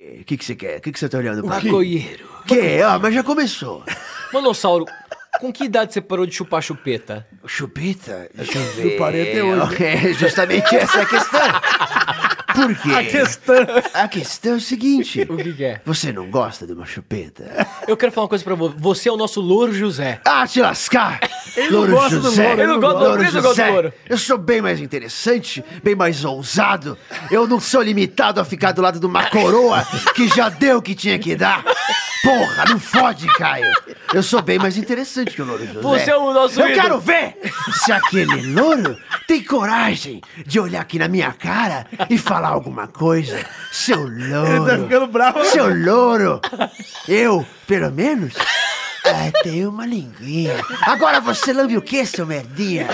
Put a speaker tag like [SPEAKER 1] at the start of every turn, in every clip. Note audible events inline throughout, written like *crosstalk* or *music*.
[SPEAKER 1] O Eh, que que você quer? O que que você tá olhando pra mim?
[SPEAKER 2] Maconheiro.
[SPEAKER 1] Que é? Ó, mas já começou.
[SPEAKER 2] Manossauro, com que idade você parou de chupar chupeta?
[SPEAKER 1] *laughs* Chupeta? Deixa É eu ver.
[SPEAKER 3] Chuparei até hoje.
[SPEAKER 1] *laughs* É justamente essa a questão. Por quê?
[SPEAKER 3] A questão.
[SPEAKER 1] A questão é *laughs* o seguinte.
[SPEAKER 2] O que que é?
[SPEAKER 1] Você não gosta de uma chupeta?
[SPEAKER 2] Eu quero falar uma coisa pra você. Você é o nosso louro José.
[SPEAKER 1] Ah, te lascar! Ele
[SPEAKER 3] não gosta do Moro, ele
[SPEAKER 2] não gosta do Moro, ele não gosta do Moro.
[SPEAKER 1] Eu sou bem mais interessante, bem mais ousado. Eu não sou limitado a ficar do lado de uma coroa que já deu o que tinha que dar. Porra, não fode, Caio. Eu sou bem mais interessante que o Louro José.
[SPEAKER 2] Você é o nosso
[SPEAKER 1] Eu
[SPEAKER 2] ídolo.
[SPEAKER 1] quero ver se aquele louro tem coragem de olhar aqui na minha cara e falar alguma coisa. Seu louro.
[SPEAKER 3] Ele tá ficando bravo.
[SPEAKER 1] Seu louro! Eu, pelo menos, ah, tenho uma linguinha. Agora você lambe o quê, seu merdinha?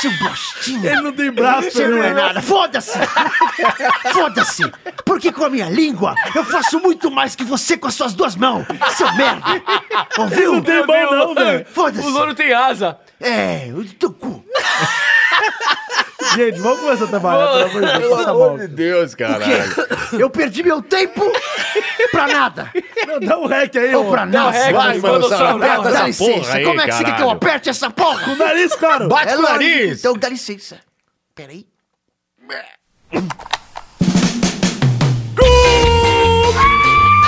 [SPEAKER 1] Seu bostinho!
[SPEAKER 3] Ele não tem braço, né?
[SPEAKER 1] Você
[SPEAKER 3] ele
[SPEAKER 1] não é
[SPEAKER 3] não-
[SPEAKER 1] nada! Foda-se! Foda-se! Porque com a minha língua eu faço muito mais que você com as suas duas mãos! Seu merda! Ouviu?
[SPEAKER 3] Não tem mão, não, velho.
[SPEAKER 1] Foda-se!
[SPEAKER 2] O louro tem asa.
[SPEAKER 1] É, o teu cu!
[SPEAKER 3] Gente, vamos começar a trabalhar, pelo amor de Deus. Passa mal.
[SPEAKER 4] Deus, caralho.
[SPEAKER 1] Eu perdi meu tempo pra nada!
[SPEAKER 3] Não, dá um rec aí,
[SPEAKER 1] Ou
[SPEAKER 3] ô.
[SPEAKER 1] pra
[SPEAKER 2] Dá o
[SPEAKER 1] nada!
[SPEAKER 2] rec,
[SPEAKER 4] vai,
[SPEAKER 2] Manossauro. dá o
[SPEAKER 4] Manossauro, vai,
[SPEAKER 2] rec.
[SPEAKER 1] Dá
[SPEAKER 4] essa
[SPEAKER 1] licença!
[SPEAKER 4] porra aí,
[SPEAKER 1] Como é que você quer que eu
[SPEAKER 4] caralho.
[SPEAKER 1] aperte essa porra?
[SPEAKER 3] O nariz, claro.
[SPEAKER 4] Bate o
[SPEAKER 1] lógico.
[SPEAKER 4] nariz.
[SPEAKER 1] Então dá licença. Peraí.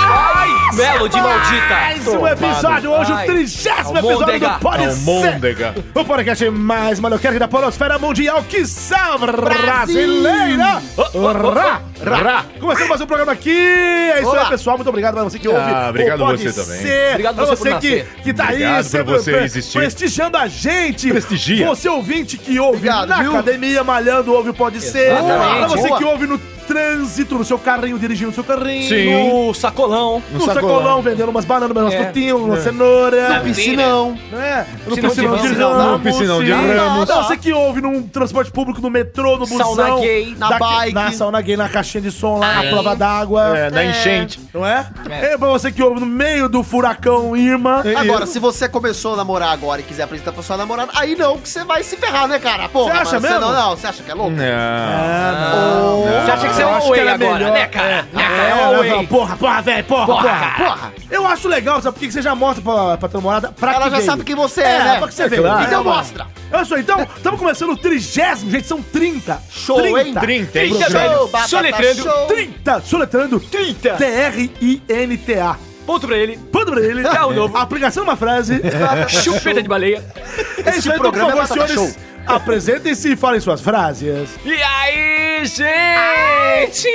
[SPEAKER 2] Ai, Melody maldita.
[SPEAKER 3] Mais um episódio, hoje o trigésimo episódio
[SPEAKER 2] Almôndega.
[SPEAKER 3] do Pode Ser.
[SPEAKER 4] Almôndega.
[SPEAKER 3] O podcast mais maloqueiro da polosfera mundial, que salve brasileira. Rá, rá. Começando mais um programa aqui. É isso aí,
[SPEAKER 1] Olá.
[SPEAKER 3] pessoal. Muito obrigado pra você que
[SPEAKER 4] Ah,
[SPEAKER 3] ouve. o
[SPEAKER 4] obrigado
[SPEAKER 3] Pode
[SPEAKER 4] você também.
[SPEAKER 3] Ser.
[SPEAKER 2] Obrigado
[SPEAKER 3] pra
[SPEAKER 2] você
[SPEAKER 3] você
[SPEAKER 2] por
[SPEAKER 3] que,
[SPEAKER 2] nascer.
[SPEAKER 3] que tá aí
[SPEAKER 4] Obrigado pra
[SPEAKER 3] sempre
[SPEAKER 4] você
[SPEAKER 3] pre-
[SPEAKER 4] existir.
[SPEAKER 3] prestigiando a gente.
[SPEAKER 4] Prestigia.
[SPEAKER 3] Você ouvinte que ouve
[SPEAKER 1] Obrigado,
[SPEAKER 3] na
[SPEAKER 1] viu?
[SPEAKER 3] academia, malhando, ouve o Pode Ser.
[SPEAKER 2] Exatamente.
[SPEAKER 3] Pra você
[SPEAKER 1] Boa.
[SPEAKER 3] que ouve no trânsito, no seu carrinho, dirigindo o seu carrinho.
[SPEAKER 4] Sim.
[SPEAKER 2] O sacolão.
[SPEAKER 3] No sacolão, vendendo umas bananas, umas
[SPEAKER 2] É.
[SPEAKER 3] frutinhas, uma cenoura.
[SPEAKER 2] Na
[SPEAKER 1] Piscinão.
[SPEAKER 3] Não é? No
[SPEAKER 2] Piscinão
[SPEAKER 3] piscinão
[SPEAKER 2] de
[SPEAKER 3] de
[SPEAKER 2] Ramos.
[SPEAKER 3] Ramos.
[SPEAKER 4] No piscinão de
[SPEAKER 3] sim.
[SPEAKER 4] Ramos.
[SPEAKER 3] Não, você que ouve num transporte público, no metrô, no busão.
[SPEAKER 2] Sauna gay,
[SPEAKER 3] da-
[SPEAKER 1] na bike.
[SPEAKER 3] Na sauna gay, na caixinha de som lá, na prova d'água.
[SPEAKER 4] É, na enchente.
[SPEAKER 3] Não é?
[SPEAKER 2] É.
[SPEAKER 3] É. pra você que ouve no meio do furacão Irma.
[SPEAKER 5] Agora, se você começou a namorar agora e quiser apresentar pra sua namorada, aí não, que você vai se ferrar, né, cara? Porra,
[SPEAKER 3] Você acha
[SPEAKER 5] mano,
[SPEAKER 3] mesmo?
[SPEAKER 5] Não, não, você acha que é
[SPEAKER 4] Hum,
[SPEAKER 5] louco?
[SPEAKER 4] Ah, Não.
[SPEAKER 3] É.
[SPEAKER 2] Você acha que você é um Way agora, né, cara? Né, cara? É um
[SPEAKER 3] É,
[SPEAKER 2] Way.
[SPEAKER 3] porra, porra, velho, porra, porra,
[SPEAKER 2] Porra.
[SPEAKER 5] Porra,
[SPEAKER 3] Eu acho legal, sabe por que que você já mostra pra, pra tua namorada? Pra
[SPEAKER 5] ela
[SPEAKER 3] que
[SPEAKER 5] já
[SPEAKER 3] veio.
[SPEAKER 5] sabe quem você é,
[SPEAKER 3] É,
[SPEAKER 5] né?
[SPEAKER 3] pra que você veio.
[SPEAKER 4] claro.
[SPEAKER 5] Então mostra.
[SPEAKER 3] É isso aí, então, estamos começando o trigésimo, gente, são 30.
[SPEAKER 5] Show, hein?
[SPEAKER 4] 30, hein?
[SPEAKER 2] Eita,
[SPEAKER 5] Show,
[SPEAKER 2] velho.
[SPEAKER 5] batata,
[SPEAKER 2] Soletrando.
[SPEAKER 5] tá show.
[SPEAKER 3] 30, soletrando 30. T-R-I-N-T-A.
[SPEAKER 2] Ponto pra ele.
[SPEAKER 3] Panda pra ele.
[SPEAKER 2] É
[SPEAKER 3] *laughs*
[SPEAKER 2] o novo.
[SPEAKER 3] Aplicação de uma *laughs* frase.
[SPEAKER 2] Chupeta de baleia.
[SPEAKER 3] é isso aí, então, por
[SPEAKER 5] programa
[SPEAKER 3] favor,
[SPEAKER 5] é batata
[SPEAKER 3] senhores. Apresentem-se e falem suas frases.
[SPEAKER 2] E aí, gente?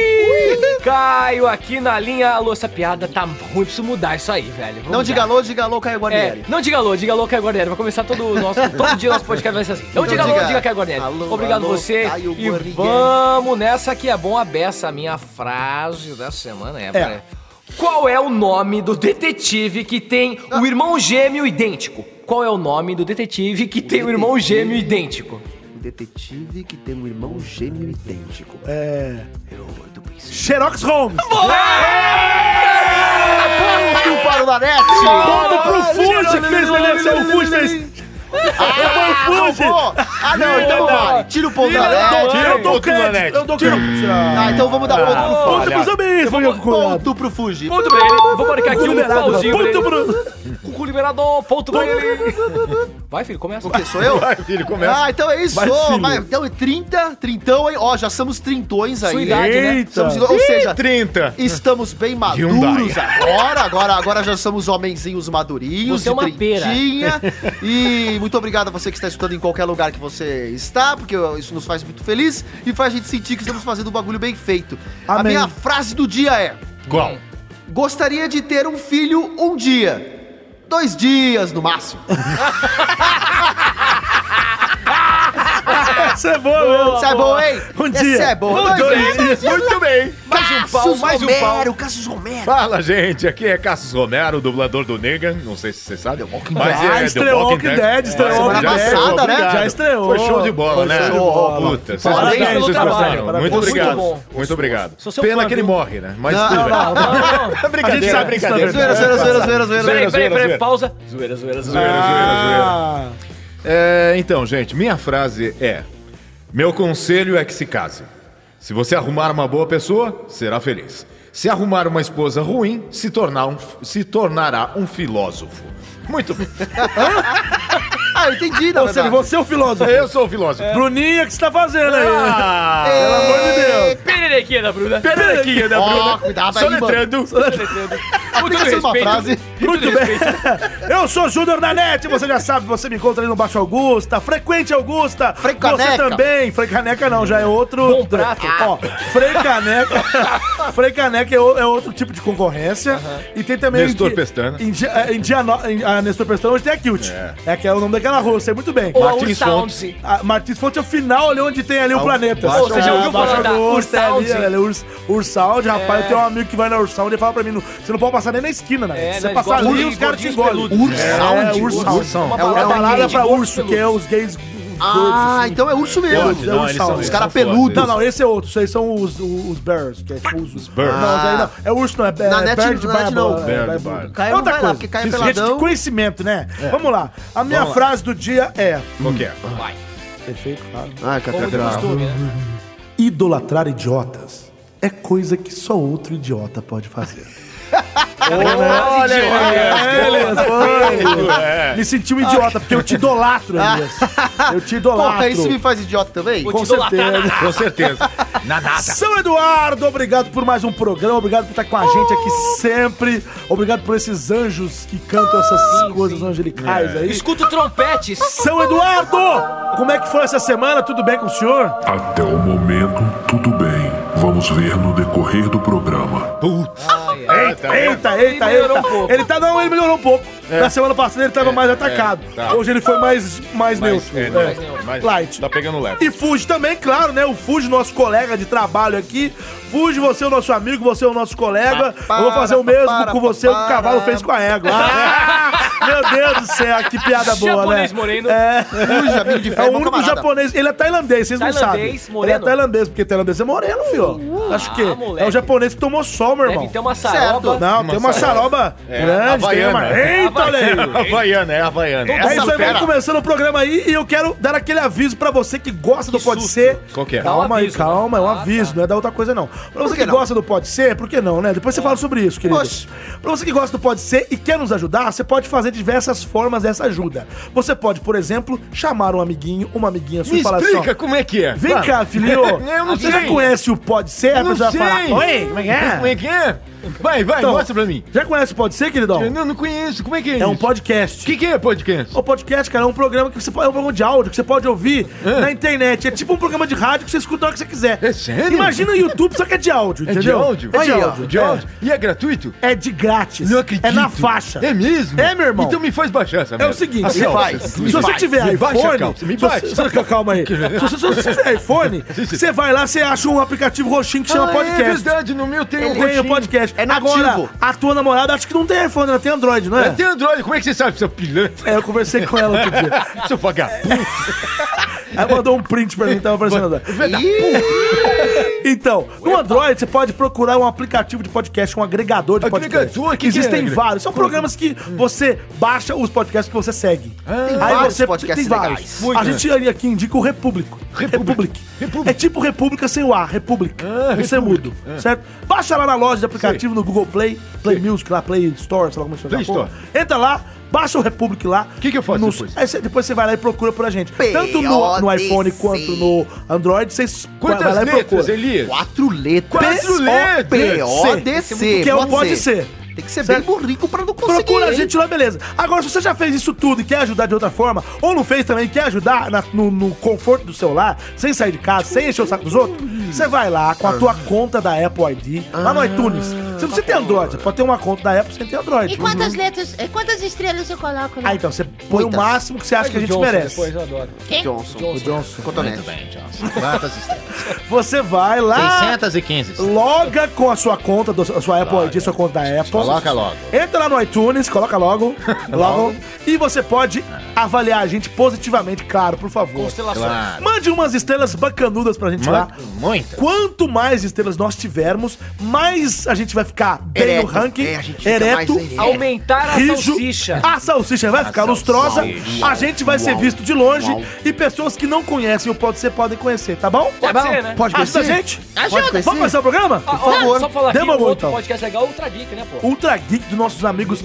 [SPEAKER 2] Caio aqui na linha. Alô, essa piada tá ruim. Preciso mudar isso aí, velho. Vamos
[SPEAKER 5] Não
[SPEAKER 2] mudar.
[SPEAKER 5] diga alô, diga alô, Caio
[SPEAKER 2] É,
[SPEAKER 5] Guarnieri.
[SPEAKER 2] não diga alô, diga alô que é Guarnieri. Vai começar todo o nosso, todo dia o nosso podcast vai ser assim. Não
[SPEAKER 5] Então
[SPEAKER 2] diga alô,
[SPEAKER 5] diga
[SPEAKER 2] diga que é Guarnieri.
[SPEAKER 5] alô,
[SPEAKER 2] Obrigado
[SPEAKER 5] alô,
[SPEAKER 2] você.
[SPEAKER 5] Caio
[SPEAKER 2] E
[SPEAKER 5] Guarnieri.
[SPEAKER 2] vamos nessa que é bom a beça. A minha frase da semana é, peraí. Qual é o nome do detetive que tem o irmão gêmeo idêntico? Qual é o nome do detetive que tem o irmão
[SPEAKER 1] detetive.
[SPEAKER 2] gêmeo idêntico?
[SPEAKER 1] O detetive que tem um irmão gêmeo idêntico.
[SPEAKER 3] É.
[SPEAKER 1] Eu, eu tô pensando.
[SPEAKER 3] Xerox Holmes.
[SPEAKER 5] Partiu para o Larete.
[SPEAKER 3] Volta pro Fuji que fez o DLC. O Fuji fez.
[SPEAKER 5] Ah, não
[SPEAKER 3] Fuji.
[SPEAKER 5] vou. Ah, não, então vale. Tira o pão do Larete.
[SPEAKER 4] Tira o
[SPEAKER 3] Eu dou
[SPEAKER 4] ponto do
[SPEAKER 3] crédito.
[SPEAKER 4] Alex.
[SPEAKER 3] Eu dou crédito.
[SPEAKER 5] Ah, então vamos dar ponto
[SPEAKER 3] Ponto
[SPEAKER 4] Olha.
[SPEAKER 3] pros amigos.
[SPEAKER 5] pro Fuji. Ponto pro Fuji.
[SPEAKER 2] Ponto pra ele. Vou marcar aqui um
[SPEAKER 3] liberado.
[SPEAKER 2] pauzinho pra
[SPEAKER 3] Ponto
[SPEAKER 2] ele.
[SPEAKER 3] pro...
[SPEAKER 2] Cucu liberador, ponto pra ele. Vai, filho, começa.
[SPEAKER 5] O que, sou eu?
[SPEAKER 4] Vai, filho, começa.
[SPEAKER 5] Ah, então é isso.
[SPEAKER 3] Vai, filho.
[SPEAKER 5] Vai, então é 30, trintão, hein? Ó, já somos trintões aí.
[SPEAKER 2] Sua idade, né?
[SPEAKER 3] Eita.
[SPEAKER 5] Somos, ou seja,
[SPEAKER 4] 30.
[SPEAKER 5] Estamos bem maduros
[SPEAKER 4] Hyundai.
[SPEAKER 5] agora, agora, agora já somos homenzinhos madurinhos,
[SPEAKER 2] Você é uma
[SPEAKER 5] de
[SPEAKER 2] *laughs*
[SPEAKER 5] trintinha. E muito obrigado a você que está escutando em qualquer lugar que você está, porque isso nos faz muito feliz e faz a gente sentir que estamos fazendo um bagulho bem feito. A
[SPEAKER 3] Amém.
[SPEAKER 5] minha frase do dia é:
[SPEAKER 4] Qual?
[SPEAKER 5] gostaria de ter um filho um dia. Dois dias no máximo.
[SPEAKER 3] Essa é boa, meu.
[SPEAKER 5] Isso é bom, hein?
[SPEAKER 3] Um
[SPEAKER 5] Essa
[SPEAKER 3] dia.
[SPEAKER 5] é bom.
[SPEAKER 3] Um, dois dias.
[SPEAKER 4] Muito bem.
[SPEAKER 2] *laughs* Mais um pau, mais um pau.
[SPEAKER 1] Romero, Cassius Romero.
[SPEAKER 4] Fala, gente. Aqui é Cassius Romero, dublador do Negan. Não sei se você sabe. Mas
[SPEAKER 3] Ah, estreou Walking Dead, estreou
[SPEAKER 4] já estreou,
[SPEAKER 5] Walking Dead. Semana
[SPEAKER 4] obrigado.
[SPEAKER 3] passada, né? Já estreou.
[SPEAKER 4] Foi show de bola,
[SPEAKER 3] Foi
[SPEAKER 4] né?
[SPEAKER 3] show de bola.
[SPEAKER 4] Puta, vocês
[SPEAKER 2] Parabéns
[SPEAKER 4] gostaram,
[SPEAKER 2] pelo
[SPEAKER 4] vocês
[SPEAKER 2] trabalho,
[SPEAKER 4] gostaram.
[SPEAKER 3] parabéns.
[SPEAKER 4] Muito obrigado.
[SPEAKER 2] Muito bom.
[SPEAKER 4] Muito obrigado.
[SPEAKER 2] Sou seu fã,
[SPEAKER 4] Pena que ele
[SPEAKER 2] viu?
[SPEAKER 4] morre, né? Mas
[SPEAKER 5] Não,
[SPEAKER 4] tudo bem.
[SPEAKER 2] Não, não, não.
[SPEAKER 3] A gente
[SPEAKER 4] Brincadeira,
[SPEAKER 3] sabe que isso não é
[SPEAKER 4] brincadeira.
[SPEAKER 5] Zoeira, zoeira, zoeira, zoeira,
[SPEAKER 2] Peraí,
[SPEAKER 5] zoeira.
[SPEAKER 2] peraí,
[SPEAKER 4] zoeira,
[SPEAKER 2] peraí,
[SPEAKER 4] zoeira.
[SPEAKER 2] pausa. Zoeira, zoeira, zoeira.
[SPEAKER 4] Zoeira, zoeira, zoeira.
[SPEAKER 3] Ah.
[SPEAKER 4] É, então, gente, minha frase é: Meu conselho é que se case. Se você arrumar uma boa pessoa, será feliz. Se arrumar uma esposa ruim, se, tornar um, se tornará um filósofo. Muito bem. *laughs*
[SPEAKER 5] Ah, eu entendi, na
[SPEAKER 3] Ou seja,
[SPEAKER 5] verdade.
[SPEAKER 3] você é o filósofo.
[SPEAKER 4] Eu sou o filósofo.
[SPEAKER 3] Bruninha, o que você tá fazendo
[SPEAKER 4] Ah,
[SPEAKER 3] aí? Pelo amor de Deus.
[SPEAKER 2] Pererequinha da Bruna.
[SPEAKER 3] Pererequinha da
[SPEAKER 5] Ó, cuidado aí, mano.
[SPEAKER 4] Soletrando.
[SPEAKER 2] Muito
[SPEAKER 5] Apenas uma frase.
[SPEAKER 3] Muito bem. Eu sou Júnior na net, você já sabe, você me encontra ali no Baixo Augusta. Frequente Augusta.
[SPEAKER 5] Frei
[SPEAKER 3] Você
[SPEAKER 5] Caneca.
[SPEAKER 3] também. Frei Caneca não, já é outro.
[SPEAKER 2] Bom prato.
[SPEAKER 3] Ó,
[SPEAKER 2] *laughs*
[SPEAKER 3] Frei Caneca. Frei Caneca é, o- é outro tipo de concorrência. E tem também.
[SPEAKER 4] Nestor
[SPEAKER 3] Indi-
[SPEAKER 4] Pestana.
[SPEAKER 3] Indi- é, Indiano- em- a Nestor Pestana hoje tem a Cute. É. que é o nome daquela rua, sei muito bem.
[SPEAKER 2] Ou a
[SPEAKER 4] Martins
[SPEAKER 2] Ursounds.
[SPEAKER 3] A Martins Fonte é o final ali onde tem ali o planeta.
[SPEAKER 2] Ou você já ouviu
[SPEAKER 3] Ah, Baixo
[SPEAKER 2] falar da
[SPEAKER 3] Augusta, é ali,
[SPEAKER 2] Ursound?
[SPEAKER 3] é ali, Urs- Ursound, rapaz, eu tenho um amigo que vai na Ursound e fala pra mim, "Não- você não pode passar nem na esquina, né?
[SPEAKER 2] É,
[SPEAKER 3] Se
[SPEAKER 2] né,
[SPEAKER 3] você
[SPEAKER 2] eles
[SPEAKER 3] passar
[SPEAKER 2] gostam
[SPEAKER 3] ali,
[SPEAKER 2] de
[SPEAKER 3] os caras te
[SPEAKER 2] gordinhos
[SPEAKER 3] engolem.
[SPEAKER 2] peludos.
[SPEAKER 3] É,
[SPEAKER 4] Ursound.
[SPEAKER 3] Ursound.
[SPEAKER 4] Ursound.
[SPEAKER 5] É
[SPEAKER 3] É
[SPEAKER 5] uma
[SPEAKER 3] uma balada
[SPEAKER 2] gay,
[SPEAKER 3] pra
[SPEAKER 2] gordo
[SPEAKER 3] urso,
[SPEAKER 2] peludo.
[SPEAKER 3] que é os gays gordos.
[SPEAKER 5] Ah, então é urso
[SPEAKER 4] Pode,
[SPEAKER 5] mesmo.
[SPEAKER 4] não, eles são-
[SPEAKER 3] Os
[SPEAKER 4] eles
[SPEAKER 5] cara
[SPEAKER 4] são foda,
[SPEAKER 5] peludo.
[SPEAKER 3] Não,
[SPEAKER 4] eles
[SPEAKER 3] não, esse é outro. Isso aí são os, os bears, que é tipo os... Os
[SPEAKER 4] bears.
[SPEAKER 3] Não, isso aí não. É urso, não. É, é
[SPEAKER 5] Na net-
[SPEAKER 3] bear de
[SPEAKER 5] na net
[SPEAKER 3] barba,
[SPEAKER 5] não.
[SPEAKER 3] é,
[SPEAKER 4] Bear de
[SPEAKER 3] barbudo.
[SPEAKER 4] barba.
[SPEAKER 5] Caio
[SPEAKER 3] É
[SPEAKER 5] não
[SPEAKER 3] outra
[SPEAKER 5] vai lá,
[SPEAKER 3] coisa.
[SPEAKER 5] porque Caio é
[SPEAKER 3] Gente,
[SPEAKER 5] peladão.
[SPEAKER 3] de conhecimento, né? Vamos lá. A minha
[SPEAKER 4] Vamos lá.
[SPEAKER 3] frase do dia é...
[SPEAKER 4] Qual que é?
[SPEAKER 3] Perfeito, claro.
[SPEAKER 5] Ah, catedral.
[SPEAKER 3] Idolatrar idiotas é coisa que só outro idiota pode fazer.
[SPEAKER 2] Olha
[SPEAKER 3] Beleza,
[SPEAKER 4] É.
[SPEAKER 3] Me senti um idiota, porque eu te idolatro, Elias. Eu te idolatro.
[SPEAKER 5] Porra, isso me faz idiota também?
[SPEAKER 3] Com certeza.
[SPEAKER 4] Com certeza. Na nata.
[SPEAKER 3] São Eduardo, obrigado por mais um programa, obrigado por estar com a gente aqui sempre, obrigado por esses anjos que cantam essas coisas angelicais aí.
[SPEAKER 2] Escuta o trompete.
[SPEAKER 3] São Eduardo, como é que foi essa semana? Tudo bem com o senhor?
[SPEAKER 6] Até o momento, tudo bem. Vamos ver no decorrer do programa.
[SPEAKER 4] Putz. Tá
[SPEAKER 3] Eita, eita, eita,
[SPEAKER 2] melhorou
[SPEAKER 3] eita.
[SPEAKER 2] um pouco.
[SPEAKER 3] Ele tá não, ele melhorou um pouco. Na semana passada ele tava mais atacado.
[SPEAKER 4] tá.
[SPEAKER 3] Hoje ele foi mais mais neutro.
[SPEAKER 4] É,
[SPEAKER 3] É.
[SPEAKER 4] né? Mas
[SPEAKER 3] Light.
[SPEAKER 4] Tá pegando leve.
[SPEAKER 3] E Fuji também, claro, né? O Fuji, nosso colega de trabalho aqui. Fuji, você é o nosso amigo, você é o nosso colega. Eu vou fazer o mesmo
[SPEAKER 5] para,
[SPEAKER 3] com você, o que o cavalo fez com a
[SPEAKER 5] *laughs*
[SPEAKER 3] égua. *laughs* Ah, Meu Deus do céu, que piada boa, né?
[SPEAKER 2] Japonês moreno.
[SPEAKER 3] É.
[SPEAKER 5] Fuji, amigo de fé,
[SPEAKER 3] É o
[SPEAKER 5] bom
[SPEAKER 3] único
[SPEAKER 5] camarada.
[SPEAKER 3] japonês. Ele é tailandês, vocês não sabem.
[SPEAKER 2] Tailandês, moreno.
[SPEAKER 3] Ele é tailandês, porque tailandês é moreno, filho. Acho que
[SPEAKER 2] ah,
[SPEAKER 3] é o
[SPEAKER 2] moleque.
[SPEAKER 3] japonês que tomou sol, meu irmão.
[SPEAKER 2] Deve ter um uma saroba.
[SPEAKER 5] Certo.
[SPEAKER 3] Tá Não,
[SPEAKER 4] Uma
[SPEAKER 3] tem uma saroba
[SPEAKER 4] saroba. É,
[SPEAKER 3] grande, tem uma...
[SPEAKER 4] havaiana.
[SPEAKER 3] Eita, olha aí.
[SPEAKER 4] Havaiana, é Havaiana.
[SPEAKER 3] É isso aí,
[SPEAKER 5] fera.
[SPEAKER 3] vamos começando o programa aí e eu quero dar aquele aviso pra você que gosta do Pode
[SPEAKER 2] susto.
[SPEAKER 3] Ser.
[SPEAKER 4] Qual que é?
[SPEAKER 3] Calma
[SPEAKER 2] Dá um
[SPEAKER 3] aí,
[SPEAKER 2] aviso, né?
[SPEAKER 3] calma, é um
[SPEAKER 2] Ah, tá.
[SPEAKER 3] aviso, não é da outra coisa não. Pra você
[SPEAKER 5] que
[SPEAKER 3] que
[SPEAKER 5] não?
[SPEAKER 3] gosta do Pode Ser, por que não, né? Depois você fala sobre isso, querido.
[SPEAKER 5] Oxe.
[SPEAKER 3] Pra você que gosta do Pode Ser e quer nos ajudar, você pode fazer diversas formas dessa ajuda. Você pode, por exemplo, chamar um amiguinho, uma amiguinha sua
[SPEAKER 4] Me
[SPEAKER 3] e falar assim, ó,
[SPEAKER 4] explica como é que é.
[SPEAKER 3] Vem
[SPEAKER 4] Fala.
[SPEAKER 3] cá, filho.
[SPEAKER 4] *laughs* Eu não
[SPEAKER 3] Você já
[SPEAKER 4] sei.
[SPEAKER 3] conhece o Pode Ser? A
[SPEAKER 4] Não
[SPEAKER 3] pessoa
[SPEAKER 4] sei.
[SPEAKER 3] vai falar, É, oi, como é que
[SPEAKER 4] Como
[SPEAKER 3] é?
[SPEAKER 4] é que é? Vai, vai,
[SPEAKER 3] Então,
[SPEAKER 4] mostra pra mim.
[SPEAKER 3] Já conhece o Pode Ser, queridão?
[SPEAKER 4] Eu não, não conheço. Como é que é,
[SPEAKER 3] É um
[SPEAKER 4] isso?
[SPEAKER 3] podcast.
[SPEAKER 4] O que, que é podcast?
[SPEAKER 3] O podcast, cara, é um programa que você pode, é um programa de áudio que você pode ouvir na internet. É tipo um programa de rádio que você escuta na hora que você quiser.
[SPEAKER 4] É sério?
[SPEAKER 3] Imagina o YouTube, só que é de áudio,
[SPEAKER 4] É de
[SPEAKER 3] entendeu?
[SPEAKER 4] áudio?
[SPEAKER 3] É de
[SPEAKER 4] Olha,
[SPEAKER 3] áudio.
[SPEAKER 4] De áudio? E é gratuito?
[SPEAKER 3] É, é de grátis.
[SPEAKER 4] Não acredito.
[SPEAKER 3] É na faixa.
[SPEAKER 4] É mesmo?
[SPEAKER 3] É, meu irmão.
[SPEAKER 4] Então me faz baixar essa
[SPEAKER 3] É
[SPEAKER 4] merda.
[SPEAKER 3] o seguinte,
[SPEAKER 4] Assim,
[SPEAKER 3] se
[SPEAKER 4] ó,
[SPEAKER 5] faz.
[SPEAKER 4] me
[SPEAKER 3] se você
[SPEAKER 4] faz.
[SPEAKER 3] tiver
[SPEAKER 4] me baixa,
[SPEAKER 3] iPhone,
[SPEAKER 4] calça, me
[SPEAKER 3] se você-
[SPEAKER 4] baixa.
[SPEAKER 3] se- calma
[SPEAKER 4] *laughs*
[SPEAKER 3] aí. Se você- se você tiver iPhone,
[SPEAKER 4] Sim, sim.
[SPEAKER 3] você vai lá, você acha um aplicativo roxinho que chama
[SPEAKER 4] Ah,
[SPEAKER 3] podcast.
[SPEAKER 4] É verdade, no meu tem um
[SPEAKER 3] Tem o
[SPEAKER 4] roxinho.
[SPEAKER 3] podcast.
[SPEAKER 5] É nativo.
[SPEAKER 3] Agora, a tua namorada acho que não tem iPhone, ela tem Android, não é?
[SPEAKER 4] Mas Tem Android, como é que você sabe, seu pilantra? *laughs*
[SPEAKER 3] É, eu conversei com ela outro dia.
[SPEAKER 4] Seu vagabundo.
[SPEAKER 3] Ela mandou um print pra mim, tava aparecendo Android.
[SPEAKER 5] Ih,
[SPEAKER 3] Então, no Android você pode procurar um aplicativo de podcast, um agregador de podcast.
[SPEAKER 4] Agregador? Que que
[SPEAKER 3] Existem
[SPEAKER 4] é agre-
[SPEAKER 3] vários. São programas que você baixa os podcasts que você segue.
[SPEAKER 4] Ah,
[SPEAKER 5] Tem vários podcasts legais.
[SPEAKER 4] Muito.
[SPEAKER 3] A gente aqui indica o Repúblico. Republic.
[SPEAKER 4] Republic.
[SPEAKER 3] É tipo República sem o A, República.
[SPEAKER 4] Ah,
[SPEAKER 3] Isso é
[SPEAKER 4] Republic.
[SPEAKER 3] mudo, certo? Baixa lá na loja de aplicativo no Google Play, Play Music lá, Play Store, sei lá como chama.
[SPEAKER 4] Play
[SPEAKER 3] essa porra. Entra lá, baixa o Republic lá. O
[SPEAKER 4] Que que eu faço
[SPEAKER 3] depois?
[SPEAKER 4] depois?
[SPEAKER 3] Aí você, depois você vai lá e procura por a gente. Tanto no, no iPhone
[SPEAKER 5] PODC.
[SPEAKER 3] quanto no Android, vocês
[SPEAKER 4] Quantas letras, Elias?
[SPEAKER 5] quatro letras.
[SPEAKER 4] Quatro letras.
[SPEAKER 5] P-O-D-C.
[SPEAKER 3] Que é o pode ser.
[SPEAKER 5] Tem que ser
[SPEAKER 3] Certo?
[SPEAKER 5] bem burrico pra não conseguir.
[SPEAKER 3] Procura a
[SPEAKER 5] hein?
[SPEAKER 3] gente lá, beleza. Agora, se você já fez isso tudo e quer ajudar de outra forma, ou não fez também, quer ajudar na- no, no conforto do seu lar, sem sair de casa, sem encher o saco dos outros, você vai lá com a
[SPEAKER 7] Ah.
[SPEAKER 3] tua conta da Apple ID, lá no iTunes. Você não precisa ter Android, você pode ter uma conta da Apple sem ter Android.
[SPEAKER 7] E quantas letras, e quantas estrelas eu coloco?
[SPEAKER 3] Ah,
[SPEAKER 7] Né?
[SPEAKER 3] então, você põe
[SPEAKER 5] Muitas.
[SPEAKER 3] o máximo que você acha que a gente merece.
[SPEAKER 2] Depois eu adoro.
[SPEAKER 7] Quem?
[SPEAKER 5] Johnson.
[SPEAKER 2] Johnson.
[SPEAKER 5] Johnson. Cotonete.
[SPEAKER 3] Você vai lá,
[SPEAKER 4] 615.
[SPEAKER 3] loga com a sua conta, do- a sua Apple ID, sua conta da Apple.
[SPEAKER 4] Coloca logo.
[SPEAKER 3] Entra lá no iTunes, coloca
[SPEAKER 1] *laughs*
[SPEAKER 3] logo, logo, e você
[SPEAKER 1] É.
[SPEAKER 3] pode avaliar a gente positivamente, claro, por favor.
[SPEAKER 4] Ah,
[SPEAKER 2] Constelações.
[SPEAKER 3] Mande umas estrelas bacanudas pra gente lá.
[SPEAKER 4] Mande
[SPEAKER 3] 40. Quanto mais estrelas nós tivermos, mais a gente vai ficar bem
[SPEAKER 1] Ereto.
[SPEAKER 3] no ranking,
[SPEAKER 1] É, a gente fica
[SPEAKER 3] ereto,
[SPEAKER 1] mais ereto.
[SPEAKER 2] Aumentar a
[SPEAKER 3] rijo.
[SPEAKER 2] salsicha.
[SPEAKER 3] A salsicha vai ficar lustrosa, a gente vai ser visto de longe e pessoas que não conhecem o Pode Ser podem conhecer, tá bom?
[SPEAKER 2] Pode
[SPEAKER 3] Tá bom?
[SPEAKER 2] ser, né?
[SPEAKER 1] Pode
[SPEAKER 3] Ajuda a
[SPEAKER 1] conhecer?
[SPEAKER 3] gente?
[SPEAKER 1] Ajuda.
[SPEAKER 3] Vamos começar o programa?
[SPEAKER 2] Ah,
[SPEAKER 3] Por
[SPEAKER 2] ah,
[SPEAKER 3] favor.
[SPEAKER 2] Só falar aqui,
[SPEAKER 3] Dê uma
[SPEAKER 2] o
[SPEAKER 3] boa,
[SPEAKER 2] outro
[SPEAKER 3] então.
[SPEAKER 2] podcast legal é o Ultra Geek, né, pô?
[SPEAKER 3] Ultra Geek dos nossos amigos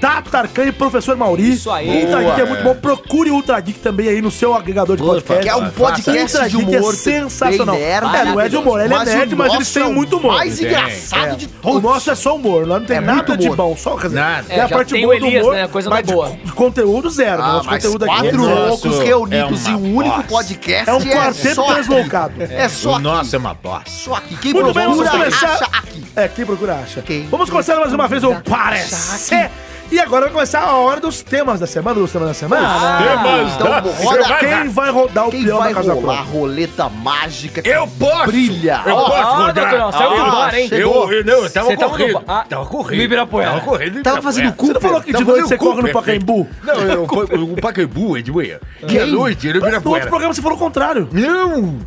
[SPEAKER 3] Tato Tarkan e Professor Mauri.
[SPEAKER 2] Isso aí.
[SPEAKER 3] Ultra Geek é
[SPEAKER 4] Boa.
[SPEAKER 3] muito bom. Procure o Ultra Geek também aí no seu agregador de podcast.
[SPEAKER 1] que é um podcast
[SPEAKER 3] Ultra
[SPEAKER 1] de
[SPEAKER 3] Geek
[SPEAKER 1] humor,
[SPEAKER 3] é sensacional.
[SPEAKER 1] bem nerd,
[SPEAKER 3] é, não é de humor, ele é
[SPEAKER 1] mas
[SPEAKER 3] nerd,
[SPEAKER 1] o
[SPEAKER 3] mas eles
[SPEAKER 1] nosso
[SPEAKER 3] têm
[SPEAKER 1] é o
[SPEAKER 3] muito humor.
[SPEAKER 1] mais
[SPEAKER 4] Tem.
[SPEAKER 1] engraçado de
[SPEAKER 3] O
[SPEAKER 1] todos.
[SPEAKER 3] nosso é só humor, lá não tem
[SPEAKER 1] É
[SPEAKER 3] nada
[SPEAKER 1] muito
[SPEAKER 3] de
[SPEAKER 1] humor.
[SPEAKER 3] bom, só quer dizer,
[SPEAKER 4] Nada.
[SPEAKER 3] tem
[SPEAKER 2] É,
[SPEAKER 3] a
[SPEAKER 2] já
[SPEAKER 3] parte
[SPEAKER 2] tem o
[SPEAKER 3] boa do
[SPEAKER 2] Elias,
[SPEAKER 3] humor,
[SPEAKER 2] né, a coisa não é
[SPEAKER 3] mas de
[SPEAKER 2] boa.
[SPEAKER 3] co- De, conteúdo zero,
[SPEAKER 1] Ah,
[SPEAKER 3] nosso
[SPEAKER 1] mas
[SPEAKER 3] conteúdo aqui é
[SPEAKER 1] quatro
[SPEAKER 3] zero.
[SPEAKER 1] loucos
[SPEAKER 4] Nosso
[SPEAKER 1] reunidos
[SPEAKER 4] é
[SPEAKER 1] em
[SPEAKER 4] uma
[SPEAKER 1] um único
[SPEAKER 4] bosta.
[SPEAKER 1] podcast
[SPEAKER 3] É um quarteto
[SPEAKER 1] só aqui.
[SPEAKER 3] translocado.
[SPEAKER 1] É só
[SPEAKER 4] O
[SPEAKER 1] aqui.
[SPEAKER 4] nosso é uma bosta.
[SPEAKER 1] Só aqui. Quem
[SPEAKER 3] Muito bem, vamos
[SPEAKER 1] procura,
[SPEAKER 3] começar.
[SPEAKER 1] acha aqui.
[SPEAKER 3] É, quem procura acha.
[SPEAKER 1] Quem
[SPEAKER 3] vamos começar mais uma vez o Parecer. E agora vai começar a hora dos temas da semana, dos temas da semana.
[SPEAKER 4] Temas
[SPEAKER 1] então
[SPEAKER 4] da
[SPEAKER 1] roda-
[SPEAKER 4] semana.
[SPEAKER 3] Ah, Quem vai rodar o
[SPEAKER 1] Quem
[SPEAKER 3] peão
[SPEAKER 1] vai
[SPEAKER 3] da Casa
[SPEAKER 1] rolar a
[SPEAKER 3] Branca?
[SPEAKER 1] roleta mágica? que
[SPEAKER 4] Eu posso!
[SPEAKER 1] Brilha.
[SPEAKER 4] Eu
[SPEAKER 1] Ó,
[SPEAKER 4] posso
[SPEAKER 2] Ah,
[SPEAKER 4] rodar!
[SPEAKER 2] doutor, não, saiu
[SPEAKER 4] Ah,
[SPEAKER 2] do bar, hein?
[SPEAKER 4] Eu, eu, não, eu tava
[SPEAKER 2] Você tava
[SPEAKER 4] correndo.
[SPEAKER 2] no bar. Ah,
[SPEAKER 4] tava correndo.
[SPEAKER 2] no Ibirapuera.
[SPEAKER 4] Tava correndo. no
[SPEAKER 1] Tava
[SPEAKER 4] Ibirapuera.
[SPEAKER 1] fazendo cu,
[SPEAKER 3] Você não falou que de
[SPEAKER 4] Tava
[SPEAKER 3] noite
[SPEAKER 4] fazendo
[SPEAKER 3] você
[SPEAKER 4] cu,
[SPEAKER 3] corre no
[SPEAKER 4] perfeito.
[SPEAKER 3] Pacaembu?
[SPEAKER 4] Não, eu, o, o Pacaembu é de manhã. Que à
[SPEAKER 1] Quem?
[SPEAKER 4] noite era o
[SPEAKER 3] Tá, No outro
[SPEAKER 4] Ibirapuera.
[SPEAKER 3] programa você falou o contrário.
[SPEAKER 4] Não!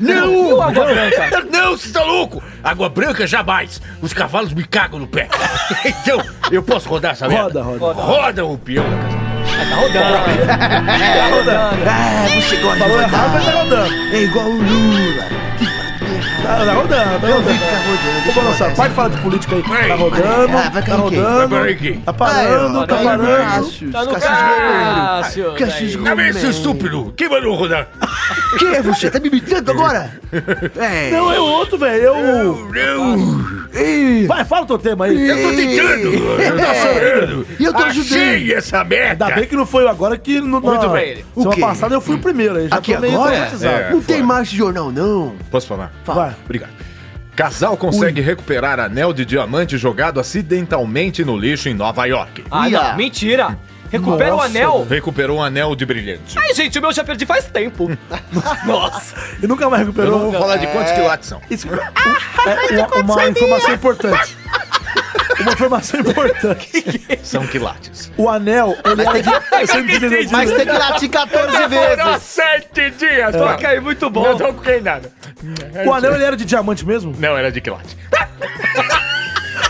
[SPEAKER 2] E o
[SPEAKER 4] Não!
[SPEAKER 2] Água Branca?
[SPEAKER 4] *laughs* Não, você tá louco! Água branca jamais! Os cavalos me cagam no pé! *laughs* então, eu posso rodar essa merda?
[SPEAKER 3] Roda, roda.
[SPEAKER 4] Roda o peão da casa.
[SPEAKER 2] Tá rodando. Tá rodando.
[SPEAKER 1] Ah, não chegou a
[SPEAKER 3] Falou
[SPEAKER 1] rodar.
[SPEAKER 3] errado, mas tá rodando.
[SPEAKER 1] É igual o Lula.
[SPEAKER 3] Tá, tá rodando, tá
[SPEAKER 1] vi que tá
[SPEAKER 3] rodando.
[SPEAKER 1] rodando.
[SPEAKER 3] Ô,
[SPEAKER 1] Deixa eu
[SPEAKER 3] balançar,
[SPEAKER 1] rodar
[SPEAKER 3] pode falar de política aí. Tá
[SPEAKER 1] Ah,
[SPEAKER 3] rodando,
[SPEAKER 1] vai
[SPEAKER 3] tá
[SPEAKER 1] cair em quem?
[SPEAKER 3] rodando.
[SPEAKER 4] Vai cair em quem?
[SPEAKER 3] Tá parando, tá
[SPEAKER 1] Aí, ó,
[SPEAKER 3] parando.
[SPEAKER 1] Cássio,
[SPEAKER 2] Tá no
[SPEAKER 1] Cássio Gomes. Cássio
[SPEAKER 2] Cássio. daí.
[SPEAKER 1] Gomes.
[SPEAKER 4] Cabeça Tá estúpido! Quem mandou rodar?
[SPEAKER 1] O que você? Tá me imitando agora? É.
[SPEAKER 3] Não, é outro, velho. Eu...
[SPEAKER 4] Não!
[SPEAKER 1] Ih,
[SPEAKER 3] Vai, fala o teu tema aí.
[SPEAKER 4] Eu tô tentando! Eu tô tá chorando!
[SPEAKER 1] E eu tô
[SPEAKER 4] Achei essa merda!
[SPEAKER 3] Ainda bem que não foi eu agora que no, na,
[SPEAKER 2] Muito bem.
[SPEAKER 1] O
[SPEAKER 3] semana
[SPEAKER 1] quê?
[SPEAKER 3] passada eu fui o primeiro, aí já
[SPEAKER 1] Aqui
[SPEAKER 3] tô meio
[SPEAKER 1] agora? É.
[SPEAKER 3] traumatizado.
[SPEAKER 4] É,
[SPEAKER 1] não
[SPEAKER 4] fora.
[SPEAKER 1] tem mais jornal, não.
[SPEAKER 4] É. Posso falar?
[SPEAKER 1] *laughs*
[SPEAKER 3] Vai.
[SPEAKER 4] Obrigado. Casal consegue recuperar anel de diamante jogado acidentalmente no lixo em Nova York.
[SPEAKER 2] Ah,
[SPEAKER 1] Ia.
[SPEAKER 2] não, mentira. Recupera o
[SPEAKER 3] Nossa.
[SPEAKER 2] anel.
[SPEAKER 4] Recuperou um anel de brilhante.
[SPEAKER 2] Ai, gente, o meu já perdi faz tempo.
[SPEAKER 3] Hum.
[SPEAKER 2] Nossa.
[SPEAKER 3] E nunca mais
[SPEAKER 4] Eu não
[SPEAKER 3] recuperou.
[SPEAKER 4] vou falar de quantos quilates são.
[SPEAKER 3] Isso
[SPEAKER 1] Ah,
[SPEAKER 3] é uma, uma informação importante. Uma informação importante.
[SPEAKER 4] São quilates.
[SPEAKER 3] O anel, ele é. *laughs* Você não entendeu disso?
[SPEAKER 5] Mas tem que latir 14 vezes.
[SPEAKER 4] sete dias!
[SPEAKER 2] Toca aí, muito bom.
[SPEAKER 4] toquei nada.
[SPEAKER 3] O anel ele era de diamante mesmo?
[SPEAKER 4] Não, era de quilate.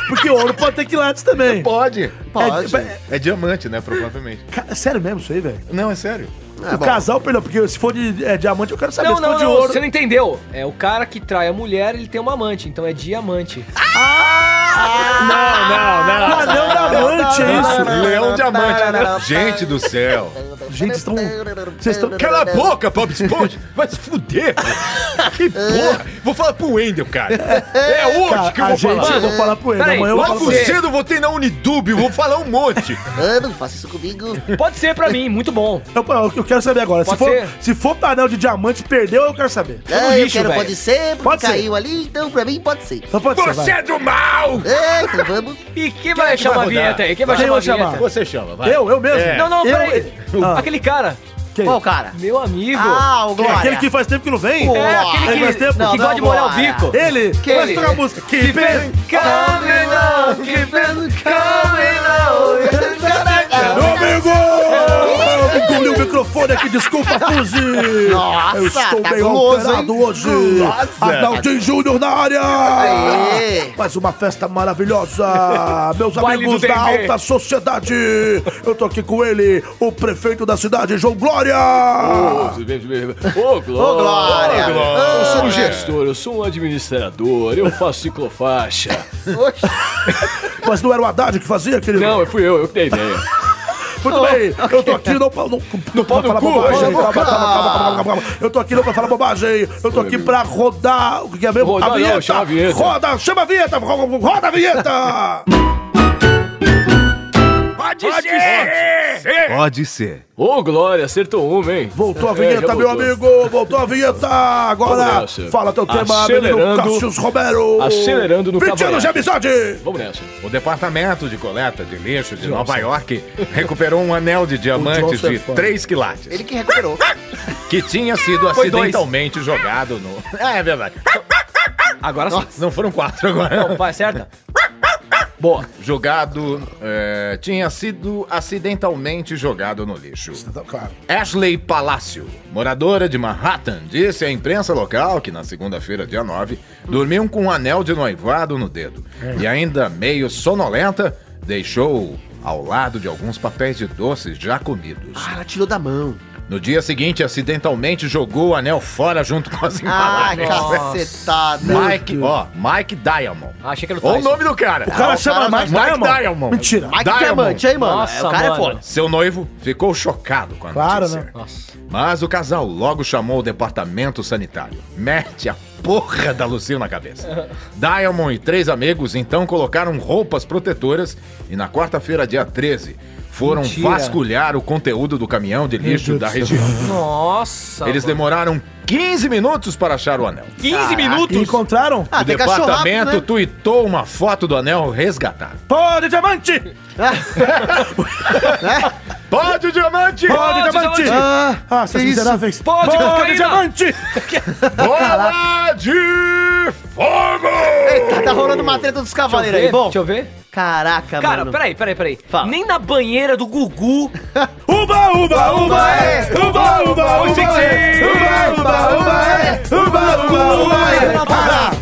[SPEAKER 3] Porque ouro pode ter quilates também.
[SPEAKER 4] Pode.
[SPEAKER 1] Pode.
[SPEAKER 3] É, é,
[SPEAKER 4] É diamante, né? Provavelmente.
[SPEAKER 3] ca- sério mesmo isso aí, velho?
[SPEAKER 4] Não, é sério.
[SPEAKER 1] Ah,
[SPEAKER 3] o
[SPEAKER 1] bom.
[SPEAKER 3] casal, perdão, porque se for de é, diamante, eu quero saber
[SPEAKER 2] Não,
[SPEAKER 3] se for
[SPEAKER 2] não,
[SPEAKER 3] de
[SPEAKER 2] não,
[SPEAKER 3] ouro.
[SPEAKER 2] você não entendeu. É o cara que trai a mulher, ele tem uma amante, então é
[SPEAKER 3] *laughs*
[SPEAKER 2] diamante.
[SPEAKER 3] O anel diamante, é isso?
[SPEAKER 4] Leão diamante. né? Gente do céu.
[SPEAKER 3] Gente, estão. Vocês estão.
[SPEAKER 4] Cala a boca, Bob Esponja! Vai se fuder! cara. Que porra! Vou falar pro Wendel, cara! É
[SPEAKER 3] Cara,
[SPEAKER 4] hoje que eu
[SPEAKER 3] a
[SPEAKER 4] vou
[SPEAKER 3] gente,
[SPEAKER 4] falar!
[SPEAKER 3] eu vou falar pro ele.
[SPEAKER 2] Peraí,
[SPEAKER 3] Amanhã eu vou falar
[SPEAKER 4] Logo
[SPEAKER 3] pro ele.
[SPEAKER 4] cedo eu votei na Unidub, vou falar um monte!
[SPEAKER 5] Ah, não faça
[SPEAKER 2] *laughs*
[SPEAKER 5] isso comigo.
[SPEAKER 2] Pode ser pra mim, muito bom.
[SPEAKER 3] Eu, Então, eu- eu quero saber agora. Se
[SPEAKER 2] Pode
[SPEAKER 3] for,
[SPEAKER 2] ser?
[SPEAKER 3] se for pra anel de diamante, perdeu, eu quero saber.
[SPEAKER 5] Ah,
[SPEAKER 2] lixo,
[SPEAKER 5] eu quero,
[SPEAKER 2] velho.
[SPEAKER 5] pode ser, porque
[SPEAKER 3] Pode ser.
[SPEAKER 5] caiu ali, então pra mim pode ser.
[SPEAKER 3] Então pode ser,
[SPEAKER 4] Você
[SPEAKER 3] vai.
[SPEAKER 4] é do mal!
[SPEAKER 5] É, então vamos.
[SPEAKER 2] E
[SPEAKER 3] é
[SPEAKER 2] quem vai
[SPEAKER 4] que
[SPEAKER 2] chamar
[SPEAKER 4] vai
[SPEAKER 2] a
[SPEAKER 4] rodar?
[SPEAKER 2] vinheta aí? Quem vai
[SPEAKER 3] Quem
[SPEAKER 2] chamar a
[SPEAKER 3] vai chamar?
[SPEAKER 2] vinheta?
[SPEAKER 4] Você chama, vai!
[SPEAKER 3] Eu, eu mesmo?
[SPEAKER 4] É.
[SPEAKER 2] Não, não,
[SPEAKER 3] Eu-
[SPEAKER 2] peraí.
[SPEAKER 3] Ah.
[SPEAKER 2] Aquele cara,
[SPEAKER 3] Quem?
[SPEAKER 5] Qual, cara?
[SPEAKER 2] meu amigo.
[SPEAKER 5] Ah, o
[SPEAKER 3] É
[SPEAKER 5] Glória.
[SPEAKER 3] aquele que faz tempo que não vem?
[SPEAKER 5] Pô.
[SPEAKER 2] é
[SPEAKER 5] Ele
[SPEAKER 2] aquele
[SPEAKER 3] faz
[SPEAKER 2] que,
[SPEAKER 3] tempo.
[SPEAKER 2] que
[SPEAKER 5] Não,
[SPEAKER 2] gosta
[SPEAKER 5] não,
[SPEAKER 2] de molhar o
[SPEAKER 5] bora.
[SPEAKER 2] bico.
[SPEAKER 3] Ele!
[SPEAKER 2] Que
[SPEAKER 3] Vai
[SPEAKER 2] ele?
[SPEAKER 3] tocar a música. Que bem!
[SPEAKER 2] Coming on, keeping coming on.
[SPEAKER 3] Domingo! Me engoliu o microfone aqui, desculpa, Fuzi!
[SPEAKER 5] Nossa,
[SPEAKER 3] Eu estou
[SPEAKER 5] tá
[SPEAKER 3] bem
[SPEAKER 5] guloso,
[SPEAKER 3] alterado
[SPEAKER 5] hein?
[SPEAKER 3] hoje! Arnaldinho Júnior na área!
[SPEAKER 5] Aê!
[SPEAKER 3] Mais uma festa maravilhosa! Meus
[SPEAKER 2] Baile
[SPEAKER 3] amigos
[SPEAKER 2] do
[SPEAKER 3] da
[SPEAKER 2] Dendê.
[SPEAKER 3] alta sociedade! Eu tô aqui com ele, o prefeito da cidade, João Glória!
[SPEAKER 8] Ô, Glória!
[SPEAKER 5] Ô, Glória!
[SPEAKER 4] Ah.
[SPEAKER 8] Eu sou um gestor, eu sou um administrador, eu faço assim. ciclofaixa.
[SPEAKER 5] Oxe,
[SPEAKER 3] Mas não era o Haddad que fazia, querido?
[SPEAKER 8] Não, é, fui eu, eu que dei ideia.
[SPEAKER 3] Muito bem, eu tô aqui não pra, não, não pra falar bobagem. Calma, calma, calma, calma, calma. Eu tô aqui não pra falar bobagem. Eu tô aqui pra rodar. O que é mesmo?
[SPEAKER 8] Rodar não, chama a vinheta.
[SPEAKER 3] Roda, chama a vinheta. ro- ro- Roda a vinheta.
[SPEAKER 4] Pode, ser! Pode ser!
[SPEAKER 8] Ô, Glória, acertou uma, hein?
[SPEAKER 3] Voltou a
[SPEAKER 8] É,
[SPEAKER 3] vinheta,
[SPEAKER 8] já
[SPEAKER 3] meu
[SPEAKER 8] voltou.
[SPEAKER 3] amigo. Voltou a vinheta. Agora,
[SPEAKER 8] Vamos nessa.
[SPEAKER 3] fala teu tema, menino
[SPEAKER 8] Acelerando.
[SPEAKER 3] Cassius Romero.
[SPEAKER 8] Acelerando no
[SPEAKER 3] 20 anos
[SPEAKER 8] cavanhaque.
[SPEAKER 3] de amizade.
[SPEAKER 8] Vamos nessa.
[SPEAKER 4] O Departamento de Coleta de Lixo de Nova York recuperou um anel de
[SPEAKER 3] Johnson
[SPEAKER 4] diamante
[SPEAKER 3] é
[SPEAKER 4] de
[SPEAKER 3] foda.
[SPEAKER 4] 3 quilates.
[SPEAKER 5] ele que recuperou.
[SPEAKER 4] que tinha sido
[SPEAKER 2] Foi dois.
[SPEAKER 4] acidentalmente jogado no. *laughs* É, é verdade.
[SPEAKER 2] Agora sim.
[SPEAKER 4] Não foram quatro agora.
[SPEAKER 2] Vai, certo?
[SPEAKER 4] Boa. Jogado. é, tinha sido acidentalmente jogado no lixo.
[SPEAKER 3] Então, claro.
[SPEAKER 4] Ashley Palácio, moradora de Manhattan, disse à imprensa local que na segunda-feira, dia 9, dormiu com um anel de noivado no dedo e, ainda meio sonolenta, deixou ao lado de alguns papéis de doces já comidos.
[SPEAKER 5] Ah, ela tirou da mão.
[SPEAKER 4] No dia seguinte, acidentalmente jogou o anel fora junto com as
[SPEAKER 5] Ah,
[SPEAKER 4] embalagens. *laughs*
[SPEAKER 5] cacetada.
[SPEAKER 4] Mike, ó, Mike Diamond.
[SPEAKER 2] Ah, achei que era o
[SPEAKER 4] Olha o
[SPEAKER 2] Tyson.
[SPEAKER 4] nome do cara.
[SPEAKER 3] O cara
[SPEAKER 5] o
[SPEAKER 3] chama
[SPEAKER 5] cara
[SPEAKER 3] Mike
[SPEAKER 4] Mike
[SPEAKER 3] Diamond.
[SPEAKER 4] Diamond.
[SPEAKER 3] Mentira.
[SPEAKER 5] Mike
[SPEAKER 4] Diamond.
[SPEAKER 5] Diamante, hein, mano?
[SPEAKER 2] Nossa,
[SPEAKER 5] o cara
[SPEAKER 2] mano.
[SPEAKER 5] é foda.
[SPEAKER 4] Seu noivo ficou chocado com a
[SPEAKER 3] Claro,
[SPEAKER 4] notícia.
[SPEAKER 3] né?
[SPEAKER 2] Nossa.
[SPEAKER 4] Mas o casal logo chamou o departamento sanitário. Mete a porra da Lucille na cabeça. Diamond e três amigos então colocaram roupas protetoras e na quarta-feira, dia 13, foram
[SPEAKER 2] Mentira.
[SPEAKER 4] vasculhar o conteúdo do caminhão de lixo
[SPEAKER 3] Deus
[SPEAKER 4] da
[SPEAKER 3] do céu.
[SPEAKER 4] região.
[SPEAKER 2] Nossa.
[SPEAKER 4] Eles
[SPEAKER 2] mano.
[SPEAKER 4] demoraram 15 minutos para achar o anel.
[SPEAKER 2] 15 minutos?
[SPEAKER 3] E encontraram?
[SPEAKER 5] Ah,
[SPEAKER 4] o
[SPEAKER 5] tem cachorro rápido,
[SPEAKER 4] departamento
[SPEAKER 5] né?
[SPEAKER 4] tuitou uma foto do anel resgatado.
[SPEAKER 3] Pô de diamante!
[SPEAKER 4] Pode, diamante!
[SPEAKER 3] Pô de
[SPEAKER 2] de
[SPEAKER 3] diamante!
[SPEAKER 2] diamante!
[SPEAKER 5] Ah,
[SPEAKER 3] Ah, seus
[SPEAKER 5] isso?
[SPEAKER 3] miseráveis!
[SPEAKER 2] Pó de
[SPEAKER 3] Pó
[SPEAKER 2] cocaína!
[SPEAKER 3] diamante!
[SPEAKER 4] Bola de fogo!
[SPEAKER 5] Eita, tá rolando uma treta dos
[SPEAKER 2] Deixa eu
[SPEAKER 5] cavaleiros aí.
[SPEAKER 2] ver,
[SPEAKER 5] Bom,
[SPEAKER 2] deixa eu ver.
[SPEAKER 5] caraca,
[SPEAKER 2] Cara,
[SPEAKER 5] mano.
[SPEAKER 2] peraí, peraí, peraí.
[SPEAKER 5] Fala.
[SPEAKER 2] Nem na banheira do Gugu.
[SPEAKER 3] Uba, uba, uba! é! Uba, uba, uba! é! Uba, uba, uba! é! Uba, uba, uba! é!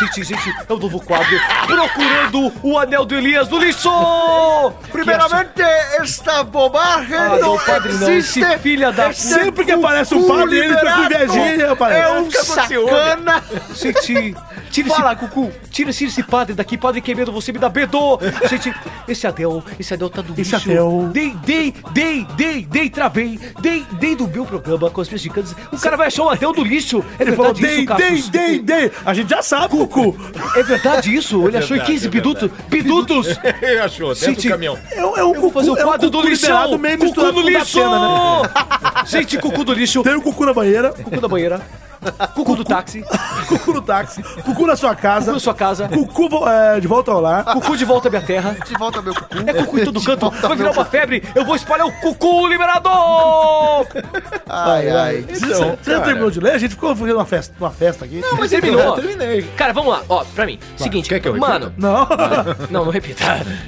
[SPEAKER 2] Gente, gente, é o novo quadro. Procurando o anel do Elias do lixo.
[SPEAKER 5] Primeiramente, esta bobagem
[SPEAKER 2] Ah,
[SPEAKER 5] não
[SPEAKER 2] não, padre, não.
[SPEAKER 5] existe.
[SPEAKER 2] Esse filho da-
[SPEAKER 5] Este
[SPEAKER 3] Sempre que aparece um
[SPEAKER 5] cu
[SPEAKER 3] padre, ele fica com
[SPEAKER 5] liberado
[SPEAKER 3] invejinha, rapaz.
[SPEAKER 5] É um
[SPEAKER 3] Fica com
[SPEAKER 5] sacana.
[SPEAKER 2] Gente, tira esse... Cucu. Tira, tira esse padre daqui. Padre queimando, você me dá medo. Gente, esse anel, esse anel tá do
[SPEAKER 3] Esse
[SPEAKER 2] lixo.
[SPEAKER 3] anel.
[SPEAKER 2] Dei, dei, dei, dei, dei, travei. Dei, dei do meu programa com as mexicanas. O cara vai achar o anel do lixo. É
[SPEAKER 3] Ele falou,
[SPEAKER 2] verdade isso,
[SPEAKER 3] dei, dei,
[SPEAKER 2] Cassius?
[SPEAKER 3] dei, dei! A gente já sabe, Cucu!
[SPEAKER 2] É verdade é isso? Ele achou em 15 minutos. *laughs* Minutos!
[SPEAKER 4] Achou, dentro
[SPEAKER 2] Gente,
[SPEAKER 4] do caminhão.
[SPEAKER 3] É um- é um
[SPEAKER 2] Vou fazer o
[SPEAKER 3] é um
[SPEAKER 2] quadro do
[SPEAKER 3] cucu liberado
[SPEAKER 2] lixão!
[SPEAKER 3] meio
[SPEAKER 2] Cucu
[SPEAKER 3] misturado
[SPEAKER 2] do
[SPEAKER 3] com o da
[SPEAKER 2] lixo!
[SPEAKER 3] pena, né?
[SPEAKER 2] *laughs* Gente, cucu do lixo,
[SPEAKER 3] Tem o cucu na banheira,
[SPEAKER 2] cucu da banheira, cucu do táxi,
[SPEAKER 3] cucu no táxi, cucu na sua
[SPEAKER 2] cucu
[SPEAKER 3] casa,
[SPEAKER 2] na sua casa,
[SPEAKER 3] cucu vo- é, de volta ao lar.
[SPEAKER 2] cucu de volta à minha terra.
[SPEAKER 5] De volta meu cu.
[SPEAKER 2] É cucu em todo
[SPEAKER 5] *laughs* De
[SPEAKER 2] canto,
[SPEAKER 5] volta
[SPEAKER 2] vai virar
[SPEAKER 5] meu
[SPEAKER 2] uma febre, eu vou espalhar o cucu liberador!
[SPEAKER 5] Ai, ai.
[SPEAKER 3] Você- você não
[SPEAKER 4] cara.
[SPEAKER 3] terminou de ler? A gente ficou fazendo uma festa, uma festa aqui. Então, Não,
[SPEAKER 2] Mas terminou.
[SPEAKER 4] terminei.
[SPEAKER 2] Cara, vamos lá, ó, pra mim, seguinte,
[SPEAKER 4] quer que eu repita?
[SPEAKER 2] mano, não, não repita,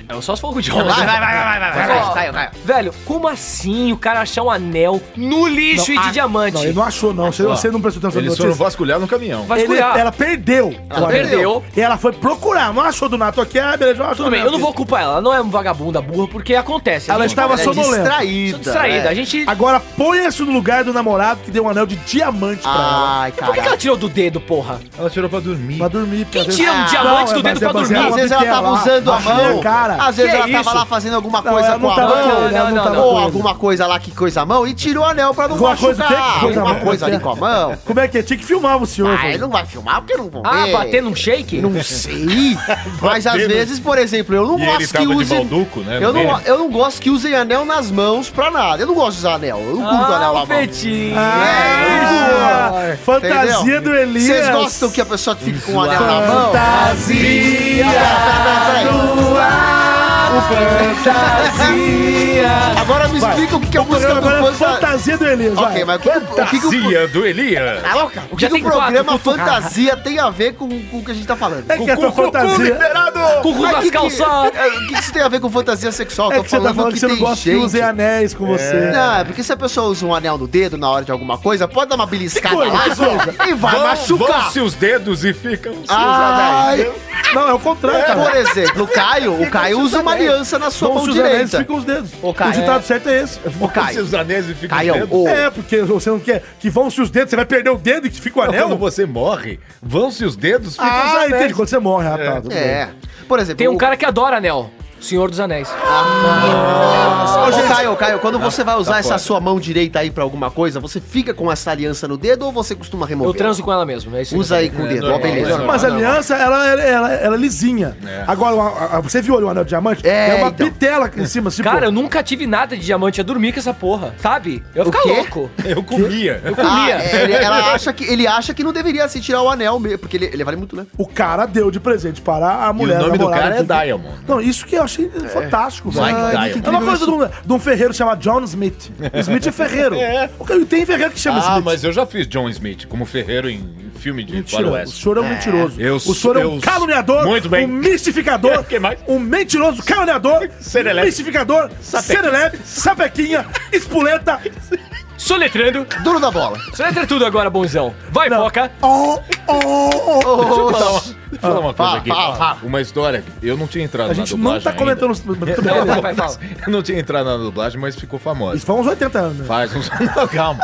[SPEAKER 2] é só se for o John.
[SPEAKER 5] Vai, vai, vai, vai, vai, vai, vai, Tá vai, vai.
[SPEAKER 2] Velho, como assim o cara achar um anel no lixo e de diamante?
[SPEAKER 3] Não, ele não achou, não. Você, você não prestou atenção na
[SPEAKER 4] Eles foram
[SPEAKER 3] notícia.
[SPEAKER 4] vasculhar no caminhão.
[SPEAKER 2] Vai
[SPEAKER 3] Ele,
[SPEAKER 2] escolher.
[SPEAKER 3] ela perdeu. Ela
[SPEAKER 2] perdeu.
[SPEAKER 3] E ela foi procurar. Não achou do Nato aqui. Ah, beleza, não achou
[SPEAKER 2] Tudo bem,
[SPEAKER 3] do
[SPEAKER 2] eu não vou culpar ela, ela não é uma vagabunda burra, porque acontece.
[SPEAKER 3] Ela
[SPEAKER 2] a gente
[SPEAKER 3] estava
[SPEAKER 5] Ela é
[SPEAKER 3] sonolenta.
[SPEAKER 5] distraída.
[SPEAKER 2] distraída,
[SPEAKER 5] é.
[SPEAKER 2] a gente...
[SPEAKER 3] Agora põe isso no lugar do namorado que deu um anel de diamante pra ela.
[SPEAKER 5] Ai,
[SPEAKER 2] Por que, que ela
[SPEAKER 5] cara.
[SPEAKER 2] tirou do dedo, porra?
[SPEAKER 4] Ela tirou pra dormir.
[SPEAKER 3] Pra dormir. porque
[SPEAKER 2] Quem
[SPEAKER 3] às vezes-
[SPEAKER 2] tira um
[SPEAKER 3] Não,
[SPEAKER 2] diamante
[SPEAKER 3] é,
[SPEAKER 2] do
[SPEAKER 3] mas
[SPEAKER 2] dedo
[SPEAKER 3] é
[SPEAKER 2] pra
[SPEAKER 3] baseado
[SPEAKER 2] dormir?
[SPEAKER 5] Às
[SPEAKER 3] na
[SPEAKER 5] vezes ela
[SPEAKER 3] bitela
[SPEAKER 5] tava
[SPEAKER 3] lá.
[SPEAKER 5] usando a
[SPEAKER 3] Acho que é,
[SPEAKER 5] mão.
[SPEAKER 3] Cara.
[SPEAKER 5] Às vezes
[SPEAKER 2] Que
[SPEAKER 5] ela
[SPEAKER 2] isso?
[SPEAKER 5] tava lá fazendo alguma
[SPEAKER 3] Não,
[SPEAKER 5] coisa
[SPEAKER 3] ela
[SPEAKER 5] com
[SPEAKER 3] não
[SPEAKER 5] a
[SPEAKER 3] tava com
[SPEAKER 2] Não,
[SPEAKER 5] mão.
[SPEAKER 3] o anel,
[SPEAKER 2] não,
[SPEAKER 3] não tava
[SPEAKER 2] não.
[SPEAKER 3] com
[SPEAKER 5] Ou
[SPEAKER 3] ele.
[SPEAKER 5] alguma coisa lá que coisa a mão e tira o anel pra não
[SPEAKER 3] Alguma coisa
[SPEAKER 5] machucar.
[SPEAKER 2] é
[SPEAKER 3] que- coisa a
[SPEAKER 5] alguma
[SPEAKER 3] mão.
[SPEAKER 5] coisa ali com a mão.
[SPEAKER 3] Como é que é? Tinha que filmar o senhor.
[SPEAKER 5] Ah,
[SPEAKER 3] foi.
[SPEAKER 5] ele não vai filmar porque não vão
[SPEAKER 2] Ah,
[SPEAKER 5] ver.
[SPEAKER 2] bater num shake?
[SPEAKER 5] Não
[SPEAKER 4] *laughs*
[SPEAKER 5] sei. Mas às
[SPEAKER 4] Batendo.
[SPEAKER 5] vezes, por exemplo, eu não
[SPEAKER 4] E ele
[SPEAKER 5] gosto
[SPEAKER 4] tava
[SPEAKER 5] que
[SPEAKER 4] de
[SPEAKER 5] usem.
[SPEAKER 4] balduco, né,
[SPEAKER 5] Eu
[SPEAKER 4] no
[SPEAKER 5] não,
[SPEAKER 4] meio.
[SPEAKER 5] eu não gosto que usem anel nas mãos pra nada. Eu não gosto de usar anel. Eu não curto anel
[SPEAKER 2] Ah,
[SPEAKER 5] na
[SPEAKER 2] o
[SPEAKER 5] mão.
[SPEAKER 2] Betinho.
[SPEAKER 3] Ah, fantasia
[SPEAKER 5] É Entendeu?
[SPEAKER 3] do Elias.
[SPEAKER 5] Vocês gostam que a pessoa fique com um anel na mão?
[SPEAKER 3] Fantasia
[SPEAKER 5] Agora me explica o que, que é a música do
[SPEAKER 3] Agora é
[SPEAKER 5] Fantasia.
[SPEAKER 3] fantasia do Elias.
[SPEAKER 5] Ok,
[SPEAKER 3] vai.
[SPEAKER 5] mas o que, o que, que o-
[SPEAKER 4] Fantasia do Elias.
[SPEAKER 5] Tá louca? O que,
[SPEAKER 2] Já
[SPEAKER 5] que o
[SPEAKER 2] tem quatro,
[SPEAKER 5] programa
[SPEAKER 2] Cucu.
[SPEAKER 5] Fantasia tem a ver com, com o que a gente tá falando?
[SPEAKER 3] É que a tua fantasia.
[SPEAKER 2] Cucu
[SPEAKER 5] Mas
[SPEAKER 2] das
[SPEAKER 5] que-
[SPEAKER 2] calças.
[SPEAKER 5] é, O que, que isso tem a ver com fantasia sexual?
[SPEAKER 3] É
[SPEAKER 5] Tô
[SPEAKER 3] que você tá falando que você não
[SPEAKER 5] tem
[SPEAKER 3] gosta que
[SPEAKER 5] gente-
[SPEAKER 3] usem anéis com você.
[SPEAKER 5] Não, é porque se a pessoa usa um anel no dedo na hora de alguma coisa, pode dar uma beliscada
[SPEAKER 3] coisa,
[SPEAKER 5] lá
[SPEAKER 3] que coisa?
[SPEAKER 5] e vai machucar. Ah,
[SPEAKER 4] Vão-se os dedos e ficam...
[SPEAKER 5] Ai,
[SPEAKER 3] Não, é o contrário,
[SPEAKER 5] por
[SPEAKER 3] cara.
[SPEAKER 5] exemplo, o Caio, o Caio usa uma aliança na sua
[SPEAKER 3] Bom,
[SPEAKER 5] mão
[SPEAKER 3] se os anéis
[SPEAKER 5] direita.
[SPEAKER 3] ficam os dedos.
[SPEAKER 5] Ô, Caio,
[SPEAKER 3] O ditado certo é esse.
[SPEAKER 5] Ô, Caio,
[SPEAKER 4] Vão-se os anéis e ficam os
[SPEAKER 5] Caião,
[SPEAKER 4] dedos.
[SPEAKER 5] ô,
[SPEAKER 3] É, porque você não quer que vão se os dedos, você vai perder o dedo e que fica o anel.
[SPEAKER 4] Quando você né? morre, vão-se os dedos, ficam os
[SPEAKER 3] Ah,
[SPEAKER 4] anéis.
[SPEAKER 3] entende? Quando você morre, rapaz.
[SPEAKER 5] é. Por exemplo,
[SPEAKER 2] Tem um
[SPEAKER 5] o-
[SPEAKER 2] cara que adora anel. Senhor dos Anéis.
[SPEAKER 5] Ô, gente, Caio, Caio, quando
[SPEAKER 2] Tá
[SPEAKER 5] você vai usar essa sua mão direita aí pra alguma coisa, você fica com essa aliança no dedo ou você costuma remover?
[SPEAKER 2] Eu transo com ela mesmo, é isso
[SPEAKER 5] Usa aí com o dedo, ó,
[SPEAKER 4] normal,
[SPEAKER 5] beleza.
[SPEAKER 4] é
[SPEAKER 3] Mas a
[SPEAKER 4] normal.
[SPEAKER 3] aliança, ela, ela, ela- ela é lisinha. Agora, a- a- você viu ali o anel de diamante?
[SPEAKER 5] É,
[SPEAKER 3] Tem uma
[SPEAKER 5] então.
[SPEAKER 3] pitela aqui em cima. Tipo,
[SPEAKER 2] Cara, eu nunca tive nada de diamante, eu dormia com essa porra, sabe? Eu ia ficar
[SPEAKER 5] quê?
[SPEAKER 2] louco.
[SPEAKER 4] Eu comia.
[SPEAKER 2] Eu
[SPEAKER 5] Ah,
[SPEAKER 2] comia.
[SPEAKER 5] é, ele, ela acha que, ele acha que não deveria se tirar o anel mesmo, porque ele, ele vale muito, né?
[SPEAKER 3] o cara deu de presente para a
[SPEAKER 4] E
[SPEAKER 3] mulher.
[SPEAKER 4] o nome do
[SPEAKER 3] namorada
[SPEAKER 4] cara é
[SPEAKER 3] dele.
[SPEAKER 4] Diamond. É.
[SPEAKER 3] Não, isso que eu achei fantástico, velho.
[SPEAKER 4] Mike
[SPEAKER 3] Ah,
[SPEAKER 4] Diamond.
[SPEAKER 3] É uma coisa de um, de um ferreiro chamado John
[SPEAKER 4] *laughs*
[SPEAKER 3] Smith. Smith é ferreiro.
[SPEAKER 4] É.
[SPEAKER 3] O cara- Tem ferreiro que chama
[SPEAKER 4] Ah,
[SPEAKER 3] Smith.
[SPEAKER 4] mas eu já fiz John Smith como ferreiro em filme de
[SPEAKER 3] Mentira, o
[SPEAKER 4] faroeste.
[SPEAKER 3] senhor é um mentiroso.
[SPEAKER 4] Eu
[SPEAKER 3] o senhor é um
[SPEAKER 4] eu-
[SPEAKER 3] caluniador,
[SPEAKER 4] Muito bem.
[SPEAKER 3] um mistificador,
[SPEAKER 4] Quem mais?
[SPEAKER 3] um mentiroso caluniador, um
[SPEAKER 4] Serelepe.
[SPEAKER 3] mistificador, serelepe, sapequinha, espuleta.
[SPEAKER 2] Soletrando,
[SPEAKER 5] Dono da bola.
[SPEAKER 2] soletra tudo agora, bonzão. Vai,
[SPEAKER 3] Não.
[SPEAKER 2] foca.
[SPEAKER 3] Oh, oh, oh.
[SPEAKER 4] Deixa eu falar uma, deixa eu falar uma coisa
[SPEAKER 5] fala,
[SPEAKER 4] aqui.
[SPEAKER 5] fala, fala.
[SPEAKER 4] Uma história. Eu não tinha entrado
[SPEAKER 3] A gente
[SPEAKER 4] na
[SPEAKER 3] não
[SPEAKER 4] dublagem.
[SPEAKER 3] tá
[SPEAKER 4] *laughs*
[SPEAKER 3] comentando...
[SPEAKER 4] ainda.
[SPEAKER 2] Vai, vai,
[SPEAKER 3] Isso
[SPEAKER 2] vai, fala.
[SPEAKER 4] Eu não tinha entrado na dublagem, mas ficou famosa.
[SPEAKER 3] foi uns 80 anos. né?
[SPEAKER 4] Faz uns. Não, *laughs* calma.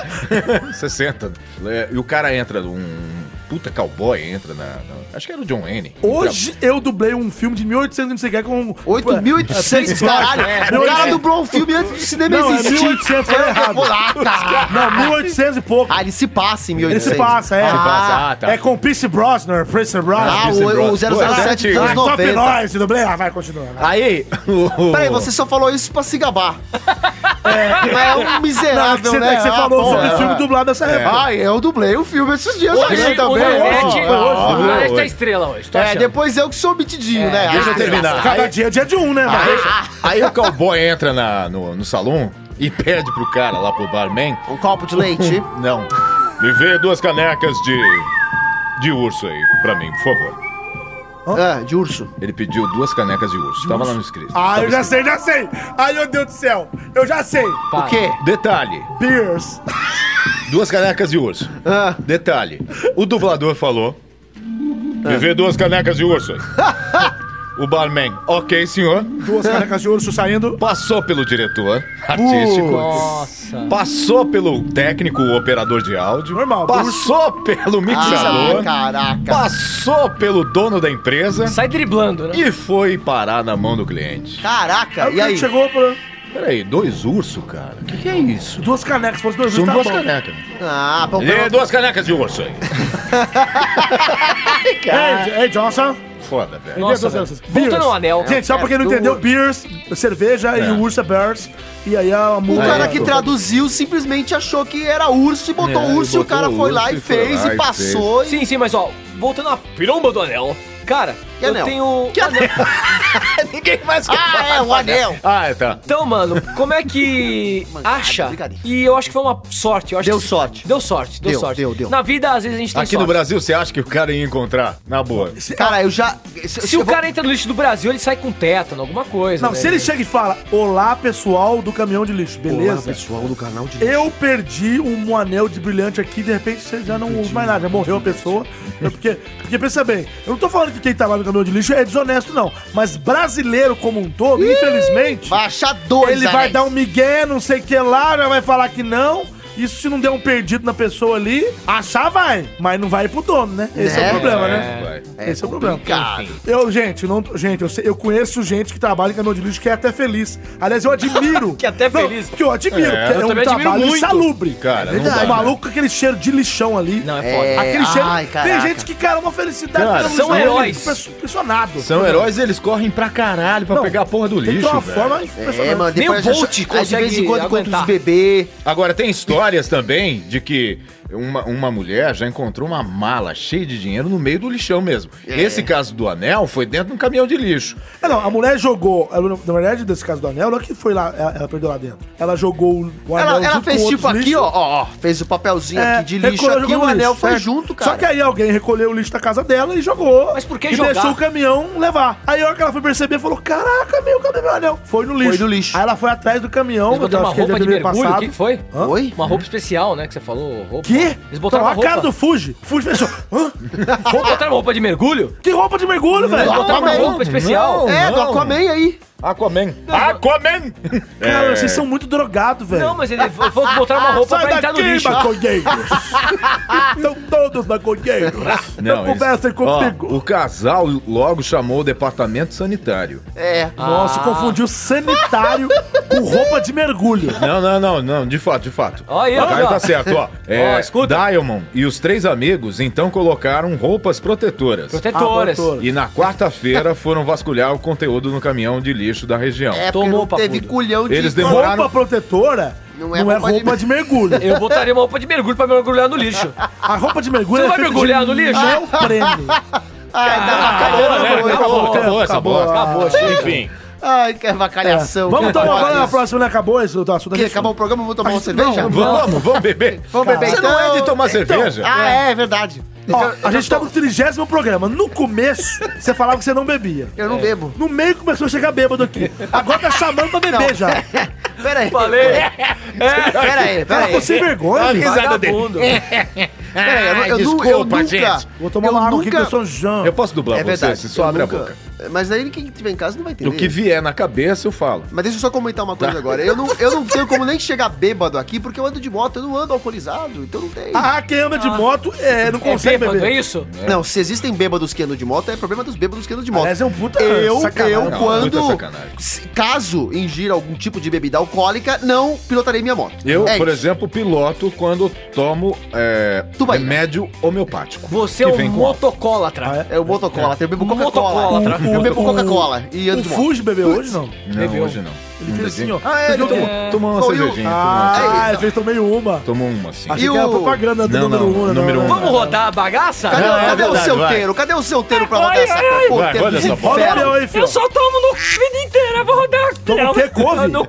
[SPEAKER 4] 60. É, e o cara entra, um puta cowboy entra na. na- acho que era o John Wayne.
[SPEAKER 3] Hoje eu dublei um filme de 1800 e não é sei o que com...
[SPEAKER 1] é
[SPEAKER 5] 8.800, caralho. O cara dublou um filme antes do cinema
[SPEAKER 3] Não, é
[SPEAKER 5] existir.
[SPEAKER 3] 1800, foi
[SPEAKER 5] Eu
[SPEAKER 3] errado.
[SPEAKER 5] vou lá, cara.
[SPEAKER 3] Não, 1800 e pouco.
[SPEAKER 5] Ah, ele se passa em
[SPEAKER 3] Ele
[SPEAKER 5] 1800.
[SPEAKER 3] se passa, é.
[SPEAKER 4] passa, ah, tá.
[SPEAKER 3] É com Pierce Brosnan, Pierce
[SPEAKER 5] Ah,
[SPEAKER 3] Brosnan.
[SPEAKER 4] Pierce
[SPEAKER 5] o, o
[SPEAKER 4] Brosnan.
[SPEAKER 5] 007 dos
[SPEAKER 4] Ah,
[SPEAKER 5] anos
[SPEAKER 3] Ah, top
[SPEAKER 5] 90.
[SPEAKER 3] noise, dublei. Ah, vai, continua. vai.
[SPEAKER 4] Aí. o-
[SPEAKER 5] Peraí, Tá você só falou isso pra se gabar. *laughs* É, é um
[SPEAKER 3] Não, é que
[SPEAKER 5] miserável,
[SPEAKER 3] você,
[SPEAKER 5] né?
[SPEAKER 3] é que você
[SPEAKER 5] Ah,
[SPEAKER 3] falou
[SPEAKER 5] bom,
[SPEAKER 3] sobre
[SPEAKER 5] é.
[SPEAKER 3] o filme dublado nessa época.
[SPEAKER 5] Ai, eu dublei o filme esses dias
[SPEAKER 2] Hoje,
[SPEAKER 5] aí
[SPEAKER 2] o
[SPEAKER 5] também. Ah,
[SPEAKER 2] Nanete,
[SPEAKER 5] ó.
[SPEAKER 2] o Nanete
[SPEAKER 4] hoje.
[SPEAKER 2] tá estrela hoje, tô
[SPEAKER 5] É,
[SPEAKER 2] achando.
[SPEAKER 5] depois eu que sou metidinho, né?
[SPEAKER 4] Deixa eu
[SPEAKER 5] Ah,
[SPEAKER 4] terminar.
[SPEAKER 3] Cada dia é dia de um, né,
[SPEAKER 4] *laughs* Aí,
[SPEAKER 3] velho?
[SPEAKER 4] aí o cowboy entra na- no, no salão e pede pro cara lá pro barman.
[SPEAKER 5] Um copo de leite.
[SPEAKER 4] *laughs* Não. Me vê duas canecas de. de urso aí, pra mim, por favor.
[SPEAKER 5] Ah, de urso.
[SPEAKER 4] Ele pediu duas canecas de urso. Tava lá no escrito.
[SPEAKER 3] Ah,
[SPEAKER 4] Tava
[SPEAKER 3] eu já
[SPEAKER 4] escrito.
[SPEAKER 3] sei, já sei. Ai, meu Deus do céu. Eu já sei.
[SPEAKER 5] O quê?
[SPEAKER 4] Detalhe:
[SPEAKER 3] Pierce.
[SPEAKER 4] duas canecas de urso.
[SPEAKER 5] Ah,
[SPEAKER 4] Detalhe: o dublador falou. Me vê duas canecas de urso aí. O barman, ok, senhor.
[SPEAKER 3] Duas canecas de urso saindo.
[SPEAKER 4] Passou pelo diretor artístico.
[SPEAKER 2] Nossa.
[SPEAKER 4] Passou pelo técnico operador de áudio.
[SPEAKER 3] Normal,
[SPEAKER 4] Passou pelo mixador.
[SPEAKER 5] ah, caraca.
[SPEAKER 4] passou pelo dono da empresa
[SPEAKER 2] Sai driblando, né?
[SPEAKER 4] e foi parar na mão do cliente.
[SPEAKER 5] Caraca,
[SPEAKER 3] Aí É o
[SPEAKER 5] e aí?
[SPEAKER 3] cliente chegou pra...
[SPEAKER 4] Peraí, dois urso, cara? O que, que é isso?
[SPEAKER 3] Duas canecas, fosse dois
[SPEAKER 4] São
[SPEAKER 3] ursos, tá
[SPEAKER 4] duas
[SPEAKER 3] bom.
[SPEAKER 4] canecas.
[SPEAKER 5] Ah, pô,
[SPEAKER 4] E duas canecas de urso aí.
[SPEAKER 3] Ei, ei, Johnson.
[SPEAKER 4] Foda, velho.
[SPEAKER 2] Nossa,
[SPEAKER 3] Nossa,
[SPEAKER 2] velho.
[SPEAKER 3] Beers.
[SPEAKER 2] Voltando ao anel.
[SPEAKER 3] Gente, só pra
[SPEAKER 5] É,
[SPEAKER 3] quem não entendeu, beers, cerveja e
[SPEAKER 4] É.
[SPEAKER 3] o urso é bears. E aí a
[SPEAKER 5] O
[SPEAKER 3] mulher...
[SPEAKER 5] cara que traduziu simplesmente achou que era urso e botou
[SPEAKER 4] É,
[SPEAKER 5] urso e o
[SPEAKER 4] botou
[SPEAKER 5] cara foi lá
[SPEAKER 4] urso
[SPEAKER 5] e
[SPEAKER 4] e foi
[SPEAKER 5] fez
[SPEAKER 4] lá
[SPEAKER 5] e
[SPEAKER 4] e
[SPEAKER 5] passou. E...
[SPEAKER 2] Sim, sim, mas ó, voltando à piromba do anel. Cara,
[SPEAKER 5] Que
[SPEAKER 2] eu
[SPEAKER 5] anel?
[SPEAKER 2] tenho.
[SPEAKER 4] Ninguém mais quer
[SPEAKER 5] Ah, é, o *laughs* anel.
[SPEAKER 4] Ah, tá.
[SPEAKER 2] Então, mano, como é
[SPEAKER 5] *laughs*
[SPEAKER 2] que
[SPEAKER 5] Mancada,
[SPEAKER 2] acha?
[SPEAKER 5] brincadeira.
[SPEAKER 2] E eu acho que foi uma sorte. Eu acho
[SPEAKER 5] ah, Deu
[SPEAKER 2] que-
[SPEAKER 5] sorte.
[SPEAKER 2] Deu sorte, deu,
[SPEAKER 5] Deu,
[SPEAKER 2] sorte.
[SPEAKER 5] deu, deu.
[SPEAKER 2] Na vida, às vezes a gente tem
[SPEAKER 4] Aqui no
[SPEAKER 2] sorte.
[SPEAKER 4] Brasil, você acha que o cara ia encontrar? Na boa.
[SPEAKER 3] É,
[SPEAKER 5] Cara, eu já.
[SPEAKER 2] Se o cara entra no lixo do Brasil, ele sai com tétano, alguma coisa.
[SPEAKER 3] Não,
[SPEAKER 2] né?
[SPEAKER 3] se ele chega e fala, olá pessoal do caminhão de lixo, beleza?
[SPEAKER 1] pessoal do canal de...
[SPEAKER 3] Eu perdi um anel de brilhante aqui, de repente você já não usa mais nada, já morreu a pessoa. É Porque, porque pensa bem, eu não tô falando que quem trabalha no caminhão de lixo é desonesto, não. Mas brasileiro como um todo, infelizmente,
[SPEAKER 5] Vai achar dois,
[SPEAKER 3] ele vai
[SPEAKER 5] anéis.
[SPEAKER 3] dar um migué, não sei o que lá, já vai falar que não. Isso se não der um perdido na pessoa ali, achar vai, mas não vai pro dono, né? Esse é,
[SPEAKER 5] Né?
[SPEAKER 3] o problema, né?
[SPEAKER 4] É, vai.
[SPEAKER 3] Esse é o problema.
[SPEAKER 5] Cara,
[SPEAKER 3] Eu, gente, não, gente eu, sei- eu conheço gente que trabalha em caminhão de lixo que é até feliz. Aliás, eu admiro.
[SPEAKER 2] Que é até
[SPEAKER 3] Não,
[SPEAKER 2] feliz.
[SPEAKER 3] Que eu admiro,
[SPEAKER 4] É,
[SPEAKER 3] porque
[SPEAKER 4] eu
[SPEAKER 3] é um
[SPEAKER 2] também admiro
[SPEAKER 3] trabalho
[SPEAKER 2] muito.
[SPEAKER 3] insalubre.
[SPEAKER 4] Cara, não dá,
[SPEAKER 3] O
[SPEAKER 4] né?
[SPEAKER 3] maluco com aquele cheiro de lixão ali.
[SPEAKER 2] Não, é foda.
[SPEAKER 5] É,
[SPEAKER 3] Aquele cheiro.
[SPEAKER 5] ai,
[SPEAKER 3] tem
[SPEAKER 5] caraca.
[SPEAKER 3] gente que, cara, é uma felicidade.
[SPEAKER 4] Cara,
[SPEAKER 3] pelo
[SPEAKER 2] são
[SPEAKER 3] lixo,
[SPEAKER 2] heróis.
[SPEAKER 3] impress- Impressionado.
[SPEAKER 4] São heróis e eles correm pra caralho pra
[SPEAKER 3] Não,
[SPEAKER 4] pegar a porra do
[SPEAKER 3] Tem que
[SPEAKER 4] lixo.
[SPEAKER 3] ter uma
[SPEAKER 4] velho.
[SPEAKER 3] forma
[SPEAKER 5] É,
[SPEAKER 3] impressionante.
[SPEAKER 5] mano,
[SPEAKER 2] Nem o
[SPEAKER 5] depois
[SPEAKER 2] Bolt
[SPEAKER 5] acha- aí de vez em
[SPEAKER 2] consegue
[SPEAKER 5] quando contra os
[SPEAKER 2] aguentar.
[SPEAKER 5] bebês.
[SPEAKER 4] Agora, tem histórias também de que uma, uma mulher já encontrou uma mala cheia de dinheiro no meio do lixão mesmo.
[SPEAKER 3] É.
[SPEAKER 4] Esse caso do anel foi dentro de um caminhão de lixo.
[SPEAKER 3] Ah, não, a mulher jogou. ela, na verdade, desse caso do anel, não é que foi lá, ela, ela perdeu lá dentro. Ela jogou o anel.
[SPEAKER 5] Ela,
[SPEAKER 4] um
[SPEAKER 5] ela
[SPEAKER 3] junto
[SPEAKER 5] fez
[SPEAKER 3] com
[SPEAKER 5] tipo
[SPEAKER 3] outros
[SPEAKER 5] aqui,
[SPEAKER 3] lixos.
[SPEAKER 5] ó, ó, ó, Fez o papelzinho
[SPEAKER 3] É,
[SPEAKER 5] aqui de lixo
[SPEAKER 3] recolheu,
[SPEAKER 5] aqui,
[SPEAKER 3] jogou
[SPEAKER 5] o
[SPEAKER 3] no
[SPEAKER 5] anel
[SPEAKER 3] lixo,
[SPEAKER 5] foi
[SPEAKER 3] é.
[SPEAKER 5] junto, cara.
[SPEAKER 3] Só que aí alguém recolheu o lixo da casa dela e jogou.
[SPEAKER 2] Mas por que
[SPEAKER 3] e
[SPEAKER 2] jogar?
[SPEAKER 3] deixou o caminhão levar. Aí a hora que ela foi perceber, falou: Caraca, meu, cadê meu anel? Foi no lixo.
[SPEAKER 5] no lixo.
[SPEAKER 3] Aí ela foi atrás do caminhão,
[SPEAKER 2] Eles botaram
[SPEAKER 3] eu
[SPEAKER 2] uma
[SPEAKER 3] acho que é
[SPEAKER 2] roupa
[SPEAKER 3] já
[SPEAKER 2] de
[SPEAKER 3] devia ter
[SPEAKER 2] mergulho, o que que foi?
[SPEAKER 5] Oi?
[SPEAKER 2] Uma roupa especial, né, que você falou, roupa.
[SPEAKER 3] Quê?
[SPEAKER 2] Eles botaram
[SPEAKER 3] Então,
[SPEAKER 2] uma
[SPEAKER 3] a cara
[SPEAKER 2] roupa.
[SPEAKER 3] do Fuji. Fuji pensou: Hã?
[SPEAKER 2] Eles botaram uma roupa de mergulho?
[SPEAKER 3] Que roupa de mergulho, velho?
[SPEAKER 2] Eles botaram uma
[SPEAKER 5] Aquaman.
[SPEAKER 2] roupa especial.
[SPEAKER 5] É, do Aquaman aí.
[SPEAKER 4] Aquaman. Aquaman!
[SPEAKER 3] Cara, vocês são muito drogados, velho.
[SPEAKER 2] Não, mas ele vou vou botar uma roupa
[SPEAKER 3] Sai
[SPEAKER 2] pra entrar no
[SPEAKER 3] daqui,
[SPEAKER 2] lixo. *laughs*
[SPEAKER 3] maconheiros! São todos maconheiros!
[SPEAKER 2] Ah.
[SPEAKER 3] Não,
[SPEAKER 4] isso-
[SPEAKER 3] conversem
[SPEAKER 4] Ó,
[SPEAKER 3] comigo!
[SPEAKER 4] o casal logo chamou o departamento sanitário.
[SPEAKER 5] É.
[SPEAKER 3] Nossa, confundiu sanitário com roupa de mergulho.
[SPEAKER 4] Não, não, não, não, de fato, de fato.
[SPEAKER 2] Ó, aí,
[SPEAKER 4] o
[SPEAKER 2] ó,
[SPEAKER 4] Caio
[SPEAKER 2] ó.
[SPEAKER 4] tá
[SPEAKER 2] *laughs*
[SPEAKER 4] certo, ó. É,
[SPEAKER 2] Ó, escuta.
[SPEAKER 4] Diamond e os três amigos então colocaram roupas protetoras.
[SPEAKER 2] Protetoras.
[SPEAKER 3] Ah, doutor.
[SPEAKER 4] E na quarta-feira foram vasculhar o conteúdo no caminhão de lixo da região.
[SPEAKER 5] É,
[SPEAKER 2] Tomou,
[SPEAKER 5] porque não teve
[SPEAKER 2] papudo.
[SPEAKER 5] culhão de...
[SPEAKER 4] Eles
[SPEAKER 2] um
[SPEAKER 4] demoram- Demoraram-
[SPEAKER 3] Roupa protetora não é roupa, de... mergulho.
[SPEAKER 2] Eu botaria uma roupa de mergulho pra mergulhar no lixo.
[SPEAKER 3] A roupa de mergulho é
[SPEAKER 2] Você vai
[SPEAKER 3] feita
[SPEAKER 2] mergulhar
[SPEAKER 3] de
[SPEAKER 2] no lixo?
[SPEAKER 3] neoprene.
[SPEAKER 5] Ai, dá
[SPEAKER 4] Acabou,
[SPEAKER 5] avacalhando,
[SPEAKER 4] né?
[SPEAKER 5] amor.
[SPEAKER 4] Acabou, acabou essa
[SPEAKER 3] acabou.
[SPEAKER 4] bosta. Enfim.
[SPEAKER 5] Ai, que avacalhação.
[SPEAKER 3] Vamos
[SPEAKER 5] que
[SPEAKER 3] tomar agora na
[SPEAKER 5] avacalhação.
[SPEAKER 3] próxima, né? Acabou esse o assunto?
[SPEAKER 5] Que acabar o programa, vamos tomar uma cerveja?
[SPEAKER 4] Vamos, vamos beber.
[SPEAKER 5] Vamos beber então.
[SPEAKER 4] Você não é de tomar cerveja?
[SPEAKER 5] Ah, é, é verdade.
[SPEAKER 3] Ó, a gente tá no trigésimo programa. No começo, você falava que você não bebia.
[SPEAKER 5] Eu não bebo.
[SPEAKER 3] No meio começou a chegar bêbado aqui. Agora tá chamando pra beber já.
[SPEAKER 5] Pera aí.
[SPEAKER 2] Falei.
[SPEAKER 5] Pera aí, pera
[SPEAKER 3] Cara,
[SPEAKER 5] aí.
[SPEAKER 3] tô Tá sem vergonha. bicho.
[SPEAKER 2] Vagabundo.
[SPEAKER 5] Pera aí, eu, eu, nu-
[SPEAKER 4] desculpa,
[SPEAKER 5] eu nunca...
[SPEAKER 4] gente.
[SPEAKER 3] Vou tomar
[SPEAKER 5] eu
[SPEAKER 3] uma água aqui que
[SPEAKER 5] nunca...
[SPEAKER 3] eu sou Jean.
[SPEAKER 4] Eu posso dublar
[SPEAKER 5] É
[SPEAKER 4] você,
[SPEAKER 5] verdade.
[SPEAKER 4] você só
[SPEAKER 5] eu
[SPEAKER 4] abre a
[SPEAKER 5] nunca-
[SPEAKER 4] boca.
[SPEAKER 5] Mas aí quem tiver em casa não vai entender.
[SPEAKER 4] O que vier na cabeça, eu falo.
[SPEAKER 5] Mas deixa eu só comentar uma
[SPEAKER 4] *laughs*
[SPEAKER 5] coisa agora. Eu não, eu não tenho como nem chegar bêbado aqui, porque eu ando de moto, eu não ando alcoolizado, então não tem.
[SPEAKER 3] Ah, quem anda de moto é, não
[SPEAKER 2] É
[SPEAKER 3] consegue
[SPEAKER 2] bêbado, é
[SPEAKER 3] beber.
[SPEAKER 2] isso?
[SPEAKER 5] Não, se existem bêbados que andam de moto, é problema dos bêbados que andam de moto.
[SPEAKER 3] Aliás, é um puta
[SPEAKER 5] eu,
[SPEAKER 3] sacanagem.
[SPEAKER 5] eu
[SPEAKER 4] Não,
[SPEAKER 5] quando,
[SPEAKER 4] puta sacanagem.
[SPEAKER 5] se- caso ingira algum tipo de bebida alcoólica, não pilotarei minha moto.
[SPEAKER 4] Eu,
[SPEAKER 5] É
[SPEAKER 4] por
[SPEAKER 5] isso.
[SPEAKER 4] exemplo, piloto quando tomo é,
[SPEAKER 5] Tubaína.
[SPEAKER 4] remédio homeopático.
[SPEAKER 2] Você é
[SPEAKER 4] que
[SPEAKER 2] um
[SPEAKER 4] vem com álcool.
[SPEAKER 2] motocólatra.
[SPEAKER 3] Ah, é?
[SPEAKER 5] É o motocola, eu bebo Coca-Cola.
[SPEAKER 2] Motocólatra.
[SPEAKER 5] Eu bebo Coca-Cola e ando
[SPEAKER 3] O
[SPEAKER 5] de moto.
[SPEAKER 3] Fuji bebeu hoje, não?
[SPEAKER 4] Não, hoje não.
[SPEAKER 3] Ele
[SPEAKER 4] Não
[SPEAKER 3] fez assim,
[SPEAKER 4] bebi.
[SPEAKER 3] ó.
[SPEAKER 5] Ah, é,
[SPEAKER 3] Ele
[SPEAKER 5] ele
[SPEAKER 3] tomou-
[SPEAKER 2] é.
[SPEAKER 4] Tomou uma
[SPEAKER 5] Bom, e o-
[SPEAKER 4] cervejinha. tomou
[SPEAKER 3] Ah,
[SPEAKER 5] Aí,
[SPEAKER 3] ele fez tomei uma.
[SPEAKER 4] uma- Tomou uma, sim.
[SPEAKER 3] Achei
[SPEAKER 5] E
[SPEAKER 3] que era
[SPEAKER 5] o-
[SPEAKER 3] propaganda do
[SPEAKER 4] Não,
[SPEAKER 3] número
[SPEAKER 4] não,
[SPEAKER 3] um, né?
[SPEAKER 4] número um.
[SPEAKER 2] Vamos rodar a bagaça?
[SPEAKER 5] Cadê,
[SPEAKER 4] Não, é
[SPEAKER 5] cadê o
[SPEAKER 4] verdade,
[SPEAKER 5] seu
[SPEAKER 4] vai.
[SPEAKER 5] teiro? Cadê o seu teiro pra rodar essa
[SPEAKER 4] Vai,
[SPEAKER 5] porteira
[SPEAKER 4] olha
[SPEAKER 5] de
[SPEAKER 4] essa bola.
[SPEAKER 5] inferno?
[SPEAKER 3] Olha, meu, aí, filho.
[SPEAKER 9] só tomo no vida inteira, vou rodar.
[SPEAKER 3] Toma o quê? Couve?
[SPEAKER 9] Não,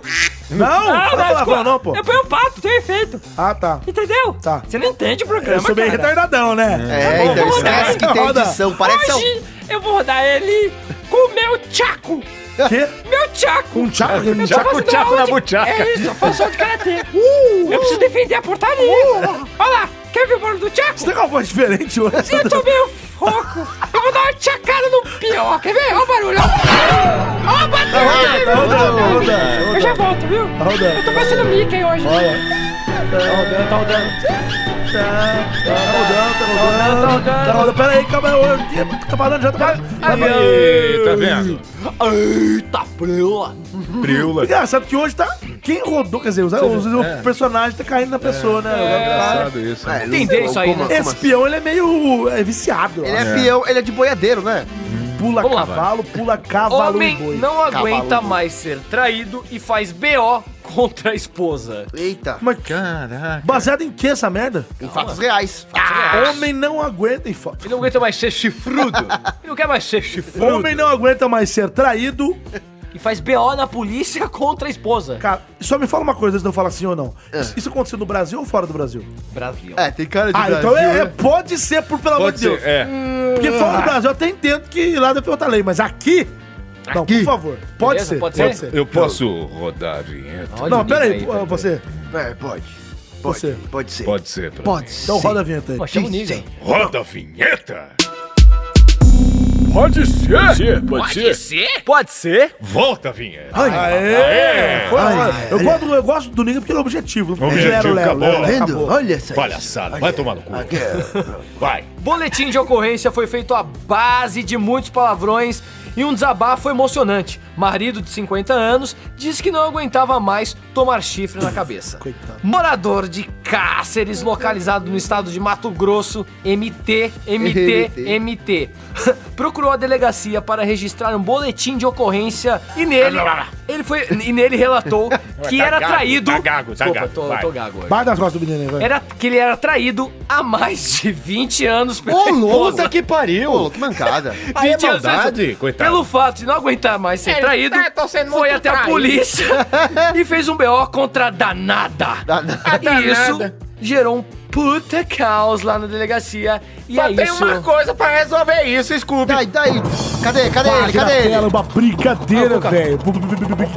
[SPEAKER 3] Não, não fala palavrão, não, pô.
[SPEAKER 9] Eu ponho o pato, um tem efeito.
[SPEAKER 3] Ah, tá.
[SPEAKER 9] Entendeu?
[SPEAKER 3] Tá.
[SPEAKER 9] Você não entende o programa,
[SPEAKER 3] Eu sou bem
[SPEAKER 9] É cara.
[SPEAKER 3] retardadão, né?
[SPEAKER 5] É, então
[SPEAKER 9] vamos rodar.
[SPEAKER 5] esquece que é um tem
[SPEAKER 3] Roda.
[SPEAKER 5] edição. Parece ao...
[SPEAKER 9] Hoje eu vou rodar ele com o meu tchaco.
[SPEAKER 3] Quê?
[SPEAKER 9] Meu tchaco.
[SPEAKER 3] Um tchaco? Um
[SPEAKER 9] Eu tô
[SPEAKER 3] tchaco? Uh!
[SPEAKER 9] fazendo
[SPEAKER 4] tchaco
[SPEAKER 9] aula
[SPEAKER 4] na
[SPEAKER 9] de-
[SPEAKER 4] buchaca.
[SPEAKER 9] É isso, eu faço aula de
[SPEAKER 3] *laughs*
[SPEAKER 9] karatê. eu preciso defender a portaria. Olha lá, quer ver o barulho do tchaco?
[SPEAKER 3] Você tá tem uma voz diferente hoje? Tá
[SPEAKER 9] Eu tô meio foco. Eu vou dar uma tchacada no pior, quer ver? Olha o barulho. ó. Ó, bateu.
[SPEAKER 3] Tá rodando, tá rodando.
[SPEAKER 9] Eu já volto, viu?
[SPEAKER 3] Tá rodando.
[SPEAKER 9] Eu tô parecendo o Mickey hoje. né?
[SPEAKER 3] Tá rodando, tá rodando. Tá rodando. Pera aí, calma aí. Tá parando já, tá parando.
[SPEAKER 4] Ei, tá vendo?
[SPEAKER 2] Eita, prela.
[SPEAKER 4] Priula.
[SPEAKER 3] Engraçado que hoje tá. Quem rodou, quer dizer, os, os- o
[SPEAKER 5] é.
[SPEAKER 3] personagem tá caindo na pessoa, né? O cara-
[SPEAKER 4] Engraçado isso. né?
[SPEAKER 2] Entender isso aí, né?
[SPEAKER 3] Esse peão, ele é meio é, viciado. eu
[SPEAKER 5] assim? Ele
[SPEAKER 3] acho.
[SPEAKER 5] é peão, ele é de boiadeiro, né?
[SPEAKER 3] Pula
[SPEAKER 2] Vamos lá,
[SPEAKER 3] cavalo, pula cavalo e
[SPEAKER 2] Homem
[SPEAKER 3] boi.
[SPEAKER 2] não aguenta
[SPEAKER 5] Cavalo.
[SPEAKER 2] mais ser traído e faz BO contra a esposa.
[SPEAKER 5] Eita,
[SPEAKER 3] Mas
[SPEAKER 4] Caraca.
[SPEAKER 3] baseado em que essa merda?
[SPEAKER 5] em fatos reais.
[SPEAKER 3] Homem não aguenta em foto.
[SPEAKER 2] Ele não aguenta mais ser chifrudo. Ele não quer mais ser chifrudo.
[SPEAKER 3] Homem não aguenta mais ser traído.
[SPEAKER 2] E faz BO na polícia contra a esposa.
[SPEAKER 3] Cara, só me fala uma coisa antes de eu falar sim ou não. Isso- Isso aconteceu no Brasil ou fora do Brasil?
[SPEAKER 2] Brasil.
[SPEAKER 5] É, tem cara de
[SPEAKER 3] ah, então é, é- pode ser, por, pelo amor
[SPEAKER 4] Pode
[SPEAKER 3] de Deus.
[SPEAKER 4] ser, é.
[SPEAKER 3] Porque fora do Brasil eu até entendo que lá deve outra lei, mas aqui. Não, por favor. Pode
[SPEAKER 2] Beleza,
[SPEAKER 3] ser.
[SPEAKER 2] pode ser?
[SPEAKER 4] Eu posso rodar a vinheta?
[SPEAKER 2] Olha o
[SPEAKER 3] Não,
[SPEAKER 2] nível
[SPEAKER 3] peraí, aí,
[SPEAKER 2] peraí.
[SPEAKER 3] você.
[SPEAKER 5] É, pode. Pode,
[SPEAKER 3] Você.
[SPEAKER 5] pode ser.
[SPEAKER 4] Pode ser. pra mim.
[SPEAKER 5] Pode ser.
[SPEAKER 3] Então roda a vinheta aí.
[SPEAKER 2] Pô, chama o nível.
[SPEAKER 4] Roda a vinheta.
[SPEAKER 8] Pode ser. Pode ser, pode ser.
[SPEAKER 2] Pode ser?
[SPEAKER 4] Volta a vinheta.
[SPEAKER 3] Aê! Foi a hora. eu, gosto, eu gosto do Nigga porque ele é objetivo. Não
[SPEAKER 4] Objetivo, acabou.
[SPEAKER 3] Léo,
[SPEAKER 1] Vendo?
[SPEAKER 3] acabou.
[SPEAKER 1] Olha essa
[SPEAKER 4] Palhaçada. Vai tomar no cu. Vai.
[SPEAKER 2] Boletim de ocorrência foi feito à base de muitos palavrões e um desabafo emocionante. Marido de 50 anos diz que não aguentava mais tomar chifre na cabeça.
[SPEAKER 3] Coitado.
[SPEAKER 2] Morador de Cáceres, localizado no estado de Mato Grosso, MT, MT, MT, *laughs* procurou a delegacia para registrar um boletim de ocorrência e nele,
[SPEAKER 4] Ah,
[SPEAKER 2] ele foi, e nele relatou que
[SPEAKER 4] *laughs* Tá
[SPEAKER 2] era
[SPEAKER 4] gago,
[SPEAKER 2] traído.
[SPEAKER 4] tá gago, tá
[SPEAKER 2] Desculpa,
[SPEAKER 4] gago,
[SPEAKER 2] tô,
[SPEAKER 4] vai.
[SPEAKER 2] tô gago hoje.
[SPEAKER 3] Bate nas costas do menino aí, vai.
[SPEAKER 2] Era que ele era traído há mais de 20 anos pela esposa.
[SPEAKER 4] que pariu.
[SPEAKER 5] Pô, que mancada.
[SPEAKER 4] 20
[SPEAKER 2] 20
[SPEAKER 4] anos,
[SPEAKER 2] anos,
[SPEAKER 4] maldade, coitado.
[SPEAKER 2] Pelo fato de não aguentar mais ser traído, foi até a polícia e fez um BO contra a danada.
[SPEAKER 5] Danada.
[SPEAKER 2] E isso gerou um puta caos lá na delegacia. E é isso.
[SPEAKER 4] coisa pra resolver isso, Scooby.
[SPEAKER 5] Daí, daí. Cadê, cadê ele,
[SPEAKER 3] Bate na
[SPEAKER 5] cadê
[SPEAKER 3] tela,
[SPEAKER 5] ele?
[SPEAKER 3] uma brincadeira, velho.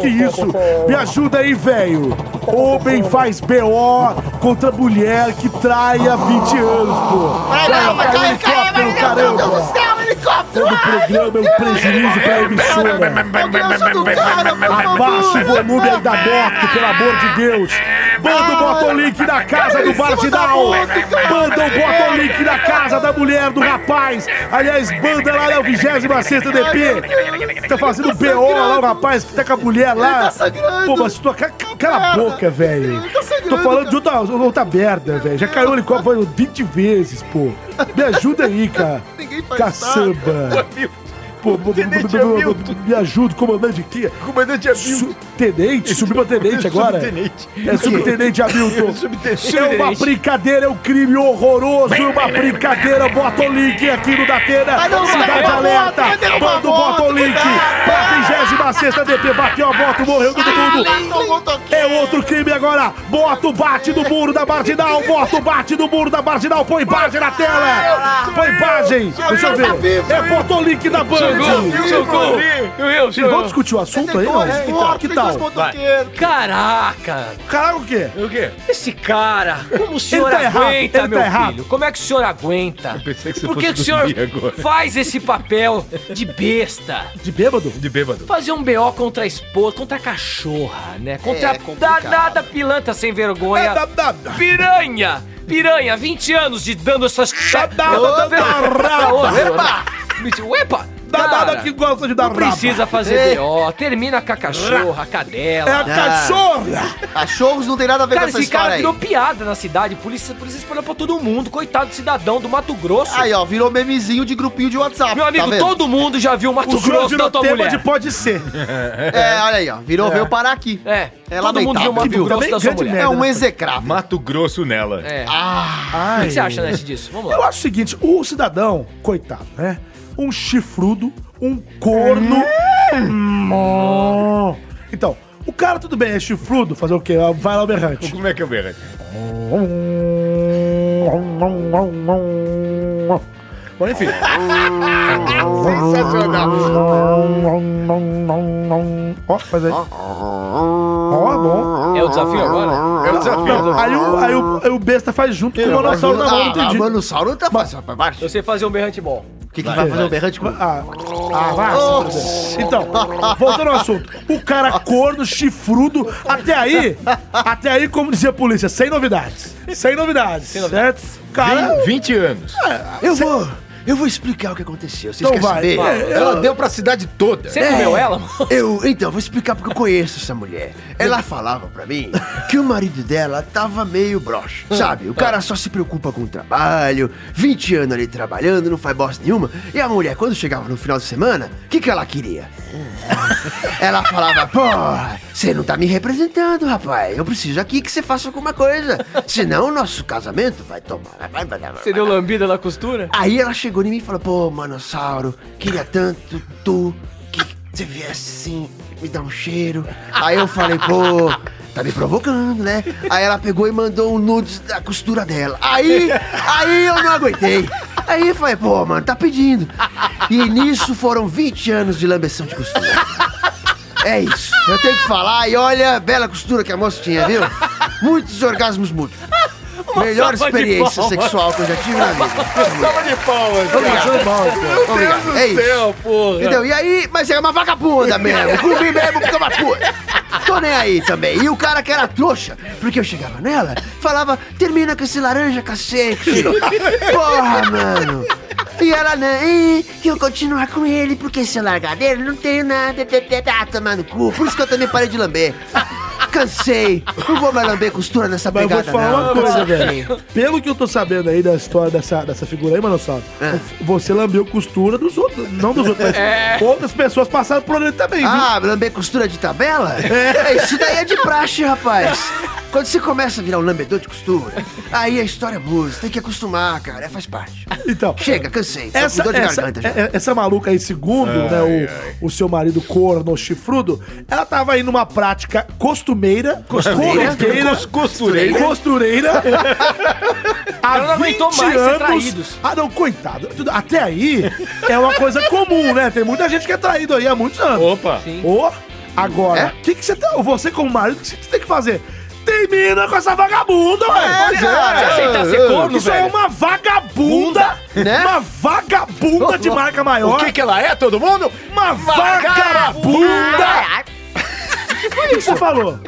[SPEAKER 3] Que isso? Me ajuda aí, velho. Homem faz BO contra mulher que trai há 20 anos, pô.
[SPEAKER 5] Vai, vai, vai,
[SPEAKER 3] Vai,
[SPEAKER 5] caiu,
[SPEAKER 3] helicóptero,
[SPEAKER 5] caiu, vai, meu Deus do céu, helicóptero!
[SPEAKER 3] Todo programa É um eu prejuízo pra emissora. Abaixa o volume aí da Boto, pelo amor de Deus. Manda o Botolink na casa do Bardinal. Manda o Botolink na casa da mulher, do rapaz. Aliás, manda lá é na 26 DP. Tá fazendo BO lá o rapaz que tá com a mulher lá. Pô, mas tu ca- ca- cala a boca, velho. Tô falando de outra, outra merda, velho. Já caiu o helicóptero 20 vezes, pô. Me ajuda aí, cara.
[SPEAKER 5] Ninguém faz
[SPEAKER 3] Caçamba. Pô, pô, pô, *laughs*
[SPEAKER 4] Tenente
[SPEAKER 3] pô, pô, pô,
[SPEAKER 4] Hamilton.
[SPEAKER 3] me ajuda, comandante aqui.
[SPEAKER 4] Comandante
[SPEAKER 3] Su- Tenente, subiu pra tenente agora.
[SPEAKER 4] Subtenente.
[SPEAKER 3] É subtenente Hamilton.
[SPEAKER 4] Subtenente.
[SPEAKER 3] É uma brincadeira, é um crime horroroso, é uma brincadeira. Bota o link aqui no Datena.
[SPEAKER 5] Vai derrubar
[SPEAKER 3] Cidade
[SPEAKER 5] uma
[SPEAKER 3] Alerta.
[SPEAKER 5] moto, vai derrubar
[SPEAKER 3] Manda o
[SPEAKER 5] uma
[SPEAKER 3] bota o
[SPEAKER 5] moto,
[SPEAKER 3] link.
[SPEAKER 5] cuidado.
[SPEAKER 3] Pra 26 DP, bateu a moto, morreu todo mundo. É outro crime agora. Bota o bate do muro da Marginal. Bota o bate do muro da Marginal. Põe imagem na tela. Põe imagem. Deixa eu ver. É bota o link da Band.
[SPEAKER 8] Socorro! Eu, eu,
[SPEAKER 3] Vocês vão
[SPEAKER 8] socorro!
[SPEAKER 3] discutir o assunto aí, não? Então, que tal?
[SPEAKER 2] Caraca!
[SPEAKER 3] Caraca, o quê?
[SPEAKER 4] O quê?
[SPEAKER 2] Esse cara, como o senhor
[SPEAKER 3] tá errado,
[SPEAKER 2] aguenta,
[SPEAKER 3] ele tá
[SPEAKER 2] meu
[SPEAKER 3] errado.
[SPEAKER 2] filho? Como é que o senhor aguenta? Eu
[SPEAKER 4] pensei que você
[SPEAKER 2] Por que,
[SPEAKER 4] fosse
[SPEAKER 2] que o senhor
[SPEAKER 4] dormir agora.
[SPEAKER 2] faz esse papel de besta?
[SPEAKER 3] De bêbado?
[SPEAKER 4] De bêbado.
[SPEAKER 2] Fazer um BO contra a esposa, contra a cachorra, né? Contra
[SPEAKER 5] É,
[SPEAKER 2] a
[SPEAKER 5] complicado.
[SPEAKER 2] danada pilantra sem vergonha.
[SPEAKER 3] É Da- da- da-
[SPEAKER 2] Piranha! Piranha, 20 anos de dando essas...
[SPEAKER 3] da- da-
[SPEAKER 2] Epa! Epa!
[SPEAKER 3] Danada
[SPEAKER 2] Cara,
[SPEAKER 3] que gosta de dar
[SPEAKER 2] Não
[SPEAKER 3] raba.
[SPEAKER 2] precisa
[SPEAKER 5] É.
[SPEAKER 2] fazer BO, termina com a cachorra, a
[SPEAKER 3] É a
[SPEAKER 2] cadela.
[SPEAKER 3] cachorra!
[SPEAKER 5] Cachorros não tem nada a ver
[SPEAKER 2] Cara,
[SPEAKER 5] com essa
[SPEAKER 2] esse cara
[SPEAKER 5] história aí.
[SPEAKER 2] virou piada na cidade, polícia, polícia espalhou pra todo mundo, coitado do cidadão do Mato Grosso.
[SPEAKER 5] Aí, ó, virou memezinho de grupinho de WhatsApp.
[SPEAKER 2] Meu amigo,
[SPEAKER 5] tá vendo?
[SPEAKER 2] todo mundo já viu o Mato
[SPEAKER 3] O senhor
[SPEAKER 2] Grosso da
[SPEAKER 3] virou
[SPEAKER 2] tua
[SPEAKER 3] tema
[SPEAKER 2] mulher.
[SPEAKER 3] de pode ser.
[SPEAKER 5] É, olha aí, ó. Virou, veio parar aqui.
[SPEAKER 2] É,
[SPEAKER 5] É
[SPEAKER 2] todo mundo viu o
[SPEAKER 5] lamentável,
[SPEAKER 2] Mato
[SPEAKER 5] viu?
[SPEAKER 2] Grosso
[SPEAKER 3] Também
[SPEAKER 2] da sua
[SPEAKER 3] grande
[SPEAKER 2] mulher.
[SPEAKER 5] É
[SPEAKER 4] *laughs*
[SPEAKER 5] um execrável.
[SPEAKER 4] Mato Grosso nela.
[SPEAKER 2] É.
[SPEAKER 3] Ai.
[SPEAKER 5] Ah.
[SPEAKER 2] o que você acha, Nath, disso? Vamos
[SPEAKER 3] Eu
[SPEAKER 2] lá.
[SPEAKER 3] acho o seguinte, o cidadão, coitado, né? Um chifrudo, um corno.
[SPEAKER 2] Hum.
[SPEAKER 3] Mó. Então, o cara tudo bem, é chifrudo, fazer o quê? Vai lá o berrante.
[SPEAKER 4] Como é que eu vejo?
[SPEAKER 3] Bom, enfim.
[SPEAKER 4] Sensacional.
[SPEAKER 3] Ó, faz aí. Ó, bom.
[SPEAKER 2] É o desafio
[SPEAKER 5] Ah.
[SPEAKER 2] agora?
[SPEAKER 4] É o desafio.
[SPEAKER 3] Aí o, aí o, aí o besta faz junto com o monossauro um na mão, não
[SPEAKER 5] Ah,
[SPEAKER 3] entendi.
[SPEAKER 5] o Manossauro tá fazendo pra baixo.
[SPEAKER 2] Eu sei fazer um berrante bom.
[SPEAKER 5] O que, que vai fazer o berrante com
[SPEAKER 3] Ah, ah, vai. Então, *laughs* voltando ao assunto. O cara corno, chifrudo, até aí, até aí, como dizia a polícia, sem novidades. Sem novidades, certo? Cara,
[SPEAKER 4] 20 anos.
[SPEAKER 1] Eu vou. Eu vou explicar o que aconteceu. Vocês
[SPEAKER 3] Então
[SPEAKER 1] querem
[SPEAKER 3] vai,
[SPEAKER 1] saber?
[SPEAKER 3] vai.
[SPEAKER 4] Ela deu pra cidade toda.
[SPEAKER 2] Você comeu ela?
[SPEAKER 1] É, Eu, então, vou explicar porque eu conheço essa mulher. Ela falava pra mim que o marido dela tava meio broxa,
[SPEAKER 4] Ah,
[SPEAKER 1] sabe? O
[SPEAKER 4] tá.
[SPEAKER 1] cara só se preocupa com o trabalho, 20 anos ali trabalhando, não faz bosta nenhuma. E a mulher, quando chegava no final de semana, o que, que ela
[SPEAKER 4] *laughs*
[SPEAKER 1] queria? Ela falava, porra, você não tá me representando, rapaz. Eu preciso aqui que você faça alguma coisa. Senão o nosso casamento vai tomar. vai- vai- vai-
[SPEAKER 2] Você deu lambida na costura?
[SPEAKER 1] Aí ela chegou em mim e falou: Pô, Manossauro, queria tanto tu que você viesse assim, me dar um cheiro. Aí eu falei: Pô, tá me provocando, né? Aí ela pegou e mandou um nudes da costura dela. Aí, aí eu não aguentei. Aí eu falei: Pô, mano, tá pedindo. E nisso foram 20 anos de lambeção de costura. É isso. Eu tenho que falar e olha a bela costura que a moça tinha, viu? Muitos orgasmos múltiplos. Melhor
[SPEAKER 2] salva de
[SPEAKER 1] experiência
[SPEAKER 2] palmas.
[SPEAKER 1] sexual que eu já tive na vida.
[SPEAKER 4] Salva de palmas.
[SPEAKER 3] foi mal, cara.
[SPEAKER 1] Obrigado. é isso. Entendeu? E aí, mas é uma vagabunda mesmo. Comi mesmo porque é uma puta. Tô nem aí também. E o cara que era trouxa, porque eu chegava nela, falava, termina com esse laranja cacete.
[SPEAKER 5] *laughs*
[SPEAKER 1] Porra, mano. E ela, né, "Ih, que eu continuar com ele, porque se eu largar dele, não tenho nada. tê, tê,
[SPEAKER 5] ah,
[SPEAKER 1] tá, tomar no cu. Por isso que eu também parei de lamber. Cansei. Não vou mais lamber costura nessa
[SPEAKER 3] Mas eu vou
[SPEAKER 1] pegada,
[SPEAKER 3] te falar
[SPEAKER 1] não.
[SPEAKER 3] uma coisa, velho. Pelo que eu tô sabendo aí da história dessa, dessa figura aí, Manossauro, você lambeu costura dos outros, não dos outros, mas outras pessoas passaram por ele também, viu?
[SPEAKER 1] Ah, lamber costura de tabela? É. Isso daí é de praxe, rapaz. Quando você começa a virar um lambedor de costura, aí a história muda. Você tem que acostumar, cara. É, faz parte.
[SPEAKER 3] Então,
[SPEAKER 1] Chega, cansei. Tô com
[SPEAKER 3] Essa,
[SPEAKER 1] dor de
[SPEAKER 3] essa,
[SPEAKER 1] garganta já.
[SPEAKER 3] é- é- essa maluca aí, segundo né, o, o seu marido corno chifrudo, ela tava aí numa prática costumeira.
[SPEAKER 1] Costureira?
[SPEAKER 4] Cos- Costureira.
[SPEAKER 3] Costureira. há
[SPEAKER 2] Ela não aguentou
[SPEAKER 3] 20
[SPEAKER 2] mais ser
[SPEAKER 3] anos.
[SPEAKER 2] traídos.
[SPEAKER 3] Ah, não, coitado. Tudo- Até aí é uma coisa comum, né? Tem muita gente que é traído aí há muitos anos. tá,
[SPEAKER 4] Opa.
[SPEAKER 3] Ô, agora, o que, que você tem. Você, como marido, o que você tem que fazer? Termina com essa vagabunda, ué!
[SPEAKER 5] Pois é, cara.
[SPEAKER 2] aceitar ser corno,
[SPEAKER 3] Isso é
[SPEAKER 2] velho?
[SPEAKER 3] uma vagabunda!
[SPEAKER 5] Né?
[SPEAKER 3] Uma vagabunda de marca
[SPEAKER 4] O
[SPEAKER 3] maior!
[SPEAKER 4] que que ela é, todo mundo?
[SPEAKER 3] Uma vagabunda!
[SPEAKER 5] Ah, é,
[SPEAKER 3] O que que você falou?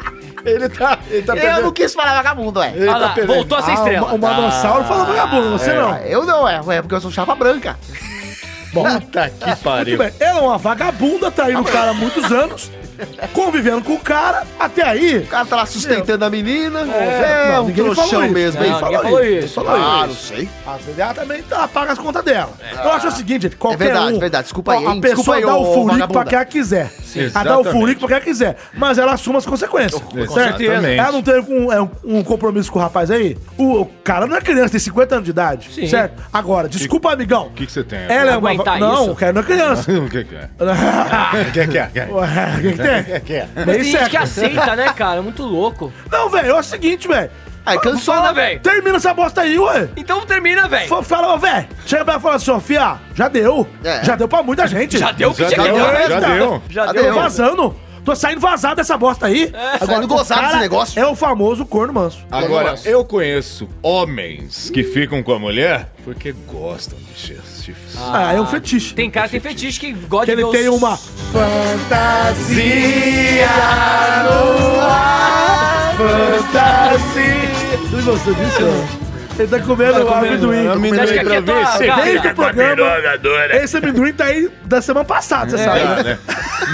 [SPEAKER 4] Ele tá, ele tá
[SPEAKER 5] Eu
[SPEAKER 4] perdendo.
[SPEAKER 5] não quis falar vagabundo, é.
[SPEAKER 4] Ele
[SPEAKER 2] Olha
[SPEAKER 4] tá
[SPEAKER 2] lá,
[SPEAKER 4] perdendo.
[SPEAKER 2] voltou a ser
[SPEAKER 3] Ah,
[SPEAKER 2] estrela.
[SPEAKER 3] o, o Manossauro falou vagabundo, você não.
[SPEAKER 5] Ah, Eu não, é, é porque eu sou chapa branca.
[SPEAKER 4] Puta que pariu.
[SPEAKER 3] Muito bem, ela é uma vagabunda, traindo o cara há muitos anos, convivendo com o cara, até aí.
[SPEAKER 5] O cara tá lá sustentando a menina. É,
[SPEAKER 3] não,
[SPEAKER 5] um
[SPEAKER 3] ninguém falou
[SPEAKER 5] trouxão
[SPEAKER 3] isso.
[SPEAKER 5] mesmo,
[SPEAKER 3] Não,
[SPEAKER 5] hein?
[SPEAKER 2] ninguém
[SPEAKER 5] Fala aí.
[SPEAKER 2] falou isso.
[SPEAKER 5] Falou isso. Ah, não sei.
[SPEAKER 3] A ela também tá, paga as contas dela.
[SPEAKER 4] É.
[SPEAKER 3] Eu acho o seguinte, gente, qualquer
[SPEAKER 5] É verdade,
[SPEAKER 3] um,
[SPEAKER 5] verdade. Desculpa aí,
[SPEAKER 3] ó, A
[SPEAKER 5] hein?
[SPEAKER 3] pessoa
[SPEAKER 5] Desculpa aí,
[SPEAKER 3] dá
[SPEAKER 5] ô,
[SPEAKER 3] o furico
[SPEAKER 5] vagabunda.
[SPEAKER 3] pra quem ela quiser. Ela dá o
[SPEAKER 4] Exatamente.
[SPEAKER 3] furico pra quem ela quiser. Mas ela assume as consequências. certo?
[SPEAKER 4] Exatamente.
[SPEAKER 3] Ela não teve um, é, um- um compromisso com o rapaz aí. O, o cara não é criança, tem 50 anos de idade.
[SPEAKER 2] Sim.
[SPEAKER 3] Certo? Agora, desculpa, amigão.
[SPEAKER 4] O que que você tem?
[SPEAKER 3] ela é uma...
[SPEAKER 2] Aguentar isso.
[SPEAKER 3] Não, o cara não é
[SPEAKER 4] *laughs*
[SPEAKER 3] criança. *laughs*
[SPEAKER 4] O que que é? O que que é? *laughs*
[SPEAKER 3] Ué, o que, que tem?
[SPEAKER 4] O *laughs* que que é?
[SPEAKER 2] Mas
[SPEAKER 3] Bem
[SPEAKER 2] tem gente que
[SPEAKER 3] certo.
[SPEAKER 2] aceita, né, cara? É muito louco.
[SPEAKER 3] Não, velho, é o seguinte, velho.
[SPEAKER 5] Aí, cansou,
[SPEAKER 2] Fala,
[SPEAKER 5] né,
[SPEAKER 2] velho.
[SPEAKER 3] Termina essa bosta aí, ué.
[SPEAKER 2] Então termina, velho.
[SPEAKER 3] Fa- Fala, ô, velho. Chega pra ela e fala, Sofia, já deu.
[SPEAKER 5] É.
[SPEAKER 3] Já deu pra muita gente.
[SPEAKER 2] Já deu o que
[SPEAKER 4] Já
[SPEAKER 2] tinha que
[SPEAKER 4] deu,
[SPEAKER 3] né?
[SPEAKER 2] dar.
[SPEAKER 4] já deu.
[SPEAKER 2] Já
[SPEAKER 5] Cadê
[SPEAKER 3] Tô
[SPEAKER 2] deu.
[SPEAKER 5] eu?
[SPEAKER 3] vazando. Tô saindo vazado dessa bosta
[SPEAKER 2] É,
[SPEAKER 3] aí.
[SPEAKER 5] Saindo gozado
[SPEAKER 3] o cara
[SPEAKER 5] desse negócio.
[SPEAKER 3] É o famoso corno manso.
[SPEAKER 4] Agora, eu conheço homens que ficam com a mulher porque gostam de chifres. chifres.
[SPEAKER 3] Ah, é um fetiche.
[SPEAKER 2] Tem cara que tem fetiche que gosta
[SPEAKER 3] Que
[SPEAKER 2] de
[SPEAKER 3] ele
[SPEAKER 2] ver
[SPEAKER 3] tem
[SPEAKER 2] os-
[SPEAKER 3] uma fantasia fantasia. Você gostou disso? Ele tá comendo,
[SPEAKER 2] Tá comendo.
[SPEAKER 3] amendoim.
[SPEAKER 4] Amendoim
[SPEAKER 2] Acho que aqui é tua-
[SPEAKER 4] você
[SPEAKER 2] cara,
[SPEAKER 4] fica
[SPEAKER 3] tá
[SPEAKER 4] com a
[SPEAKER 3] programa.
[SPEAKER 4] pirogadora. *laughs*
[SPEAKER 3] Esse amendoim tá aí da semana passada,
[SPEAKER 2] É.
[SPEAKER 3] você sabe.
[SPEAKER 4] Ah, né?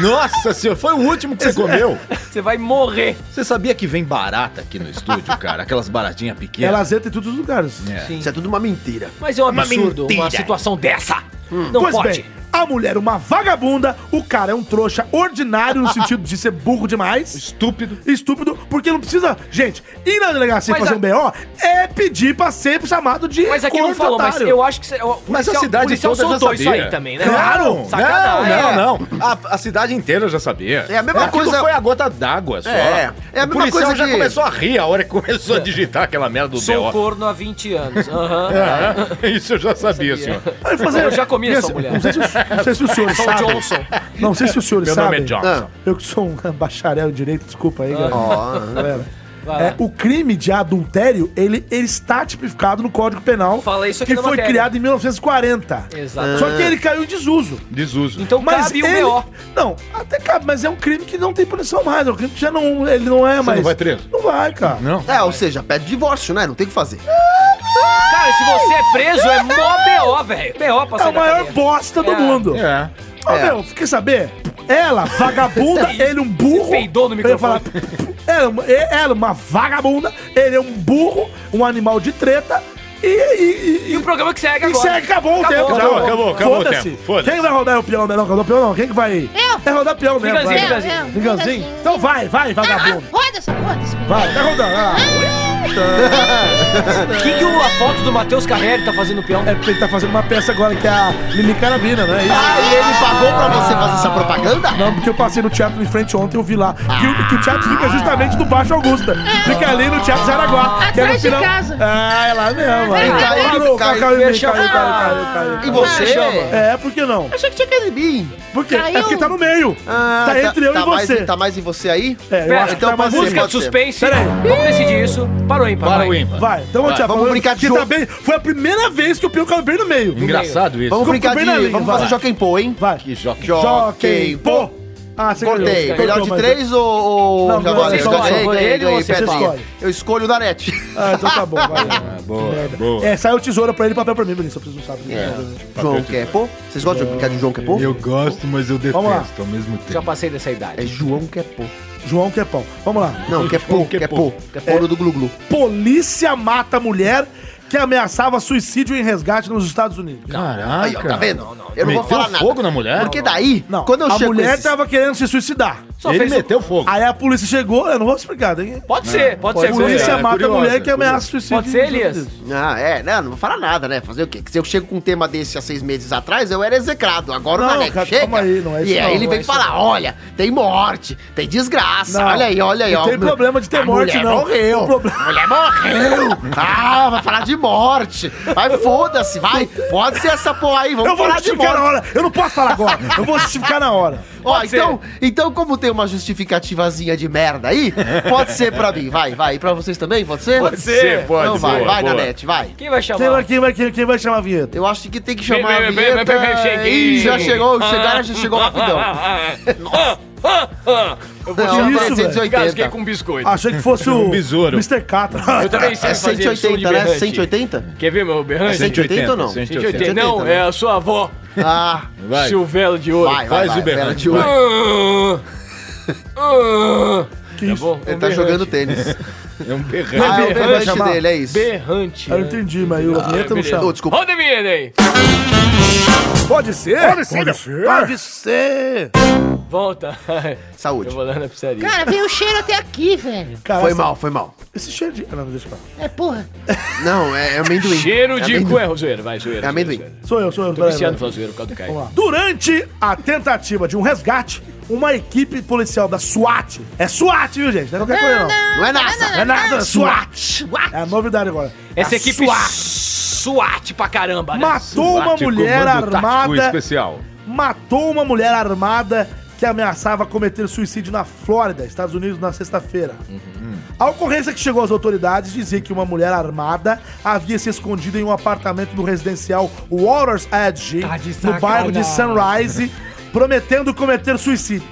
[SPEAKER 4] Nossa senhora, foi o último que você comeu.
[SPEAKER 2] Você vai morrer.
[SPEAKER 4] Você sabia que vem barata aqui no estúdio, *laughs* cara? Aquelas baratinhas
[SPEAKER 2] É.
[SPEAKER 4] pequenas.
[SPEAKER 3] Elas entram em todos os lugares.
[SPEAKER 1] Isso é tudo uma mentira.
[SPEAKER 2] Mas é um absurdo uma,
[SPEAKER 4] mentira.
[SPEAKER 2] situação dessa. Não
[SPEAKER 3] pois
[SPEAKER 2] Então pode.
[SPEAKER 3] bem, a mulher é uma vagabunda, o cara é um trouxa ordinário no sentido de ser burro demais.
[SPEAKER 4] é Estúpido.
[SPEAKER 3] Estúpido, porque não precisa. Gente, ir na delegacia
[SPEAKER 2] Mas
[SPEAKER 3] fazer
[SPEAKER 2] a-
[SPEAKER 3] um BO é pedir pra ser chamado de.
[SPEAKER 2] Mas aqui não
[SPEAKER 3] corno de
[SPEAKER 2] falou, mas
[SPEAKER 3] otário.
[SPEAKER 2] eu acho que... Cê, o
[SPEAKER 4] Mas
[SPEAKER 2] policial-
[SPEAKER 4] a cidade
[SPEAKER 2] policial
[SPEAKER 4] toda já
[SPEAKER 2] soltou
[SPEAKER 4] sabia.
[SPEAKER 2] isso aí também, né?
[SPEAKER 4] Claro!
[SPEAKER 2] Sacanagem.
[SPEAKER 4] Não, não, não. A, a cidade inteira já sabia.
[SPEAKER 5] É a mesma
[SPEAKER 4] Aquilo
[SPEAKER 5] coisa-
[SPEAKER 4] foi a gota d'água só.
[SPEAKER 5] É, é a
[SPEAKER 4] o
[SPEAKER 5] mesma
[SPEAKER 4] policial
[SPEAKER 5] coisa
[SPEAKER 4] já
[SPEAKER 5] que- É.
[SPEAKER 4] começou a rir a hora que começou a digitar aquela merda do
[SPEAKER 2] Sou
[SPEAKER 4] B.O.
[SPEAKER 2] corno há 20 anos. Aham.
[SPEAKER 5] né?
[SPEAKER 4] É, *laughs* isso eu já sabia, senhor.
[SPEAKER 3] Aí fazer-
[SPEAKER 2] Eu já comi essa mulher.
[SPEAKER 3] Não sei se, o- não sei se
[SPEAKER 2] *laughs*
[SPEAKER 3] os senhores
[SPEAKER 2] Sou
[SPEAKER 3] sabem.
[SPEAKER 2] Johnson.
[SPEAKER 3] Não sei se os senhores
[SPEAKER 4] Meu nome
[SPEAKER 3] sabem.
[SPEAKER 4] é
[SPEAKER 5] Ah.
[SPEAKER 4] Johnson.
[SPEAKER 3] Eu que sou um bacharel em direito, desculpa aí, galera. Galera,
[SPEAKER 2] Vai lá.
[SPEAKER 3] *laughs* é, o crime de adultério, ele, ele está tipificado no Código Penal.
[SPEAKER 2] Fala isso aqui
[SPEAKER 3] que
[SPEAKER 2] na
[SPEAKER 3] foi
[SPEAKER 2] matéria.
[SPEAKER 3] criado em 1940.
[SPEAKER 2] Exato.
[SPEAKER 3] Só que
[SPEAKER 4] Ah.
[SPEAKER 3] ele caiu em desuso.
[SPEAKER 4] Desuso.
[SPEAKER 2] Então cabe
[SPEAKER 3] ele-
[SPEAKER 2] o BO.
[SPEAKER 3] Não, até cabe, mas é um crime que não tem punição mais. É um crime que já não. Ele não é mais.
[SPEAKER 4] não vai preso?
[SPEAKER 3] Não vai, cara.
[SPEAKER 4] Não.
[SPEAKER 5] É, ou seja, pede divórcio, né? Não tem o que fazer.
[SPEAKER 2] Cara, se você é preso, é mó BO, velho. BO pra
[SPEAKER 3] É
[SPEAKER 2] sair
[SPEAKER 3] a
[SPEAKER 2] da
[SPEAKER 3] maior
[SPEAKER 2] cadeia.
[SPEAKER 3] bosta do
[SPEAKER 2] É.
[SPEAKER 3] mundo.
[SPEAKER 4] É.
[SPEAKER 3] Ô,
[SPEAKER 5] É.
[SPEAKER 3] meu, quer saber? Ela,
[SPEAKER 2] *laughs*
[SPEAKER 3] vagabunda, ele um burro.
[SPEAKER 2] Você peidou no
[SPEAKER 3] Eu ia falar,
[SPEAKER 2] microfone.
[SPEAKER 3] ela, é uma- e- ela, uma vagabunda, ele é um burro, um animal de treta. E, e, e,
[SPEAKER 2] E o programa que segue
[SPEAKER 3] e
[SPEAKER 2] agora.
[SPEAKER 3] segue, acabou, o
[SPEAKER 2] Acabou,
[SPEAKER 3] tempo.
[SPEAKER 2] acabou,
[SPEAKER 4] acabou, acabou o
[SPEAKER 3] Foda-se.
[SPEAKER 4] tempo, foda-se.
[SPEAKER 3] Quem vai rodar o peão, né? Não, rodar o peão não. Quem que vai?
[SPEAKER 7] Eu.
[SPEAKER 3] É rodar o peão mesmo.
[SPEAKER 2] Mingauzinho,
[SPEAKER 3] vai.
[SPEAKER 2] Mingauzinho.
[SPEAKER 3] Mingauzinho? Então vai, vai,
[SPEAKER 7] Assim. Ah,
[SPEAKER 3] vagabundo.
[SPEAKER 7] ah, roda só, roda só.
[SPEAKER 3] Vai, tá rodando. ah.
[SPEAKER 2] O que, que o- a foto do Matheus Carreiro tá fazendo no peão?
[SPEAKER 3] É porque ele tá fazendo uma peça agora que é a Lili Carabina, né? Isso.
[SPEAKER 5] Ah, e ele pagou pra você fazer essa propaganda?
[SPEAKER 3] Não, porque eu passei no teatro em frente ontem eu vi lá que, o- que o teatro fica justamente no Baixo Augusta. Fica ali no Teatro Jaraguá. que é no
[SPEAKER 7] Atrás de casa.
[SPEAKER 3] Ah, é lá mesmo.
[SPEAKER 7] Vem
[SPEAKER 3] Caiu,
[SPEAKER 5] vem
[SPEAKER 7] cá,
[SPEAKER 3] caiu,
[SPEAKER 5] cá,
[SPEAKER 3] caiu, caiu,
[SPEAKER 2] deixa eu-
[SPEAKER 3] caiu, caiu, caiu,
[SPEAKER 5] E
[SPEAKER 3] caiu.
[SPEAKER 5] você?
[SPEAKER 2] chama.
[SPEAKER 3] É, por que não?
[SPEAKER 5] Achei que tinha caído em mim.
[SPEAKER 3] Por quê?
[SPEAKER 7] Caiu.
[SPEAKER 3] É porque tá no meio.
[SPEAKER 5] Ah,
[SPEAKER 3] tá entre eu e
[SPEAKER 5] mais-
[SPEAKER 3] você.
[SPEAKER 5] tá mais em você aí?
[SPEAKER 3] É, eu
[SPEAKER 2] Pera,
[SPEAKER 3] acho que
[SPEAKER 5] então
[SPEAKER 3] tá mais
[SPEAKER 5] pode ser,
[SPEAKER 3] música.
[SPEAKER 2] Música de suspense.
[SPEAKER 3] Pera aí.
[SPEAKER 2] Vamos decidir isso. Para o ímpar.
[SPEAKER 4] Para
[SPEAKER 2] vai.
[SPEAKER 4] o ímpar.
[SPEAKER 3] Vai, então vamos, Tiago.
[SPEAKER 5] vamos brincar de
[SPEAKER 3] que
[SPEAKER 5] jogo.
[SPEAKER 3] tá bem. Foi a primeira vez que o Pio caiu bem no meio.
[SPEAKER 4] Engraçado isso.
[SPEAKER 5] Vamos
[SPEAKER 3] Ficou
[SPEAKER 5] brincar
[SPEAKER 3] bem
[SPEAKER 5] de...
[SPEAKER 3] na linha,
[SPEAKER 5] vamos
[SPEAKER 3] vai.
[SPEAKER 5] fazer Jockey Pô, hein?
[SPEAKER 3] Vai.
[SPEAKER 4] Que jockey.
[SPEAKER 5] Jockey Pô.
[SPEAKER 3] Ah, você
[SPEAKER 5] Cortei.
[SPEAKER 3] ganhou.
[SPEAKER 5] Melhor de
[SPEAKER 3] Cortou,
[SPEAKER 5] três ou...
[SPEAKER 3] Não,
[SPEAKER 5] ou já
[SPEAKER 3] não,
[SPEAKER 5] valeu?
[SPEAKER 3] você escolhe.
[SPEAKER 5] Ganhei,
[SPEAKER 2] Foi
[SPEAKER 5] ganhei,
[SPEAKER 2] ele ou
[SPEAKER 5] ganhei,
[SPEAKER 2] você
[SPEAKER 5] Pedrinha.
[SPEAKER 3] escolhe?
[SPEAKER 5] Eu escolho o da net.
[SPEAKER 3] mas- Ah, então tá
[SPEAKER 5] *laughs*
[SPEAKER 3] bom, vai.
[SPEAKER 4] Ah, boa, boa.
[SPEAKER 3] É, saiu tesoura pra ele e papel pra mim, Vinícius. Eu preciso saber.
[SPEAKER 5] É.
[SPEAKER 3] Tá
[SPEAKER 5] João Kepo. Vocês gostam de brincar de João Kepo?
[SPEAKER 4] gosto, mas eu
[SPEAKER 3] lá.
[SPEAKER 4] ao mesmo
[SPEAKER 2] Já passei dessa idade.
[SPEAKER 5] É João Kepo.
[SPEAKER 3] João quer pão. Vamos lá.
[SPEAKER 5] Não, Kepo, Kepo.
[SPEAKER 3] É.
[SPEAKER 5] Ouro do Glu-Glu.
[SPEAKER 3] polícia mata mulher que ameaçava suicídio em resgate nos Estados Unidos.
[SPEAKER 4] Caraca.
[SPEAKER 5] Aí, ó, tá vendo? Eu não
[SPEAKER 4] Meteu
[SPEAKER 5] vou falar nada.
[SPEAKER 4] fogo na mulher?
[SPEAKER 5] Porque daí,
[SPEAKER 3] Não,
[SPEAKER 5] quando eu
[SPEAKER 3] a
[SPEAKER 5] chego
[SPEAKER 3] mulher tá
[SPEAKER 5] nesses-
[SPEAKER 3] tava querendo se suicidar.
[SPEAKER 2] Só
[SPEAKER 4] Ele
[SPEAKER 2] fez o-
[SPEAKER 4] meteu fogo.
[SPEAKER 3] Aí a polícia chegou, eu não vou explicar, tem...
[SPEAKER 2] Pode ser, pode,
[SPEAKER 3] A
[SPEAKER 2] ser.
[SPEAKER 3] polícia
[SPEAKER 4] é, é
[SPEAKER 3] mata
[SPEAKER 4] curioso,
[SPEAKER 3] mulher
[SPEAKER 4] é
[SPEAKER 3] que ameaça suicídio.
[SPEAKER 2] Pode ser,
[SPEAKER 3] nos Estados
[SPEAKER 2] Elias?
[SPEAKER 3] Unidos.
[SPEAKER 5] Ah, é, né? Não vou falar nada, né? Fazer o quê? Que se eu chego com um tema desse há seis meses atrás, eu era execrado. Agora
[SPEAKER 3] Não,
[SPEAKER 5] o Narek
[SPEAKER 3] cara,
[SPEAKER 5] chega.
[SPEAKER 3] calma aí, não é isso
[SPEAKER 5] e aí
[SPEAKER 3] não,
[SPEAKER 5] ele
[SPEAKER 3] não
[SPEAKER 5] vem
[SPEAKER 3] é isso
[SPEAKER 5] falar: olha, tem morte, tem desgraça.
[SPEAKER 3] Não.
[SPEAKER 5] olha aí, olha aí,
[SPEAKER 3] Não
[SPEAKER 5] ó.
[SPEAKER 3] tem
[SPEAKER 5] meu-
[SPEAKER 3] problema de ter
[SPEAKER 5] É, a
[SPEAKER 3] morte,
[SPEAKER 5] mulher
[SPEAKER 3] não.
[SPEAKER 5] Morreu.
[SPEAKER 3] O problema-
[SPEAKER 5] A mulher morreu. Ah, vai falar de morte. Vai, foda-se, vai. Pode ser essa porra aí, vamos
[SPEAKER 3] Eu vou
[SPEAKER 5] falar de
[SPEAKER 3] justificar na
[SPEAKER 5] morte.
[SPEAKER 3] hora. Eu não posso falar agora. Eu vou justificar na hora.
[SPEAKER 5] Ó,
[SPEAKER 3] pode ser.
[SPEAKER 5] então, então, como tem uma justificativazinha de merda aí, pode ser pra mim, vai, vai. E pra vocês também, pode ser?
[SPEAKER 2] Pode ser,
[SPEAKER 4] pode
[SPEAKER 5] Então vai,
[SPEAKER 4] boa,
[SPEAKER 5] vai,
[SPEAKER 4] boa.
[SPEAKER 5] Nanete, vai.
[SPEAKER 2] Quem vai
[SPEAKER 3] Quem vai,
[SPEAKER 2] chamar?
[SPEAKER 3] quem, vai, quem, quem vai chamar a vinheta?
[SPEAKER 5] Eu acho que tem que chamar a
[SPEAKER 2] Vem, vem, vem,
[SPEAKER 5] vinheta.
[SPEAKER 2] vem, vem, vem, chega aí.
[SPEAKER 5] Ih, já chegou, chegaram, já chegou rapidão.
[SPEAKER 8] Eu vou
[SPEAKER 5] Não,
[SPEAKER 3] isso, velho?
[SPEAKER 8] Gasguei
[SPEAKER 5] 380.
[SPEAKER 8] com um biscoito.
[SPEAKER 3] Achei que fosse
[SPEAKER 4] Um
[SPEAKER 3] o
[SPEAKER 4] besouro.
[SPEAKER 3] Mr. Catra.
[SPEAKER 8] Eu também sei
[SPEAKER 5] É
[SPEAKER 8] fazer som
[SPEAKER 5] 180,
[SPEAKER 8] de
[SPEAKER 5] né?
[SPEAKER 8] berrante.
[SPEAKER 5] 180?
[SPEAKER 9] É
[SPEAKER 8] Quer ver meu berrante?
[SPEAKER 5] 180 ou não?
[SPEAKER 4] 180.
[SPEAKER 8] 180. Não,
[SPEAKER 5] 180, né?
[SPEAKER 8] é a sua avó,
[SPEAKER 5] Ah,
[SPEAKER 4] Vai,
[SPEAKER 8] Silvelo de Ouro.
[SPEAKER 5] vai, vai.
[SPEAKER 4] faz
[SPEAKER 5] vai,
[SPEAKER 4] o berrante.
[SPEAKER 5] pera, tio.
[SPEAKER 8] Ah, ah,
[SPEAKER 3] Que isso?
[SPEAKER 8] bom,
[SPEAKER 5] Ele
[SPEAKER 8] um
[SPEAKER 5] tá
[SPEAKER 8] berrante.
[SPEAKER 5] jogando tênis.
[SPEAKER 4] é um berrante.
[SPEAKER 5] Ah, é o
[SPEAKER 8] berrante
[SPEAKER 5] berrante
[SPEAKER 3] chamar.
[SPEAKER 5] dele, é isso.
[SPEAKER 8] Berrante.
[SPEAKER 3] Eu entendi, mas eu- a vinheta não
[SPEAKER 8] beleza.
[SPEAKER 5] Ô,
[SPEAKER 3] chama.
[SPEAKER 5] desculpa.
[SPEAKER 8] Roda a vinheta aí.
[SPEAKER 3] Pode ser? Pode ser. Ah, Pode ser.
[SPEAKER 2] *laughs*
[SPEAKER 8] Volta. Eu
[SPEAKER 5] Saúde.
[SPEAKER 8] vou lá na pizzaria.
[SPEAKER 7] Cara, veio o cheiro até aqui, velho.
[SPEAKER 3] Cara,
[SPEAKER 1] Foi
[SPEAKER 3] essa-
[SPEAKER 1] mal, foi mal.
[SPEAKER 3] Esse cheiro de... Ah, não, deixa pra lá.
[SPEAKER 7] É, porra.
[SPEAKER 5] Não, é, é amendoim.
[SPEAKER 8] Cheiro de
[SPEAKER 5] amendoim.
[SPEAKER 8] coelho. Zoeira, vai, zoeira.
[SPEAKER 5] É amendoim.
[SPEAKER 8] zoeira, zoeira.
[SPEAKER 3] Sou eu, sou eu.
[SPEAKER 8] Tô
[SPEAKER 3] peraí,
[SPEAKER 8] viciado em
[SPEAKER 3] peraí.
[SPEAKER 8] falar zoeira por causa do Caio.
[SPEAKER 3] Vamos lá. Durante a tentativa de um resgate, uma equipe policial da SWAT... É SWAT, viu, gente? Não é qualquer coisa, não.
[SPEAKER 5] Não é NASA.
[SPEAKER 3] É nada, SWAT. É a novidade agora.
[SPEAKER 2] Essa
[SPEAKER 3] A
[SPEAKER 2] equipe
[SPEAKER 3] SWAT
[SPEAKER 2] SWAT pra caramba, né?
[SPEAKER 3] matou uma
[SPEAKER 4] Tático,
[SPEAKER 3] mulher
[SPEAKER 4] comando tático
[SPEAKER 3] armada.
[SPEAKER 4] especial.
[SPEAKER 3] Matou uma mulher armada que ameaçava cometer suicídio na Flórida, Estados Unidos, na sexta-feira. A ocorrência que chegou às autoridades dizia que uma mulher armada havia se escondido em um apartamento do residencial Waters Edge,
[SPEAKER 2] Tá de
[SPEAKER 3] no bairro de
[SPEAKER 2] sacanagem.
[SPEAKER 3] Sunrise, prometendo cometer suicídio.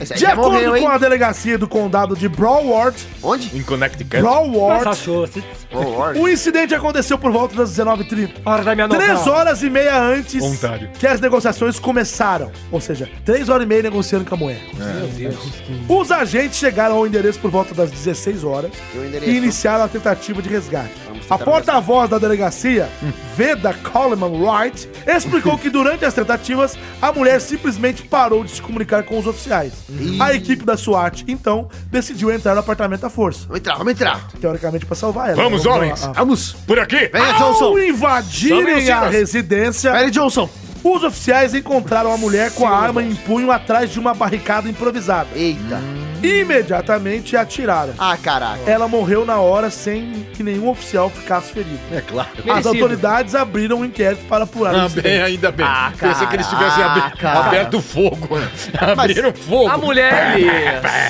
[SPEAKER 5] Esse aí
[SPEAKER 3] De
[SPEAKER 5] já
[SPEAKER 3] acordo
[SPEAKER 5] morreu, hein?
[SPEAKER 3] com a delegacia do condado de Broward,
[SPEAKER 5] Onde?
[SPEAKER 4] Em Connecticut.
[SPEAKER 3] Broward,
[SPEAKER 5] Howard.
[SPEAKER 3] o incidente aconteceu por volta das 19h30.
[SPEAKER 2] Hora da minha novela.
[SPEAKER 3] Três horas e meia antes
[SPEAKER 4] Ontário.
[SPEAKER 3] que as negociações começaram. Ou seja, três horas e meia negociando com a moeda.
[SPEAKER 5] É.
[SPEAKER 3] Os agentes chegaram ao endereço por volta das 16 horas
[SPEAKER 5] E o endereço?
[SPEAKER 3] e iniciaram a tentativa de resgate.
[SPEAKER 5] tentar Hum.
[SPEAKER 3] A porta-voz da delegacia, Veda Coleman Wright,
[SPEAKER 5] *laughs*
[SPEAKER 3] explicou que durante as tentativas a mulher simplesmente parou de se comunicar com os oficiais. A equipe da SWAT, então, decidiu entrar no apartamento à força,
[SPEAKER 5] Vamos entrar, vamos entrar.
[SPEAKER 3] Tá. teoricamente para salvar ela. né?
[SPEAKER 4] Vamos,
[SPEAKER 3] A- a-
[SPEAKER 4] homens.
[SPEAKER 5] Vamos.
[SPEAKER 4] Por aqui.
[SPEAKER 5] Venha,
[SPEAKER 3] Ah, Ao
[SPEAKER 5] Johnson.
[SPEAKER 3] invadirem a
[SPEAKER 4] Silas.
[SPEAKER 3] residência,
[SPEAKER 5] Pera aí, Johnson.
[SPEAKER 3] os oficiais encontraram a mulher com a arma em punho atrás de uma barricada improvisada.
[SPEAKER 5] Eita.
[SPEAKER 3] Imediatamente atiraram.
[SPEAKER 5] Ah, caraca.
[SPEAKER 3] Ela morreu na hora sem que nenhum oficial ficasse ferido.
[SPEAKER 4] É claro.
[SPEAKER 3] As
[SPEAKER 2] Merecido.
[SPEAKER 3] autoridades abriram um inquérito para apurar o
[SPEAKER 4] Ah,
[SPEAKER 3] incidente.
[SPEAKER 4] bem, ainda bem.
[SPEAKER 5] Ah,
[SPEAKER 4] Pensei que eles tivessem abri-
[SPEAKER 5] caraca.
[SPEAKER 4] aberto fogo. né? Abriram fogo.
[SPEAKER 2] A mulher ali.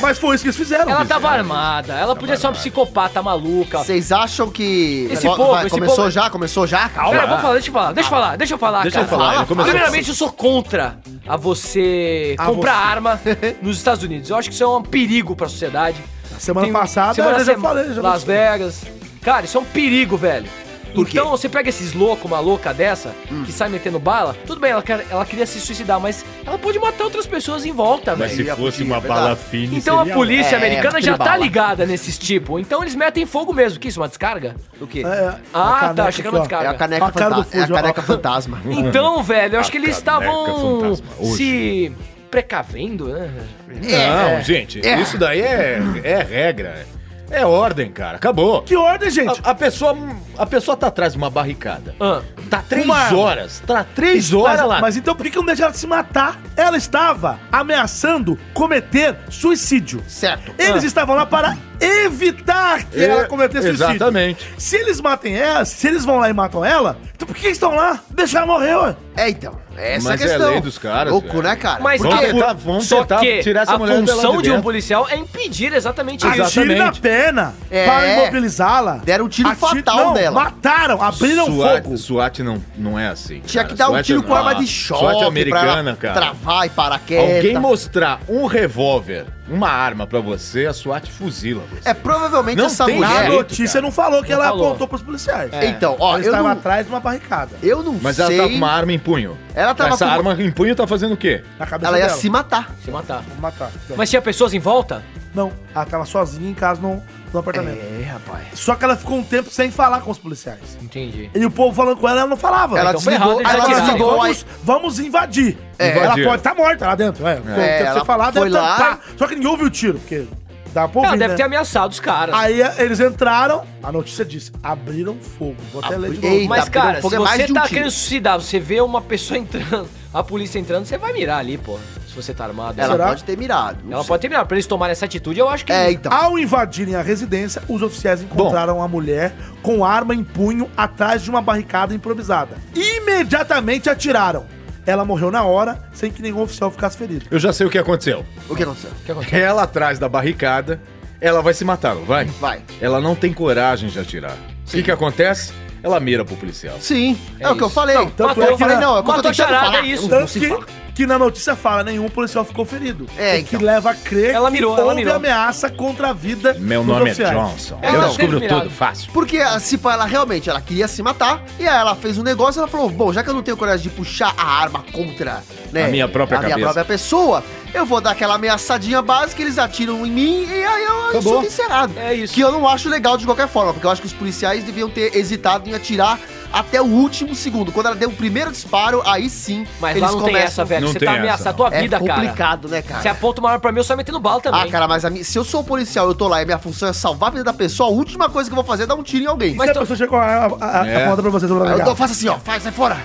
[SPEAKER 3] Mas foi isso que eles fizeram.
[SPEAKER 2] Ela tava armada. Ela podia ser uma psicopata maluca.
[SPEAKER 5] Vocês acham que.
[SPEAKER 2] Esse povo, esse
[SPEAKER 5] começou
[SPEAKER 2] povo-
[SPEAKER 5] já? Começou já? Calma.
[SPEAKER 2] Pera, vou falar, deixa eu falar, deixa eu falar, deixa eu falar,
[SPEAKER 4] Deixa eu
[SPEAKER 2] cara.
[SPEAKER 4] falar, ele começou.
[SPEAKER 2] Primeiramente, eu sou contra a você
[SPEAKER 3] A
[SPEAKER 2] comprar
[SPEAKER 3] você.
[SPEAKER 2] arma nos Estados Unidos. Eu acho que isso é um perigo pra sociedade.
[SPEAKER 3] Semana passada,
[SPEAKER 2] tá semana,
[SPEAKER 3] eu já
[SPEAKER 2] sema-
[SPEAKER 3] falei, já
[SPEAKER 2] Las
[SPEAKER 3] falei.
[SPEAKER 2] Vegas. Cara, isso é um perigo, velho.
[SPEAKER 5] Por quê?
[SPEAKER 2] Então você pega esses loucos, uma louca dessa, que sai metendo bala, tudo bem, ela, quer- ela queria se suicidar, mas ela pode matar outras pessoas em volta,
[SPEAKER 4] Mas
[SPEAKER 2] velho.
[SPEAKER 4] se né?
[SPEAKER 5] Aí,
[SPEAKER 4] fosse
[SPEAKER 5] rapidinho,
[SPEAKER 4] uma
[SPEAKER 5] é verdade.
[SPEAKER 4] bala fina,
[SPEAKER 2] Então a
[SPEAKER 4] seria- um-
[SPEAKER 2] polícia
[SPEAKER 5] É,
[SPEAKER 2] americana já tá
[SPEAKER 5] tribala.
[SPEAKER 2] ligada nesses tipos. Então eles metem fogo mesmo. Que isso, uma descarga?
[SPEAKER 5] O quê?
[SPEAKER 3] É, é, a
[SPEAKER 2] Ah,
[SPEAKER 3] caneca
[SPEAKER 2] tá,
[SPEAKER 3] aqui,
[SPEAKER 2] chegando uma
[SPEAKER 3] ó.
[SPEAKER 5] É
[SPEAKER 2] descarga.
[SPEAKER 5] a caneca
[SPEAKER 3] A cara do
[SPEAKER 5] fantasma. É a
[SPEAKER 3] Fujo, ó.
[SPEAKER 5] caneca fantasma.
[SPEAKER 2] Então, velho, eu acho que eles
[SPEAKER 4] A caneca
[SPEAKER 2] estavam
[SPEAKER 4] fantasma, hoje.
[SPEAKER 2] se precavendo, né?
[SPEAKER 4] Não, gente, isso daí é, é regra. É ordem, cara. Acabou.
[SPEAKER 3] Que ordem, gente?
[SPEAKER 4] A, a pessoa, a pessoa tá atrás de uma barricada.
[SPEAKER 2] Ah,
[SPEAKER 4] Tá três
[SPEAKER 3] Uma arma.
[SPEAKER 4] horas. Tá três horas
[SPEAKER 3] mas,
[SPEAKER 4] lá.
[SPEAKER 3] mas então por que que não deixaram de se matar? Ela estava ameaçando cometer suicídio.
[SPEAKER 2] Ah.
[SPEAKER 5] Certo.
[SPEAKER 3] Eles estavam lá para evitar que
[SPEAKER 4] É,
[SPEAKER 3] ela cometesse suicídio.
[SPEAKER 4] exatamente.
[SPEAKER 3] Se eles matem ela, se eles vão lá e matam ela, então por que eles estão lá? Deixa ela morrer, ué.
[SPEAKER 5] É, então. Essa
[SPEAKER 4] Mas
[SPEAKER 5] é
[SPEAKER 4] é
[SPEAKER 5] a questão.
[SPEAKER 4] lei dos caras,
[SPEAKER 5] Louco,
[SPEAKER 4] velho.
[SPEAKER 5] né, cara?
[SPEAKER 2] Mas
[SPEAKER 4] Vamos
[SPEAKER 2] a-
[SPEAKER 4] tentar- vamos
[SPEAKER 2] só
[SPEAKER 4] tentar
[SPEAKER 2] que
[SPEAKER 4] tirar essa
[SPEAKER 2] a
[SPEAKER 4] mulher de lá
[SPEAKER 2] função
[SPEAKER 4] de
[SPEAKER 2] de um
[SPEAKER 4] dentro.
[SPEAKER 2] policial é impedir
[SPEAKER 3] Ah,
[SPEAKER 2] exatamente isso.
[SPEAKER 3] Atire na perna
[SPEAKER 5] É.
[SPEAKER 3] para imobilizá-la.
[SPEAKER 5] Deram um tiro fatal
[SPEAKER 3] não,
[SPEAKER 5] dela.
[SPEAKER 3] Mataram, abriram fogo.
[SPEAKER 4] SWAT não, não é assim.
[SPEAKER 5] Tinha
[SPEAKER 4] cara.
[SPEAKER 5] que dar um
[SPEAKER 4] SWAT
[SPEAKER 5] tiro
[SPEAKER 4] é-
[SPEAKER 5] com arma de
[SPEAKER 4] SWAT
[SPEAKER 5] choque pra
[SPEAKER 4] americana,
[SPEAKER 5] ela
[SPEAKER 4] cara.
[SPEAKER 5] travar e paraquedas.
[SPEAKER 4] Alguém mostrar um revólver, uma arma pra você, a SWAT fuzila você.
[SPEAKER 5] É provavelmente
[SPEAKER 4] Não
[SPEAKER 5] essa
[SPEAKER 4] tem
[SPEAKER 3] Na
[SPEAKER 5] mulher.
[SPEAKER 4] jeito,
[SPEAKER 3] notícia não falou que
[SPEAKER 2] Não
[SPEAKER 3] ela
[SPEAKER 2] falou.
[SPEAKER 3] apontou pros policiais.
[SPEAKER 5] Então, ó,
[SPEAKER 3] Ela
[SPEAKER 5] eu
[SPEAKER 3] estava
[SPEAKER 5] não,
[SPEAKER 3] atrás de uma barricada.
[SPEAKER 5] eu não
[SPEAKER 4] Mas
[SPEAKER 5] sei.
[SPEAKER 4] ela tá com uma arma em punho.
[SPEAKER 5] Ela tava
[SPEAKER 4] Essa
[SPEAKER 5] com-
[SPEAKER 4] arma em punho tá fazendo o quê?
[SPEAKER 3] Na cabeça
[SPEAKER 5] Ela ia
[SPEAKER 3] dela.
[SPEAKER 5] se matar.
[SPEAKER 2] Se matar.
[SPEAKER 3] Vou matar. Então,
[SPEAKER 2] Mas tinha pessoas em volta?
[SPEAKER 3] Não, ela tava sozinha em casa no, no apartamento.
[SPEAKER 2] É, rapaz.
[SPEAKER 3] Só que ela ficou um tempo sem falar com os policiais.
[SPEAKER 2] Entendi.
[SPEAKER 3] E o povo falando com ela, ela não falava.
[SPEAKER 5] Ela
[SPEAKER 2] então foi errado,
[SPEAKER 5] desligou,
[SPEAKER 2] eles
[SPEAKER 5] ela
[SPEAKER 3] Ela
[SPEAKER 2] atiraram.
[SPEAKER 5] desligou
[SPEAKER 3] vamos, vamos invadir.
[SPEAKER 4] É.
[SPEAKER 3] Ela
[SPEAKER 4] Invadir.
[SPEAKER 3] pode estar morta lá dentro. É, Ficou um
[SPEAKER 5] É,
[SPEAKER 3] tempo
[SPEAKER 5] ela
[SPEAKER 3] sem falar, deve
[SPEAKER 5] foi
[SPEAKER 3] tá-
[SPEAKER 5] lá.
[SPEAKER 3] tá- Só que ninguém ouviu o tiro, porque dá pra ouvir,
[SPEAKER 2] Ela Ah, deve
[SPEAKER 3] né?
[SPEAKER 2] ter ameaçado os caras.
[SPEAKER 3] Aí a- eles entraram, a notícia disse, abriram fogo. Vou até ler de novo.
[SPEAKER 5] Ei,
[SPEAKER 2] Mas,
[SPEAKER 5] tá,
[SPEAKER 2] cara,
[SPEAKER 5] fogo
[SPEAKER 2] se
[SPEAKER 5] é mais de
[SPEAKER 2] você
[SPEAKER 5] um
[SPEAKER 2] tá
[SPEAKER 5] tiro.
[SPEAKER 2] querendo suicidar, você vê uma pessoa *laughs* entrando, a polícia entrando, você vai mirar ali, pô. Se você tá armado.
[SPEAKER 5] Ela
[SPEAKER 3] Será?
[SPEAKER 5] pode ter mirado. não
[SPEAKER 2] Ela
[SPEAKER 5] sei.
[SPEAKER 2] pode ter mirado. Pra eles tomarem essa atitude, eu acho que.
[SPEAKER 5] É, então.
[SPEAKER 3] Ao invadirem a residência, os oficiais encontraram a mulher com arma em punho atrás de uma barricada improvisada. Imediatamente atiraram. Ela morreu na hora, sem que nenhum oficial ficasse ferido.
[SPEAKER 4] Eu já sei o que aconteceu.
[SPEAKER 5] O que aconteceu?
[SPEAKER 4] Ela atrás da barricada, ela vai se matar, não vai?
[SPEAKER 5] Vai.
[SPEAKER 4] Ela não tem coragem de atirar. O que, que acontece? Ela mira pro policial.
[SPEAKER 5] Sim, é, o que eu
[SPEAKER 2] isso.
[SPEAKER 5] falei.
[SPEAKER 3] tanto
[SPEAKER 5] Matou,
[SPEAKER 3] é
[SPEAKER 5] eu
[SPEAKER 3] que
[SPEAKER 5] falei,
[SPEAKER 3] na-
[SPEAKER 5] não, é como eu tô
[SPEAKER 2] Matou a
[SPEAKER 5] tentando
[SPEAKER 2] charada, é
[SPEAKER 5] falar.
[SPEAKER 2] isso.
[SPEAKER 3] Tanto que, que na notícia fala, nenhum policial ficou ferido.
[SPEAKER 5] É,
[SPEAKER 3] O que
[SPEAKER 5] então.
[SPEAKER 3] leva a crer
[SPEAKER 2] Ela mirou,
[SPEAKER 3] que
[SPEAKER 2] ela
[SPEAKER 3] houve
[SPEAKER 2] mirou.
[SPEAKER 3] ameaça contra a vida
[SPEAKER 4] Meu
[SPEAKER 3] dos
[SPEAKER 4] nome
[SPEAKER 3] oficiais.
[SPEAKER 4] é Johnson.
[SPEAKER 5] É,
[SPEAKER 4] eu
[SPEAKER 5] não,
[SPEAKER 4] descubro
[SPEAKER 2] sempre
[SPEAKER 4] tudo
[SPEAKER 2] mirado.
[SPEAKER 4] fácil.
[SPEAKER 5] Porque a Cipa, ela realmente, ela queria se matar, e aí ela fez um negócio, ela falou, bom, já que eu não tenho coragem de puxar a arma contra, né?
[SPEAKER 4] A minha própria
[SPEAKER 5] a minha
[SPEAKER 4] cabeça.
[SPEAKER 5] própria pessoa, eu vou dar aquela ameaçadinha básica, eles atiram em mim, e aí eu
[SPEAKER 4] Acabou.
[SPEAKER 5] sou encerrado.
[SPEAKER 2] É isso.
[SPEAKER 5] Que eu não acho legal de qualquer forma, porque eu acho que os policiais deviam ter hesitado em atirar até o último segundo. Quando ela deu o primeiro disparo, aí sim,
[SPEAKER 2] Mas lá não tem essa, velho.
[SPEAKER 4] Não
[SPEAKER 2] Você
[SPEAKER 4] tem
[SPEAKER 2] tá
[SPEAKER 4] essa,
[SPEAKER 2] ameaçando a tua
[SPEAKER 5] É
[SPEAKER 2] vida, cara.
[SPEAKER 5] complicado, né, cara?
[SPEAKER 2] Você aponta uma arma pra mim, eu só metendo bala também.
[SPEAKER 5] Ah, cara, mas a mi- se eu sou o policial, eu tô lá e minha função é salvar a vida da pessoa, a última coisa que eu vou fazer é dar um tiro em alguém.
[SPEAKER 2] Mas
[SPEAKER 3] Mas Se a
[SPEAKER 2] tô-
[SPEAKER 3] pessoa chegou a, a, a, a
[SPEAKER 4] É.
[SPEAKER 3] porta pra você, você vai
[SPEAKER 5] Aí eu
[SPEAKER 3] pegar.
[SPEAKER 5] dou, faço assim, ó, faz, sai fora.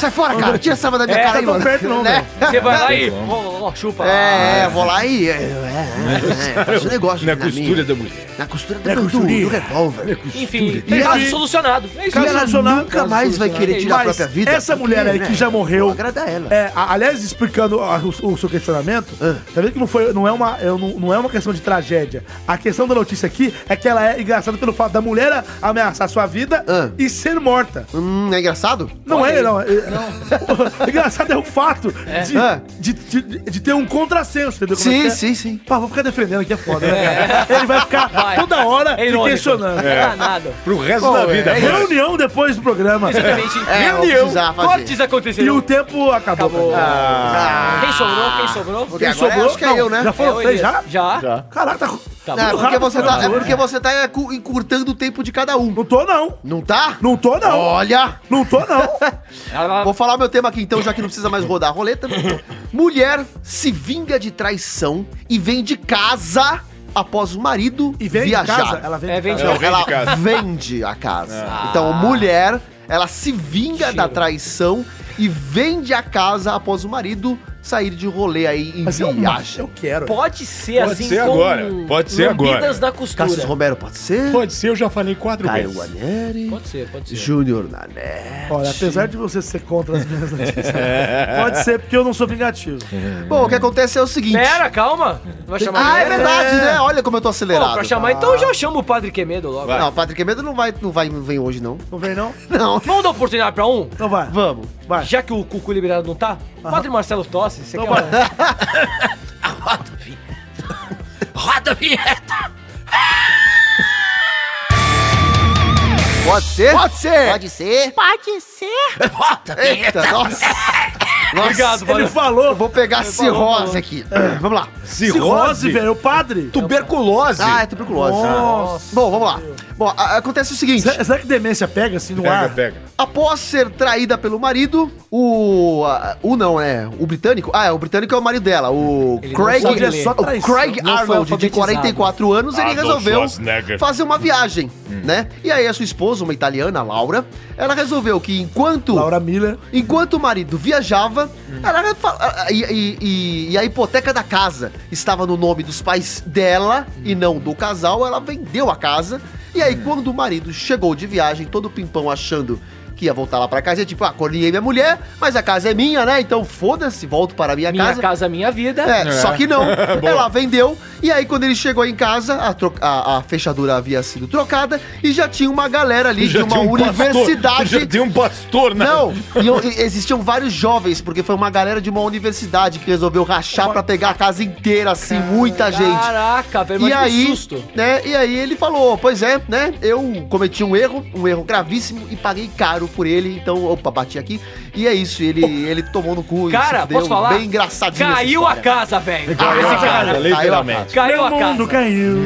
[SPEAKER 5] sai fora, cara, tira essa arma da minha
[SPEAKER 2] É,
[SPEAKER 5] cara
[SPEAKER 3] tá
[SPEAKER 5] aí,
[SPEAKER 3] tão
[SPEAKER 5] mano.
[SPEAKER 3] perto não,
[SPEAKER 5] Né?
[SPEAKER 2] Você vai lá e.
[SPEAKER 4] Não.
[SPEAKER 2] Ó, ó, ó, chupa.
[SPEAKER 3] Ah,
[SPEAKER 5] É, é, vou lá e. É, é, é, faz um negócio
[SPEAKER 4] Na
[SPEAKER 5] aqui
[SPEAKER 4] costura
[SPEAKER 5] minha.
[SPEAKER 4] da mulher.
[SPEAKER 5] Na costura do,
[SPEAKER 3] Na
[SPEAKER 5] do-
[SPEAKER 3] costura.
[SPEAKER 5] do revólver.
[SPEAKER 2] Enfim, tem
[SPEAKER 3] E
[SPEAKER 2] caso
[SPEAKER 3] aí-
[SPEAKER 2] solucionado. É isso.
[SPEAKER 5] E ela
[SPEAKER 3] solucionado,
[SPEAKER 5] nunca
[SPEAKER 3] caso
[SPEAKER 5] mais vai querer tirar a
[SPEAKER 3] Mas
[SPEAKER 5] própria vida.
[SPEAKER 3] essa
[SPEAKER 5] porque,
[SPEAKER 3] mulher aí
[SPEAKER 5] né,
[SPEAKER 3] que já morreu.
[SPEAKER 5] não Agrada ela.
[SPEAKER 3] É, a- aliás, explicando ah, o, o seu questionamento,
[SPEAKER 5] Ah.
[SPEAKER 3] tá vendo que não, foi, não, é uma, eu não, não é uma questão de tragédia. A questão da notícia aqui é que ela é engraçada pelo fato da mulher ameaçar sua vida
[SPEAKER 5] Ah.
[SPEAKER 3] e ser morta.
[SPEAKER 5] Hum, é engraçado?
[SPEAKER 3] Não é, não. é- engraçado é *laughs* o fato De,
[SPEAKER 5] Ah.
[SPEAKER 3] de, de, de ter um contrassenso, entendeu? como é que
[SPEAKER 5] Sim,
[SPEAKER 3] é?
[SPEAKER 5] sim, sim.
[SPEAKER 3] Pá, vou ficar defendendo aqui, é foda. né, cara? Ele vai ficar
[SPEAKER 2] Vai.
[SPEAKER 3] toda hora
[SPEAKER 2] É
[SPEAKER 3] me
[SPEAKER 2] irônico.
[SPEAKER 3] questionando.
[SPEAKER 2] Ah, nada.
[SPEAKER 4] Pro resto da vida. *laughs*
[SPEAKER 3] É
[SPEAKER 4] mano.
[SPEAKER 3] Reunião depois do programa.
[SPEAKER 2] Exatamente.
[SPEAKER 5] É, eu vou
[SPEAKER 3] Reunião.
[SPEAKER 5] precisar fazer.
[SPEAKER 2] Cortes aconteceram.
[SPEAKER 3] E o tempo acabou.
[SPEAKER 2] Acabou.
[SPEAKER 3] Ah,
[SPEAKER 2] Quem sobrou? Quem sobrou?
[SPEAKER 5] Porque agora acho que é
[SPEAKER 3] Não,
[SPEAKER 5] eu, né?
[SPEAKER 3] Já
[SPEAKER 2] É
[SPEAKER 3] foram
[SPEAKER 2] o
[SPEAKER 3] três,
[SPEAKER 2] Elias.
[SPEAKER 3] já?
[SPEAKER 2] Já.
[SPEAKER 3] Caraca, tá,
[SPEAKER 2] Tá
[SPEAKER 5] Não, é
[SPEAKER 2] muito
[SPEAKER 5] porque
[SPEAKER 3] rápido,
[SPEAKER 5] você tá, é
[SPEAKER 3] cara.
[SPEAKER 5] porque você tá é, cu- encurtando o tempo de cada um.
[SPEAKER 3] Não tô, não.
[SPEAKER 5] Não tá?
[SPEAKER 3] Não tô, não.
[SPEAKER 5] Olha!
[SPEAKER 3] Não tô, não.
[SPEAKER 2] Ela-
[SPEAKER 5] Vou falar meu tema aqui então, já que não precisa mais rodar a roleta. né? Mulher se vinga de traição e vem de casa após o marido
[SPEAKER 3] E vem
[SPEAKER 5] viajar.
[SPEAKER 3] de casa. Ela vem
[SPEAKER 2] É,
[SPEAKER 3] de
[SPEAKER 2] vem
[SPEAKER 3] casa.
[SPEAKER 2] de
[SPEAKER 4] É o rei de
[SPEAKER 5] Ela
[SPEAKER 4] casa.
[SPEAKER 5] vende a casa.
[SPEAKER 3] Ah.
[SPEAKER 5] Então, mulher, ela se vinga da traição e vende a casa após o marido sair de rolê aí em
[SPEAKER 3] Mas eu,
[SPEAKER 5] viagem.
[SPEAKER 3] eu quero.
[SPEAKER 2] Pode ser
[SPEAKER 4] Pode
[SPEAKER 2] assim
[SPEAKER 4] ser
[SPEAKER 2] com
[SPEAKER 4] agora, pode ser
[SPEAKER 2] lambidas
[SPEAKER 4] agora.
[SPEAKER 2] na costura.
[SPEAKER 5] Cassius Romero pode ser?
[SPEAKER 4] Pode ser, eu já falei quatro
[SPEAKER 5] Caio
[SPEAKER 4] vezes.
[SPEAKER 5] Guarnieri.
[SPEAKER 2] Pode ser, pode ser.
[SPEAKER 5] Júnior Nané.
[SPEAKER 3] Olha, apesar de você ser contra as minhas notícias, pode ser porque eu não sou vingativo.
[SPEAKER 5] Bom, o que acontece é o seguinte.
[SPEAKER 2] Pera, calma. Não vai chamar
[SPEAKER 5] Ah, é
[SPEAKER 2] mulher?
[SPEAKER 5] verdade, né? Olha como eu
[SPEAKER 2] Pô,
[SPEAKER 5] tô acelerado.
[SPEAKER 2] pra chamar, então eu já chamo o Padre Quemedo logo.
[SPEAKER 4] Vai.
[SPEAKER 5] Não, o Patrick Medo não vai, não vai, não vem hoje, não.
[SPEAKER 3] Não vem, não?
[SPEAKER 5] Não.
[SPEAKER 2] Vamos dar oportunidade pra um?
[SPEAKER 3] Então vai.
[SPEAKER 5] Vamos.
[SPEAKER 3] Vai.
[SPEAKER 2] Já que o Cucu liberado não tá? Padre Marcelo Tosse, você quer um?
[SPEAKER 5] Pode ser? um Pode ser.
[SPEAKER 7] Pode ser? Pode ser.
[SPEAKER 5] Eita, *laughs* nossa. nossa.
[SPEAKER 2] Obrigado,
[SPEAKER 3] Ele
[SPEAKER 2] Padre.
[SPEAKER 5] Eu
[SPEAKER 3] falou.
[SPEAKER 5] vou pegar cirrose aqui. Vamos lá.
[SPEAKER 3] Cirrose, velho. é O padre.
[SPEAKER 4] Tuberculose.
[SPEAKER 5] Ah, é tuberculose.
[SPEAKER 3] Nossa.
[SPEAKER 5] Bom, vamos lá. Bom, a- acontece o seguinte.
[SPEAKER 3] Será, será que demência pega assim no
[SPEAKER 4] Pega,
[SPEAKER 3] ar?
[SPEAKER 4] pega.
[SPEAKER 5] Após ser traída pelo marido, o... a- o não, é. O britânico? Ah, é. O britânico é o marido dela. O
[SPEAKER 2] Ele não
[SPEAKER 5] Craig...
[SPEAKER 2] sabe ler.
[SPEAKER 5] ele é só traição. O Craig
[SPEAKER 2] Não foi
[SPEAKER 5] Arnold, de
[SPEAKER 2] alfabetizado.
[SPEAKER 5] 44 anos, ele
[SPEAKER 4] Arnold
[SPEAKER 5] resolveu
[SPEAKER 4] Schwarzenegger.
[SPEAKER 5] fazer uma viagem, né? E aí a sua esposa, uma italiana, a Laura, ela resolveu que enquanto...
[SPEAKER 3] Laura Miller.
[SPEAKER 5] Enquanto o marido viajava, ela fa- a- a- e, e- e a hipoteca da casa estava no nome dos pais dela e não do casal, ela vendeu a casa. E aí, quando o marido chegou de viagem, todo pimpão achando que ia voltar lá pra casa, é tipo, ah, cornei minha mulher, mas a casa é minha, né? Então foda-se, volto para a minha,
[SPEAKER 2] Minha
[SPEAKER 5] casa.
[SPEAKER 2] casa, minha vida.
[SPEAKER 5] É, só que *laughs* não. Ela vendeu, e aí quando ele chegou em casa, a, tro- a- a fechadura havia sido trocada e já tinha uma galera ali de uma universidade.
[SPEAKER 4] um Pastor, já tem um pastor na...
[SPEAKER 5] Não, e eu- e existiam vários jovens, porque foi uma galera de uma universidade que resolveu rachar pra pegar a casa inteira, assim, muita gente.
[SPEAKER 2] Caraca, velho,
[SPEAKER 5] E
[SPEAKER 2] mas que
[SPEAKER 5] aí,
[SPEAKER 2] susto.
[SPEAKER 5] né, e aí ele falou, pois é, né, eu cometi um erro, um erro gravíssimo e paguei caro por ele, então, opa, bati aqui. E é isso, ele, ele tomou no cu. e
[SPEAKER 2] Cara,
[SPEAKER 5] se fudeu,
[SPEAKER 2] posso falar?
[SPEAKER 5] Bem engraçadinho essa
[SPEAKER 2] Caiu a
[SPEAKER 5] história.
[SPEAKER 2] casa, velho.
[SPEAKER 4] Caiu a
[SPEAKER 2] Esse
[SPEAKER 4] casa,
[SPEAKER 2] cara.
[SPEAKER 4] literalmente.
[SPEAKER 2] Caiu
[SPEAKER 3] Meu
[SPEAKER 2] a
[SPEAKER 3] mundo
[SPEAKER 2] casa.
[SPEAKER 3] caiu.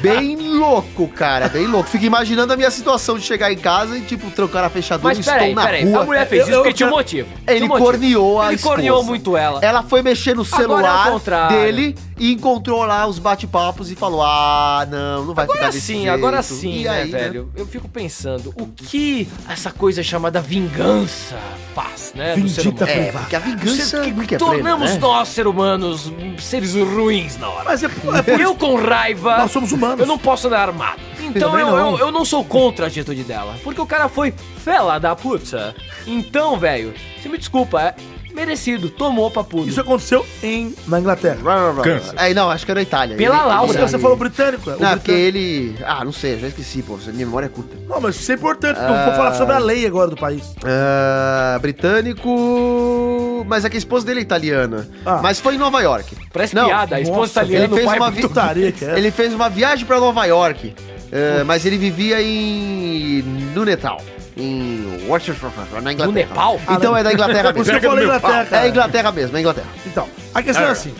[SPEAKER 5] Bem louco, cara, bem louco. Fico imaginando a minha situação de chegar em casa e, tipo, trocar a fechadura
[SPEAKER 2] Mas
[SPEAKER 5] e
[SPEAKER 2] peraí, peraí. A mulher fez
[SPEAKER 3] Eu-
[SPEAKER 2] isso porque
[SPEAKER 3] eu
[SPEAKER 2] tinha um
[SPEAKER 3] quero-
[SPEAKER 2] motivo. Tinha
[SPEAKER 5] Ele
[SPEAKER 2] um motivo.
[SPEAKER 5] corneou a
[SPEAKER 2] Ele corneou
[SPEAKER 5] esposa.
[SPEAKER 2] muito ela.
[SPEAKER 5] Ela foi mexer no
[SPEAKER 2] Agora é o
[SPEAKER 5] celular
[SPEAKER 2] contrário.
[SPEAKER 5] dele e encontrou lá os bate-papos e falou: Ah, não, não vai ficar
[SPEAKER 2] Agora
[SPEAKER 5] desse
[SPEAKER 2] sim,
[SPEAKER 5] jeito.
[SPEAKER 2] agora sim,
[SPEAKER 5] E
[SPEAKER 2] né,
[SPEAKER 5] aí, né?
[SPEAKER 2] velho? Eu fico pensando, o que essa coisa chamada vingança faz, né? do ser
[SPEAKER 3] Vindita
[SPEAKER 2] humano?
[SPEAKER 5] É,
[SPEAKER 3] privada.
[SPEAKER 5] porque a vingança
[SPEAKER 2] Você-
[SPEAKER 5] nunca
[SPEAKER 2] que
[SPEAKER 5] é plena,
[SPEAKER 2] tornamos
[SPEAKER 5] né?
[SPEAKER 2] nós, ser humanos, seres ruins na hora.
[SPEAKER 3] Mas é, é por isso
[SPEAKER 2] Eu com raiva.
[SPEAKER 3] Nós somos humanos.
[SPEAKER 2] Eu não posso andar armado. Então
[SPEAKER 5] Também
[SPEAKER 2] eu,
[SPEAKER 5] não.
[SPEAKER 2] eu, eu não sou contra a atitude dela. Porque o cara foi fela da puta. Então, velho, você me desculpa, é merecido. Tomou papudo.
[SPEAKER 3] Isso é- aconteceu em, na Inglaterra.
[SPEAKER 4] Câncer.
[SPEAKER 5] É, não, acho que era Itália.
[SPEAKER 2] Pela
[SPEAKER 5] Ele-
[SPEAKER 2] Laura.
[SPEAKER 3] Você falou britânico? é? O
[SPEAKER 5] Não,
[SPEAKER 3] britânico-
[SPEAKER 5] porque ele. Ah, não sei, já esqueci, pô. Minha memória é curta.
[SPEAKER 3] Não, mas isso é importante, porque eu vou falar sobre a lei agora do país.
[SPEAKER 5] Ah, britânico. Mas é que a esposa dele é italiana.
[SPEAKER 3] Ah.
[SPEAKER 5] Mas foi em Nova York.
[SPEAKER 2] Parece
[SPEAKER 5] Não,
[SPEAKER 2] piada. A esposa
[SPEAKER 3] nossa,
[SPEAKER 2] italiana,
[SPEAKER 5] ele
[SPEAKER 2] o
[SPEAKER 5] fez
[SPEAKER 2] pai
[SPEAKER 5] uma
[SPEAKER 2] do-
[SPEAKER 5] vi-
[SPEAKER 3] Putaria que é.
[SPEAKER 5] Ele fez uma viagem pra Nova York. ah, mas ele vivia em. no Natal. Em Worcestershire, na Inglaterra.
[SPEAKER 2] No Nepal?
[SPEAKER 5] Então é da Inglaterra
[SPEAKER 3] Por isso
[SPEAKER 5] mesmo.
[SPEAKER 3] que eu falei Inglaterra.
[SPEAKER 5] É Inglaterra mesmo, é Inglaterra.
[SPEAKER 3] Então, a questão é assim: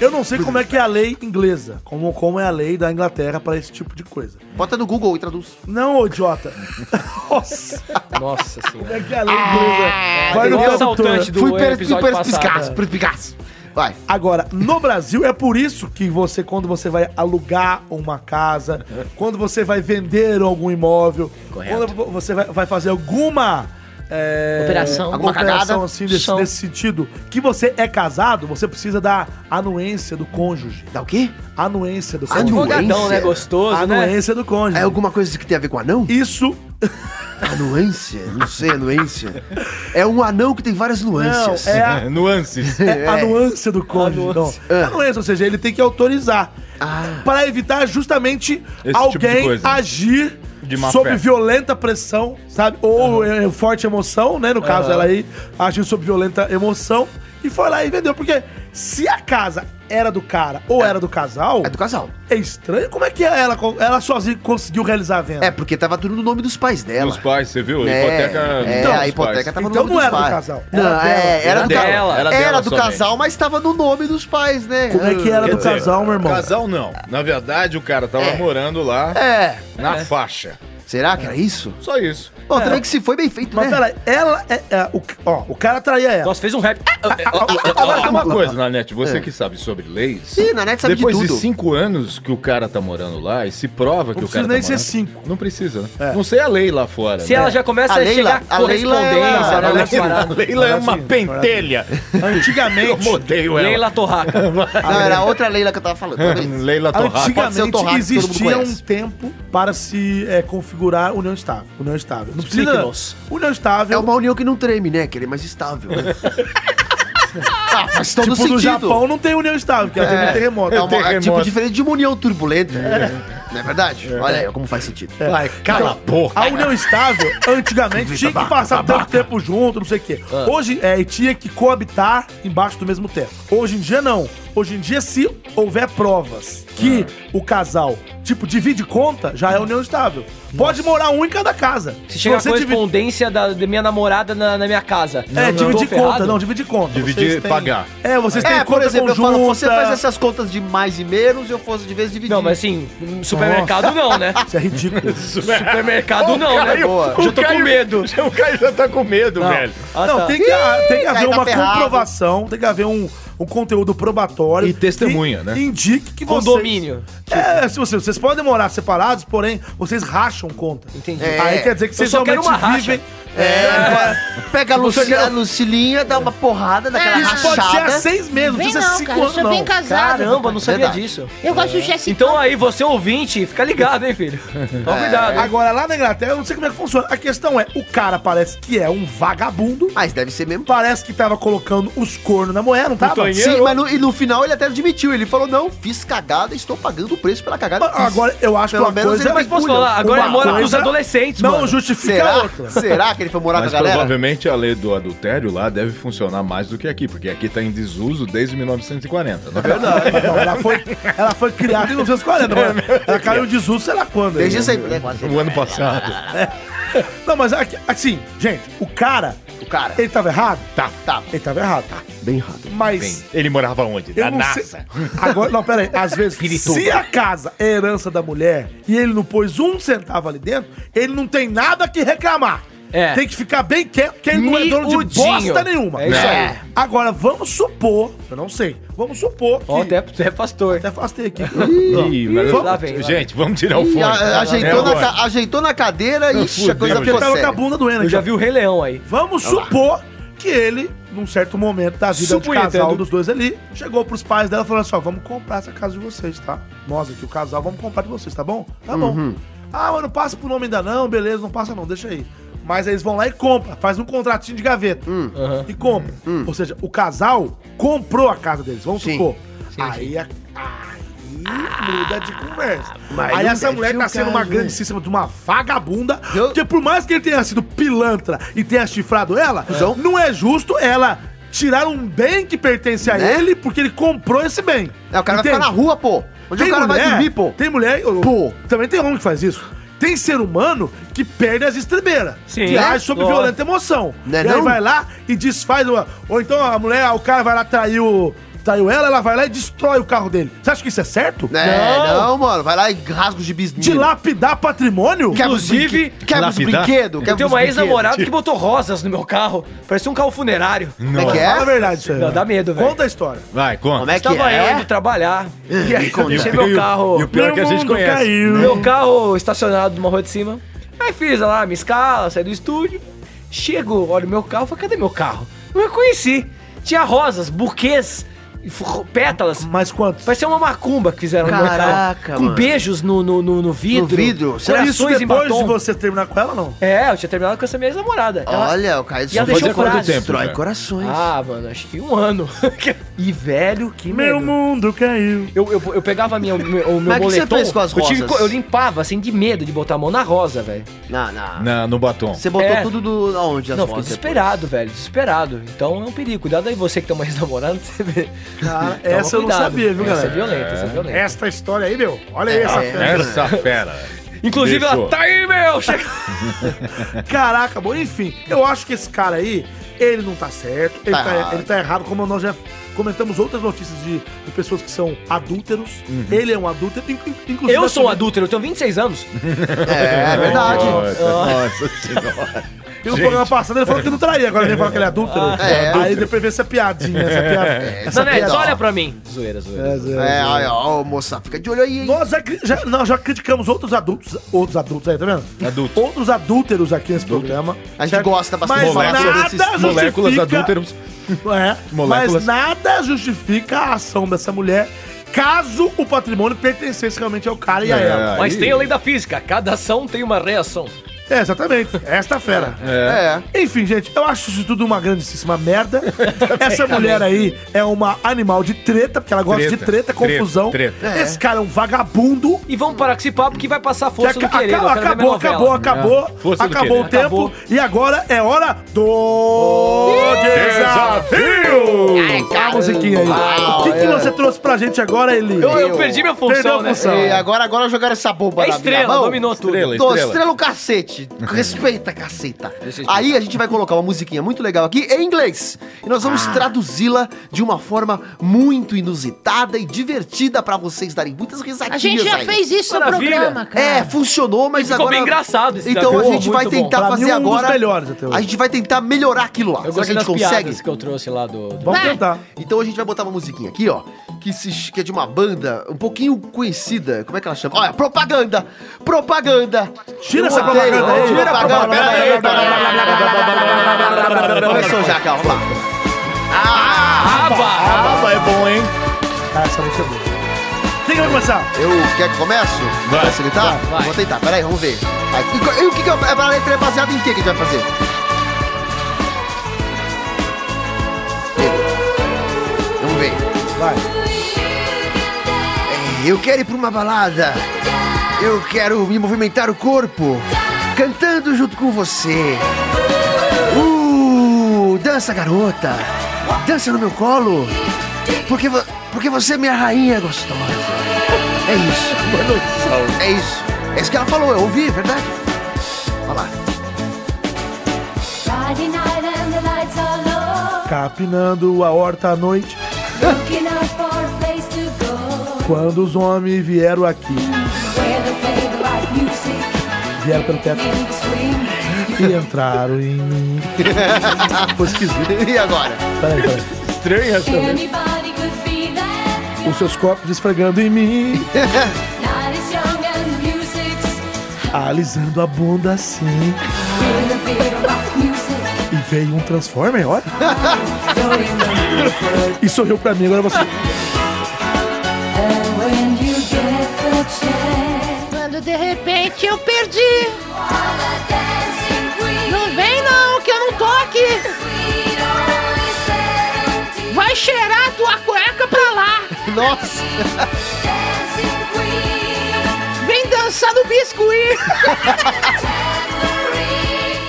[SPEAKER 3] eu não sei como é que é a lei inglesa, como, como é a lei da Inglaterra pra esse tipo de coisa.
[SPEAKER 5] Bota no Google e traduz.
[SPEAKER 3] Não, ô idiota. *laughs* Nossa,
[SPEAKER 2] Nossa senhora.
[SPEAKER 3] como é que é a lei inglesa? Vai
[SPEAKER 2] igual
[SPEAKER 3] no
[SPEAKER 2] o um assaltante
[SPEAKER 3] tradutor.
[SPEAKER 2] do
[SPEAKER 5] per-
[SPEAKER 2] episódio
[SPEAKER 5] perspicaz,
[SPEAKER 2] passado.
[SPEAKER 5] perspicaz. Vai.
[SPEAKER 3] Agora, no Brasil, é por isso que você, quando você vai alugar uma casa, quando você vai vender algum imóvel,
[SPEAKER 4] Correto.
[SPEAKER 3] quando você vai, vai fazer alguma. é,
[SPEAKER 7] Operação.
[SPEAKER 5] Alguma cagada.
[SPEAKER 3] assim, desse, desse sentido, que você é casado, você precisa da anuência do cônjuge.
[SPEAKER 5] Dá o quê?
[SPEAKER 3] Anuência do cônjuge.
[SPEAKER 5] Anu-
[SPEAKER 2] Advogadão, né?
[SPEAKER 5] Doença.
[SPEAKER 3] Ah,
[SPEAKER 2] Gostoso, né?
[SPEAKER 3] Anuência do cônjuge.
[SPEAKER 5] É alguma coisa que tem a ver com anão?
[SPEAKER 3] Isso
[SPEAKER 5] Anuência? Não sei, anuência. É um anão que tem várias
[SPEAKER 3] não,
[SPEAKER 5] nuances.
[SPEAKER 3] é a,
[SPEAKER 4] É, nuances.
[SPEAKER 3] é a nuance do cônjuge.
[SPEAKER 2] Anuância.
[SPEAKER 3] Não. Anuência, ou seja, ele tem que autorizar. Para evitar justamente
[SPEAKER 4] tipo de
[SPEAKER 3] alguém
[SPEAKER 4] coisa.
[SPEAKER 3] agir
[SPEAKER 4] De má
[SPEAKER 3] sob
[SPEAKER 4] fé.
[SPEAKER 3] violenta pressão, sabe? Ou eh, forte emoção, né? No caso, ela aí agiu sob violenta emoção e foi lá e vendeu. Porque se a casa era do cara ou era do casal,
[SPEAKER 5] É do casal.
[SPEAKER 3] é estranho. Como é que ela, ela sozinha conseguiu realizar a venda?
[SPEAKER 5] É, porque tava tudo no nome dos pais dela.
[SPEAKER 4] Os pais, você viu? A
[SPEAKER 5] É,
[SPEAKER 4] hipoteca.
[SPEAKER 5] é,
[SPEAKER 4] dos
[SPEAKER 5] a
[SPEAKER 4] pais.
[SPEAKER 5] hipoteca tava
[SPEAKER 3] Então
[SPEAKER 5] no nome
[SPEAKER 3] não
[SPEAKER 5] dos
[SPEAKER 3] era do
[SPEAKER 5] pais.
[SPEAKER 3] casal, era
[SPEAKER 5] Não,
[SPEAKER 3] dela.
[SPEAKER 5] é, era,
[SPEAKER 4] Era
[SPEAKER 5] do casal.
[SPEAKER 4] dela,
[SPEAKER 5] Era,
[SPEAKER 4] era dela
[SPEAKER 5] do
[SPEAKER 4] somente.
[SPEAKER 5] casal, mas tava no nome dos pais, né?
[SPEAKER 3] Como é que era
[SPEAKER 4] Quer
[SPEAKER 3] do
[SPEAKER 4] dizer,
[SPEAKER 3] casal, meu irmão?
[SPEAKER 4] Casal não. Na verdade, o cara tava morando lá
[SPEAKER 5] É.
[SPEAKER 4] na faixa.
[SPEAKER 5] Será que era isso?
[SPEAKER 4] Só isso.
[SPEAKER 5] Bom, também que se foi bem feito,
[SPEAKER 3] É. Mas
[SPEAKER 5] né?
[SPEAKER 3] peraí, ela é. é, o, ó, o cara traía
[SPEAKER 4] *laughs*
[SPEAKER 3] ela.
[SPEAKER 2] Nossa, fez um rap.
[SPEAKER 5] É.
[SPEAKER 4] Agora tem uma coisa, Nanete, você que sabe sobre leis.
[SPEAKER 5] Ih, Nanete né? sabe de
[SPEAKER 4] Depois
[SPEAKER 5] tudo.
[SPEAKER 4] cinco anos que o cara tá morando lá e se prova que o
[SPEAKER 3] precisa
[SPEAKER 4] cara.
[SPEAKER 3] nem
[SPEAKER 4] tá
[SPEAKER 3] ser
[SPEAKER 4] morando-
[SPEAKER 3] cinco.
[SPEAKER 4] Não precisa, né? Não sei a lei lá fora.
[SPEAKER 2] Se
[SPEAKER 4] né?
[SPEAKER 2] ela já começa
[SPEAKER 5] A
[SPEAKER 2] a,
[SPEAKER 5] Leila-
[SPEAKER 2] chegar
[SPEAKER 5] a Leila, é Ah, ela-
[SPEAKER 2] correspondência,
[SPEAKER 5] ela-
[SPEAKER 2] né? umas
[SPEAKER 4] A
[SPEAKER 2] paradas.
[SPEAKER 4] Leila é uma
[SPEAKER 3] Maravilha,
[SPEAKER 4] pentelha.
[SPEAKER 3] assim. Antigamente.
[SPEAKER 4] *laughs* Eu odeio ela.
[SPEAKER 2] Leila Torraca.
[SPEAKER 5] Não, era outra Leila que eu
[SPEAKER 4] *laughs*
[SPEAKER 5] tava falando. Talvez.
[SPEAKER 4] Leila Torraca.
[SPEAKER 5] Pode ser o
[SPEAKER 3] Antigamente
[SPEAKER 5] Torraca, que todo mundo
[SPEAKER 3] existia um
[SPEAKER 5] conhece.
[SPEAKER 3] tempo para se é, configurar união estável. União estável. Não precisa.
[SPEAKER 2] Explique-nos.
[SPEAKER 3] União estável.
[SPEAKER 5] É uma união que não treme, né? Que ele é mais
[SPEAKER 4] *laughs*
[SPEAKER 5] estável. né? ah, faz todo
[SPEAKER 3] tipo,
[SPEAKER 5] sentido.
[SPEAKER 3] no Japão não tem união estável, porque ela teve um terremoto.
[SPEAKER 5] É, uma- é
[SPEAKER 4] Terremoto.
[SPEAKER 5] tipo diferente de uma união turbulenta. Não é verdade? Olha aí como faz sentido.
[SPEAKER 4] Vai, cala a boca.
[SPEAKER 3] A união
[SPEAKER 5] *laughs*
[SPEAKER 3] estável, antigamente, tinha que passar tanto tempo junto, não sei o quê.
[SPEAKER 5] Ah.
[SPEAKER 3] Hoje, é, e tinha que coabitar embaixo do mesmo teto. Hoje em dia, não. Hoje em dia, se houver provas que
[SPEAKER 5] Ah.
[SPEAKER 3] o casal, tipo, divide conta, já é união estável. Pode morar um em cada casa.
[SPEAKER 2] Se chegar a
[SPEAKER 3] você dividir-
[SPEAKER 2] correspondência da, da minha namorada na, na minha casa.
[SPEAKER 3] É, dividir
[SPEAKER 2] tô
[SPEAKER 3] conta,
[SPEAKER 2] ferrado?
[SPEAKER 3] não, dividir conta.
[SPEAKER 4] Dividir,
[SPEAKER 3] Ah, Vocês têm-
[SPEAKER 4] pagar.
[SPEAKER 3] É, vocês têm
[SPEAKER 5] É, por
[SPEAKER 3] conta
[SPEAKER 5] exemplo,
[SPEAKER 3] conjunta.
[SPEAKER 5] eu falo, você faz essas contas de mais e menos, eu fosse de vez dividir.
[SPEAKER 2] Não, mas assim, supermercado não, né?
[SPEAKER 3] Isso é
[SPEAKER 4] *laughs*
[SPEAKER 3] ridículo.
[SPEAKER 2] Supermercado não, né?
[SPEAKER 3] *laughs*
[SPEAKER 5] boa.
[SPEAKER 2] Já tô com medo.
[SPEAKER 4] O Caio já tá com medo, velho.
[SPEAKER 2] Ah,
[SPEAKER 3] não,
[SPEAKER 2] tá.
[SPEAKER 3] tem que, ah, tem que
[SPEAKER 5] aí
[SPEAKER 3] haver
[SPEAKER 5] tá
[SPEAKER 3] uma
[SPEAKER 5] ferrado.
[SPEAKER 3] comprovação, tem que haver um, um conteúdo probatório.
[SPEAKER 4] E testemunha,
[SPEAKER 3] que
[SPEAKER 4] né?
[SPEAKER 3] Indique que vocês...
[SPEAKER 2] Condomínio.
[SPEAKER 3] É, se vocês, vocês podem morar separados, porém, vocês racham conta.
[SPEAKER 2] Entendi.
[SPEAKER 5] É.
[SPEAKER 3] Aí quer dizer que vocês
[SPEAKER 2] só quero
[SPEAKER 3] realmente
[SPEAKER 2] uma
[SPEAKER 3] vivem...
[SPEAKER 5] É, agora, pega a, Luci- a Lucilinha, dá uma porrada daquela
[SPEAKER 3] Isso
[SPEAKER 5] rachada.
[SPEAKER 3] pode ser há seis meses, não
[SPEAKER 7] Vem
[SPEAKER 3] precisa ser
[SPEAKER 7] não,
[SPEAKER 3] cinco
[SPEAKER 7] cara, eu
[SPEAKER 3] anos,
[SPEAKER 7] sou bem
[SPEAKER 3] não. É.
[SPEAKER 7] casado.
[SPEAKER 2] Caramba, não sabia
[SPEAKER 5] Verdade.
[SPEAKER 2] disso.
[SPEAKER 7] Eu gosto do Jessica.
[SPEAKER 2] Então aí, você ouvinte, fica ligado, hein, filho? Toma cuidado.
[SPEAKER 3] Agora, lá na Inglaterra, eu não sei como é que funciona. A questão é, o cara parece que é um vagabundo,
[SPEAKER 5] Mas deve ser mesmo.
[SPEAKER 3] parece que tava colocando os cornos na moeda, não tava?
[SPEAKER 5] Sim, mas no, e no final ele até admitiu. Ele falou: não, fiz cagada, estou pagando o preço pela cagada.
[SPEAKER 3] Mas
[SPEAKER 5] que fiz."
[SPEAKER 3] Ah, Agora, eu acho
[SPEAKER 5] Pelo
[SPEAKER 3] que uma
[SPEAKER 5] menos
[SPEAKER 3] coisa... é
[SPEAKER 5] ele-
[SPEAKER 2] Mas posso falar, agora
[SPEAKER 3] Uma
[SPEAKER 2] ele mora com os
[SPEAKER 3] coisa
[SPEAKER 2] adolescentes,
[SPEAKER 3] Não
[SPEAKER 2] mano.
[SPEAKER 3] justifica a
[SPEAKER 5] Será?
[SPEAKER 3] outra.
[SPEAKER 5] Será que ele foi morar
[SPEAKER 4] Mas
[SPEAKER 5] com a galera?
[SPEAKER 4] provavelmente a lei do adultério lá deve funcionar mais do que aqui, porque aqui tá em desuso desde 1940. Na verdade,
[SPEAKER 3] Não, ela, foi, ela foi criada em 1940, mano. Ela caiu de desuso, sei lá quando. aí.
[SPEAKER 5] É Desde sempre, né?
[SPEAKER 4] o ano passado.
[SPEAKER 3] Não, mas aqui- assim, gente, o cara,
[SPEAKER 5] O cara.
[SPEAKER 3] ele tava errado?
[SPEAKER 4] Tá.
[SPEAKER 5] Tá,
[SPEAKER 3] Ele tava errado.
[SPEAKER 5] bem errado.
[SPEAKER 3] Mas.
[SPEAKER 4] Ele morava onde?
[SPEAKER 3] Eu não sei. Agora, não, pera aí.
[SPEAKER 2] *laughs*
[SPEAKER 3] Às vezes, se a casa é herança da mulher e ele não pôs um centavo ali dentro, ele não tem nada que reclamar.
[SPEAKER 2] É.
[SPEAKER 3] Tem que ficar bem quieto, porque ele não é dono de
[SPEAKER 2] Miudinho.
[SPEAKER 3] bosta nenhuma.
[SPEAKER 2] É isso aí.
[SPEAKER 3] Agora, vamos supor, eu não sei, vamos supor que...
[SPEAKER 2] Ó, até, até pastor.
[SPEAKER 3] até afastei aqui.
[SPEAKER 4] Ih, mas-
[SPEAKER 2] Lá vem, lá
[SPEAKER 4] Gente, vamos tirar o
[SPEAKER 5] E
[SPEAKER 4] fone.
[SPEAKER 5] a-
[SPEAKER 4] É
[SPEAKER 5] ajeitou, na,
[SPEAKER 4] agora.
[SPEAKER 5] ca- ajeitou na cadeira e a coisa
[SPEAKER 4] Deus,
[SPEAKER 5] ficou
[SPEAKER 3] Porque tava com a
[SPEAKER 5] séria.
[SPEAKER 3] bunda doendo
[SPEAKER 2] Eu
[SPEAKER 3] aqui,
[SPEAKER 2] já
[SPEAKER 3] ó.
[SPEAKER 2] vi o Rei Leão aí.
[SPEAKER 3] Vamos supor que ele, num certo momento da vida do
[SPEAKER 2] Supunhetando.
[SPEAKER 3] casal dos dois ali, chegou pros pais
[SPEAKER 1] Uhum.
[SPEAKER 3] dela falando assim, ó, vamos comprar essa casa de vocês, tá? Nós aqui, o casal, vamos comprar de vocês, tá bom? Tá bom. Ah, mas não passa pro nome ainda não, beleza, não passa não, deixa aí. Mas aí eles vão lá e compra, faz um contratinho de gaveta
[SPEAKER 1] Hum.
[SPEAKER 3] e compra. Ou seja, o casal comprou a casa deles, vamos
[SPEAKER 1] Uhum. Sim.
[SPEAKER 3] supor. aí, a- aí muda de conversa.
[SPEAKER 1] Mas
[SPEAKER 3] aí
[SPEAKER 1] não
[SPEAKER 3] essa
[SPEAKER 1] deve
[SPEAKER 3] mulher
[SPEAKER 1] ser
[SPEAKER 3] tá
[SPEAKER 1] o
[SPEAKER 3] sendo
[SPEAKER 1] caso,
[SPEAKER 3] uma
[SPEAKER 1] né?
[SPEAKER 3] grandíssima de uma vagabunda,
[SPEAKER 1] Eu-
[SPEAKER 3] porque por mais que ele tenha sido pilantra e tenha chifrado ela,
[SPEAKER 1] Cusão.
[SPEAKER 3] não é justo ela tirar um bem que pertence a
[SPEAKER 5] Né?
[SPEAKER 3] ele porque ele comprou esse bem.
[SPEAKER 5] É, o cara
[SPEAKER 3] Entende?
[SPEAKER 5] vai ficar na rua, pô. Onde o cara vai dormir, pô?
[SPEAKER 3] Tem mulher. ô,
[SPEAKER 5] Pô.
[SPEAKER 3] Também tem homem que faz isso. Tem ser humano que perde as estribeiras.
[SPEAKER 2] Sim.
[SPEAKER 3] Que
[SPEAKER 2] É,
[SPEAKER 3] age sob
[SPEAKER 2] lógico.
[SPEAKER 3] violenta emoção.
[SPEAKER 5] Né
[SPEAKER 3] e aí
[SPEAKER 5] não?
[SPEAKER 3] vai lá e desfaz. Uma... Ou então a mulher, o cara vai lá, traiu, traiu ela, ela vai lá e destrói o carro dele. Você acha que isso é certo?
[SPEAKER 5] É, não. mano. Vai lá e rasga os gibis
[SPEAKER 3] Dilapidar patrimônio?
[SPEAKER 5] Quebra os
[SPEAKER 2] Inclusive,
[SPEAKER 5] brinque- quebra os
[SPEAKER 4] lapidar.
[SPEAKER 5] brinquedos.
[SPEAKER 2] Eu
[SPEAKER 5] quebra
[SPEAKER 2] tenho
[SPEAKER 5] os
[SPEAKER 2] uma
[SPEAKER 5] brinquedos.
[SPEAKER 2] ex-namorada que botou rosas no meu carro. Parecia um carro funerário.
[SPEAKER 5] Como é que
[SPEAKER 3] Fala a
[SPEAKER 5] é?
[SPEAKER 3] verdade isso aí.
[SPEAKER 2] Não,
[SPEAKER 3] velho.
[SPEAKER 2] dá medo, velho.
[SPEAKER 3] Conta a história.
[SPEAKER 4] Vai, conta.
[SPEAKER 5] Como é que
[SPEAKER 2] Estava eu
[SPEAKER 5] é?
[SPEAKER 2] indo trabalhar. E aí eu deixei
[SPEAKER 4] E o-
[SPEAKER 2] meu carro.
[SPEAKER 4] E o pior é que a gente
[SPEAKER 3] mundo
[SPEAKER 4] conhece.
[SPEAKER 3] caiu.
[SPEAKER 2] Meu carro estacionado numa rua de cima. Aí fiz lá, minha escala, saí do estúdio. Chego, olho meu carro, falei, cadê meu carro? Não reconheci. Tinha rosas, buquês, f- pétalas.
[SPEAKER 3] Mas quantos?
[SPEAKER 2] Vai ser uma macumba que fizeram no meu
[SPEAKER 5] Caraca,
[SPEAKER 2] carro. Com
[SPEAKER 5] mano.
[SPEAKER 2] beijos no, no, no, no vidro.
[SPEAKER 5] No vidro?
[SPEAKER 3] Foi
[SPEAKER 2] Será
[SPEAKER 3] isso
[SPEAKER 2] em
[SPEAKER 3] depois de
[SPEAKER 2] batom.
[SPEAKER 3] você terminar com ela, não?
[SPEAKER 2] É, eu tinha terminado com essa minha ex-namorada. Ela-
[SPEAKER 5] Olha, o Caio
[SPEAKER 2] E ela
[SPEAKER 5] Souza
[SPEAKER 2] deixou
[SPEAKER 4] Fazia quanto
[SPEAKER 2] frases.
[SPEAKER 4] tempo?
[SPEAKER 5] destrói
[SPEAKER 4] já?
[SPEAKER 5] corações.
[SPEAKER 2] Ah, mano, acho que um ano. e velho, que
[SPEAKER 3] Meu
[SPEAKER 2] medo.
[SPEAKER 3] mundo caiu.
[SPEAKER 2] Eu, eu, eu pegava minha, o meu, o meu
[SPEAKER 5] Mas o que você
[SPEAKER 2] moletom.
[SPEAKER 5] fez com as
[SPEAKER 2] eu, tive
[SPEAKER 5] rosas?
[SPEAKER 2] co- eu limpava, assim, de medo de botar a mão na rosa, velho.
[SPEAKER 5] Não, não.
[SPEAKER 4] Na- no batom.
[SPEAKER 5] Você botou
[SPEAKER 2] É.
[SPEAKER 5] tudo do... aonde? as
[SPEAKER 2] Não, fiquei
[SPEAKER 5] fotos depois?
[SPEAKER 2] desesperado, velho. Desesperado. Então é um perigo. Cuidado aí você que tá mais *laughs* namorando. Você vê.
[SPEAKER 3] Cara,
[SPEAKER 2] Toma
[SPEAKER 3] Ah, essa eu não
[SPEAKER 2] cuidado.
[SPEAKER 3] sabia, viu,
[SPEAKER 2] Essa é
[SPEAKER 3] galera?
[SPEAKER 2] violenta, essa é violenta.
[SPEAKER 3] Esta história aí, meu. Olha
[SPEAKER 2] É.
[SPEAKER 3] aí essa fera.
[SPEAKER 4] Essa fera.
[SPEAKER 2] Inclusive,
[SPEAKER 4] Deixou.
[SPEAKER 2] ela tá aí, meu! Chega...
[SPEAKER 3] *laughs* Caraca, bom, enfim, eu acho que esse cara aí, ele não tá certo, ele
[SPEAKER 5] Tá
[SPEAKER 3] tá,
[SPEAKER 5] errado.
[SPEAKER 3] ele tá errado, como nós já comentamos outras notícias de, de pessoas que são adúlteros.
[SPEAKER 5] Uhum.
[SPEAKER 3] Ele é um adúltero, inc- inc- inclusive.
[SPEAKER 2] Eu sou um
[SPEAKER 3] assim,
[SPEAKER 2] adúltero, eu tenho 26 anos.
[SPEAKER 5] É, é verdade.
[SPEAKER 4] Nossa senhora.
[SPEAKER 3] No programa passado ele falou que não traía, agora ele fala que ele é adúltero.
[SPEAKER 2] Ah,
[SPEAKER 5] É,
[SPEAKER 3] aí depois vem essa piadinha,
[SPEAKER 5] *laughs*
[SPEAKER 3] essa piada. essa
[SPEAKER 2] Zanetti,
[SPEAKER 5] piada, ó.
[SPEAKER 2] é olha pra mim. Zoeira, zoeira.
[SPEAKER 5] É, olha, ó, moça, fica de olho aí, hein?
[SPEAKER 3] Nós já, cri- já- nós já criticamos outros adultos, outros adultos aí, tá vendo?
[SPEAKER 4] Adultos.
[SPEAKER 3] Outros adúlteros aqui nesse programa.
[SPEAKER 5] A gente gosta bastante
[SPEAKER 3] Mas
[SPEAKER 5] de falar sobre
[SPEAKER 3] nada
[SPEAKER 5] esses-
[SPEAKER 3] justifica-
[SPEAKER 4] Moléculas adúlteros.
[SPEAKER 3] É, mas
[SPEAKER 4] Moléculas.
[SPEAKER 3] nada justifica a ação dessa mulher caso o patrimônio pertencesse realmente ao cara e a
[SPEAKER 4] É.
[SPEAKER 3] ela.
[SPEAKER 2] Mas
[SPEAKER 4] aí-
[SPEAKER 2] tem a lei da física. Cada ação tem uma reação.
[SPEAKER 3] É, exatamente. Esta fera.
[SPEAKER 5] É.
[SPEAKER 3] Enfim, gente, eu acho isso tudo uma grandíssima
[SPEAKER 4] *laughs*
[SPEAKER 3] merda. Essa mulher aí é uma animal de treta, porque ela gosta de treta,
[SPEAKER 4] Treta,
[SPEAKER 3] confusão.
[SPEAKER 4] treta, treta.
[SPEAKER 3] Esse cara é um vagabundo.
[SPEAKER 2] E vamos parar com esse papo que vai passar
[SPEAKER 3] Que
[SPEAKER 2] força do
[SPEAKER 3] aca-
[SPEAKER 2] querer. eu
[SPEAKER 3] acabou,
[SPEAKER 2] quero ver
[SPEAKER 3] acabou,
[SPEAKER 2] minha
[SPEAKER 3] acabou,
[SPEAKER 2] novela.
[SPEAKER 3] acabou,
[SPEAKER 4] É, força do
[SPEAKER 3] acabou o
[SPEAKER 4] querer.
[SPEAKER 3] tempo.
[SPEAKER 2] Acabou.
[SPEAKER 3] E agora é hora do desafio! A musiquinha aí. O
[SPEAKER 5] é.
[SPEAKER 3] que, que você trouxe pra gente agora, Eli?
[SPEAKER 2] Eu, eu perdi minha
[SPEAKER 3] Perdeu
[SPEAKER 2] função,
[SPEAKER 3] a
[SPEAKER 2] né?
[SPEAKER 3] função.
[SPEAKER 5] E É, agora, agora jogaram essa bomba
[SPEAKER 2] É
[SPEAKER 5] na minha
[SPEAKER 2] estrela,
[SPEAKER 5] mão.
[SPEAKER 2] dominou tudo.
[SPEAKER 4] Estrela,
[SPEAKER 5] Tô,
[SPEAKER 4] estrela.
[SPEAKER 5] estrela o cacete. Respeita, caceta.
[SPEAKER 2] Deixa eu explicar.
[SPEAKER 5] Aí a gente vai colocar uma musiquinha muito legal aqui em inglês. E nós
[SPEAKER 2] Ah.
[SPEAKER 5] vamos traduzi-la de uma forma muito inusitada e divertida pra vocês darem muitas risadinhas.
[SPEAKER 7] A gente já
[SPEAKER 5] aí.
[SPEAKER 7] fez isso
[SPEAKER 2] Maravilha.
[SPEAKER 7] no programa, cara.
[SPEAKER 5] É, funcionou, mas
[SPEAKER 2] ficou
[SPEAKER 5] agora.
[SPEAKER 2] bem engraçado esse
[SPEAKER 5] Então a
[SPEAKER 2] desafio.
[SPEAKER 5] gente
[SPEAKER 2] Pô,
[SPEAKER 5] vai
[SPEAKER 2] muito bom. é
[SPEAKER 5] tentar
[SPEAKER 3] Pra mim,
[SPEAKER 5] fazer
[SPEAKER 3] um dos
[SPEAKER 5] agora.
[SPEAKER 3] melhores até hoje.
[SPEAKER 5] A gente vai tentar melhorar aquilo lá.
[SPEAKER 2] Eu
[SPEAKER 5] Será que
[SPEAKER 2] gostei
[SPEAKER 5] a
[SPEAKER 2] das
[SPEAKER 5] gente consegue?
[SPEAKER 2] piadas que eu trouxe lá do... do-
[SPEAKER 3] Vamos
[SPEAKER 7] Vai.
[SPEAKER 3] tentar.
[SPEAKER 5] Então a gente vai botar uma musiquinha aqui, ó, que, se, que é de uma banda um pouquinho conhecida. Como é que ela chama? Olha, propaganda! Propaganda!
[SPEAKER 2] Então
[SPEAKER 3] Tira
[SPEAKER 5] Eu
[SPEAKER 3] essa
[SPEAKER 5] odeio
[SPEAKER 3] propaganda aí,
[SPEAKER 5] Tira a propaganda!
[SPEAKER 3] propaganda.
[SPEAKER 5] pera aí, pera aí. Começou já, calma lá.
[SPEAKER 2] Aba!
[SPEAKER 4] Ah, é bom, hein?
[SPEAKER 3] Ah, essa música é boa. Quem que vai começar?
[SPEAKER 5] Eu quer que comece?
[SPEAKER 4] Vai.
[SPEAKER 5] Posso gritar?
[SPEAKER 2] vai.
[SPEAKER 5] Vou tentar, peraí, vamos ver. Aí, e co- e, o que, que é, é pra letra é baseado em que que a gente vai fazer? Pedro, Vamos ver. É,
[SPEAKER 3] Vai.
[SPEAKER 5] Eu quero ir pra uma balada. Eu quero me movimentar o corpo. Cantando junto com você. Uh, dança, garota. Dança no meu colo. Porque, vo- porque você é minha rainha gostosa. É isso. É isso. É isso que ela falou, eu ouvi, é verdade? Olha lá.
[SPEAKER 10] Friday night and the lights are low.
[SPEAKER 3] Capinando a horta à noite,
[SPEAKER 10] Looking out for a place to go
[SPEAKER 3] quando os homens vieram aqui,
[SPEAKER 10] where they play the right music
[SPEAKER 3] vieram pelo teto
[SPEAKER 10] in the swing.
[SPEAKER 3] e entraram em mim. Foi esquisito.
[SPEAKER 5] E agora?
[SPEAKER 3] Peraí, peraí.
[SPEAKER 4] Estranha essa.
[SPEAKER 10] Anybody could be there.
[SPEAKER 3] Os seus corpos esfregando em mim,
[SPEAKER 10] Night is young and the music's
[SPEAKER 3] alisando a bunda assim.
[SPEAKER 10] with a bit of rock music.
[SPEAKER 3] E veio um Transformer, olha. e sorriu pra mim, agora você.
[SPEAKER 10] And when you get the chance,
[SPEAKER 3] É.
[SPEAKER 7] Quando de repente Gente, eu perdi. Não vem não, que eu não tô aqui. Vai cheirar a tua cueca pra lá.
[SPEAKER 5] Nossa.
[SPEAKER 7] Vem dançar no biscuit.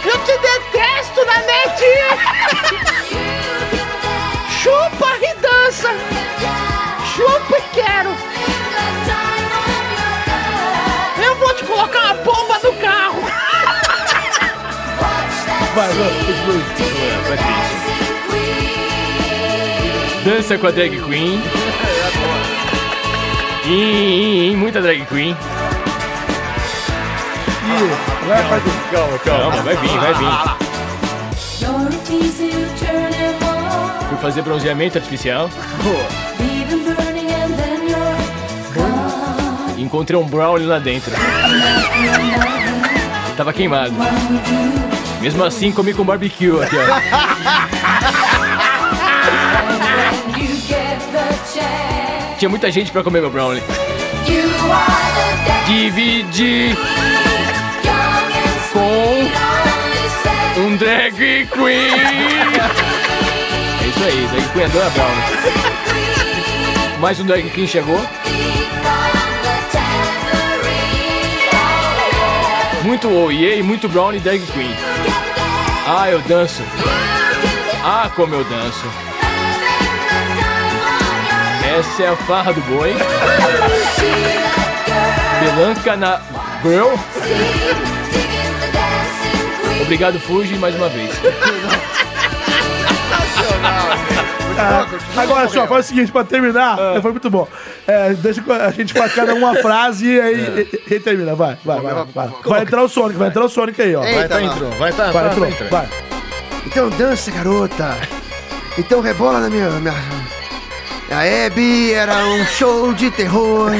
[SPEAKER 7] Eu te detesto, Nanete. Chupa e dança. Chupa e quero. Eu vou te colocar uma bomba no carro.
[SPEAKER 8] Vai, vai, continua. Vai, vai, Dança com a drag queen. Ih, ih, ih, muita drag queen. Calma, calma, vai vir, vai vir. Fui fazer bronzeamento artificial. Encontrei um brownie lá dentro. Tava queimado. Mesmo assim, comi com barbecue
[SPEAKER 5] *laughs*
[SPEAKER 8] aqui, ó. Tinha muita gente pra comer meu brownie. Dividi com um drag queen. É isso aí, drag queen adora brownie. Mais um drag queen chegou. Muito oiê e muito brownie drag queen. Ah, eu danço. Ah, como eu danço. Essa é a farra do boi. Belanca na girl. Obrigado, Fuji, mais uma vez.
[SPEAKER 3] Ah, agora só, faz o seguinte, pra terminar, foi muito bom. É, deixa co- a gente faz cada uma frase e aí e- e termina. Vai, vai, vai. Vai, Vai entrar o Sonic, vai entrar o Sonic aí, ó.
[SPEAKER 1] Eita,
[SPEAKER 3] Vai,
[SPEAKER 1] tá,
[SPEAKER 4] entrou, vai, tá,
[SPEAKER 3] vai,
[SPEAKER 4] tá,
[SPEAKER 3] entrou,
[SPEAKER 4] tá entrando.
[SPEAKER 3] vai.
[SPEAKER 1] Então dança, garota. Então rebola na minha. minha... A Hebe era um show de terror.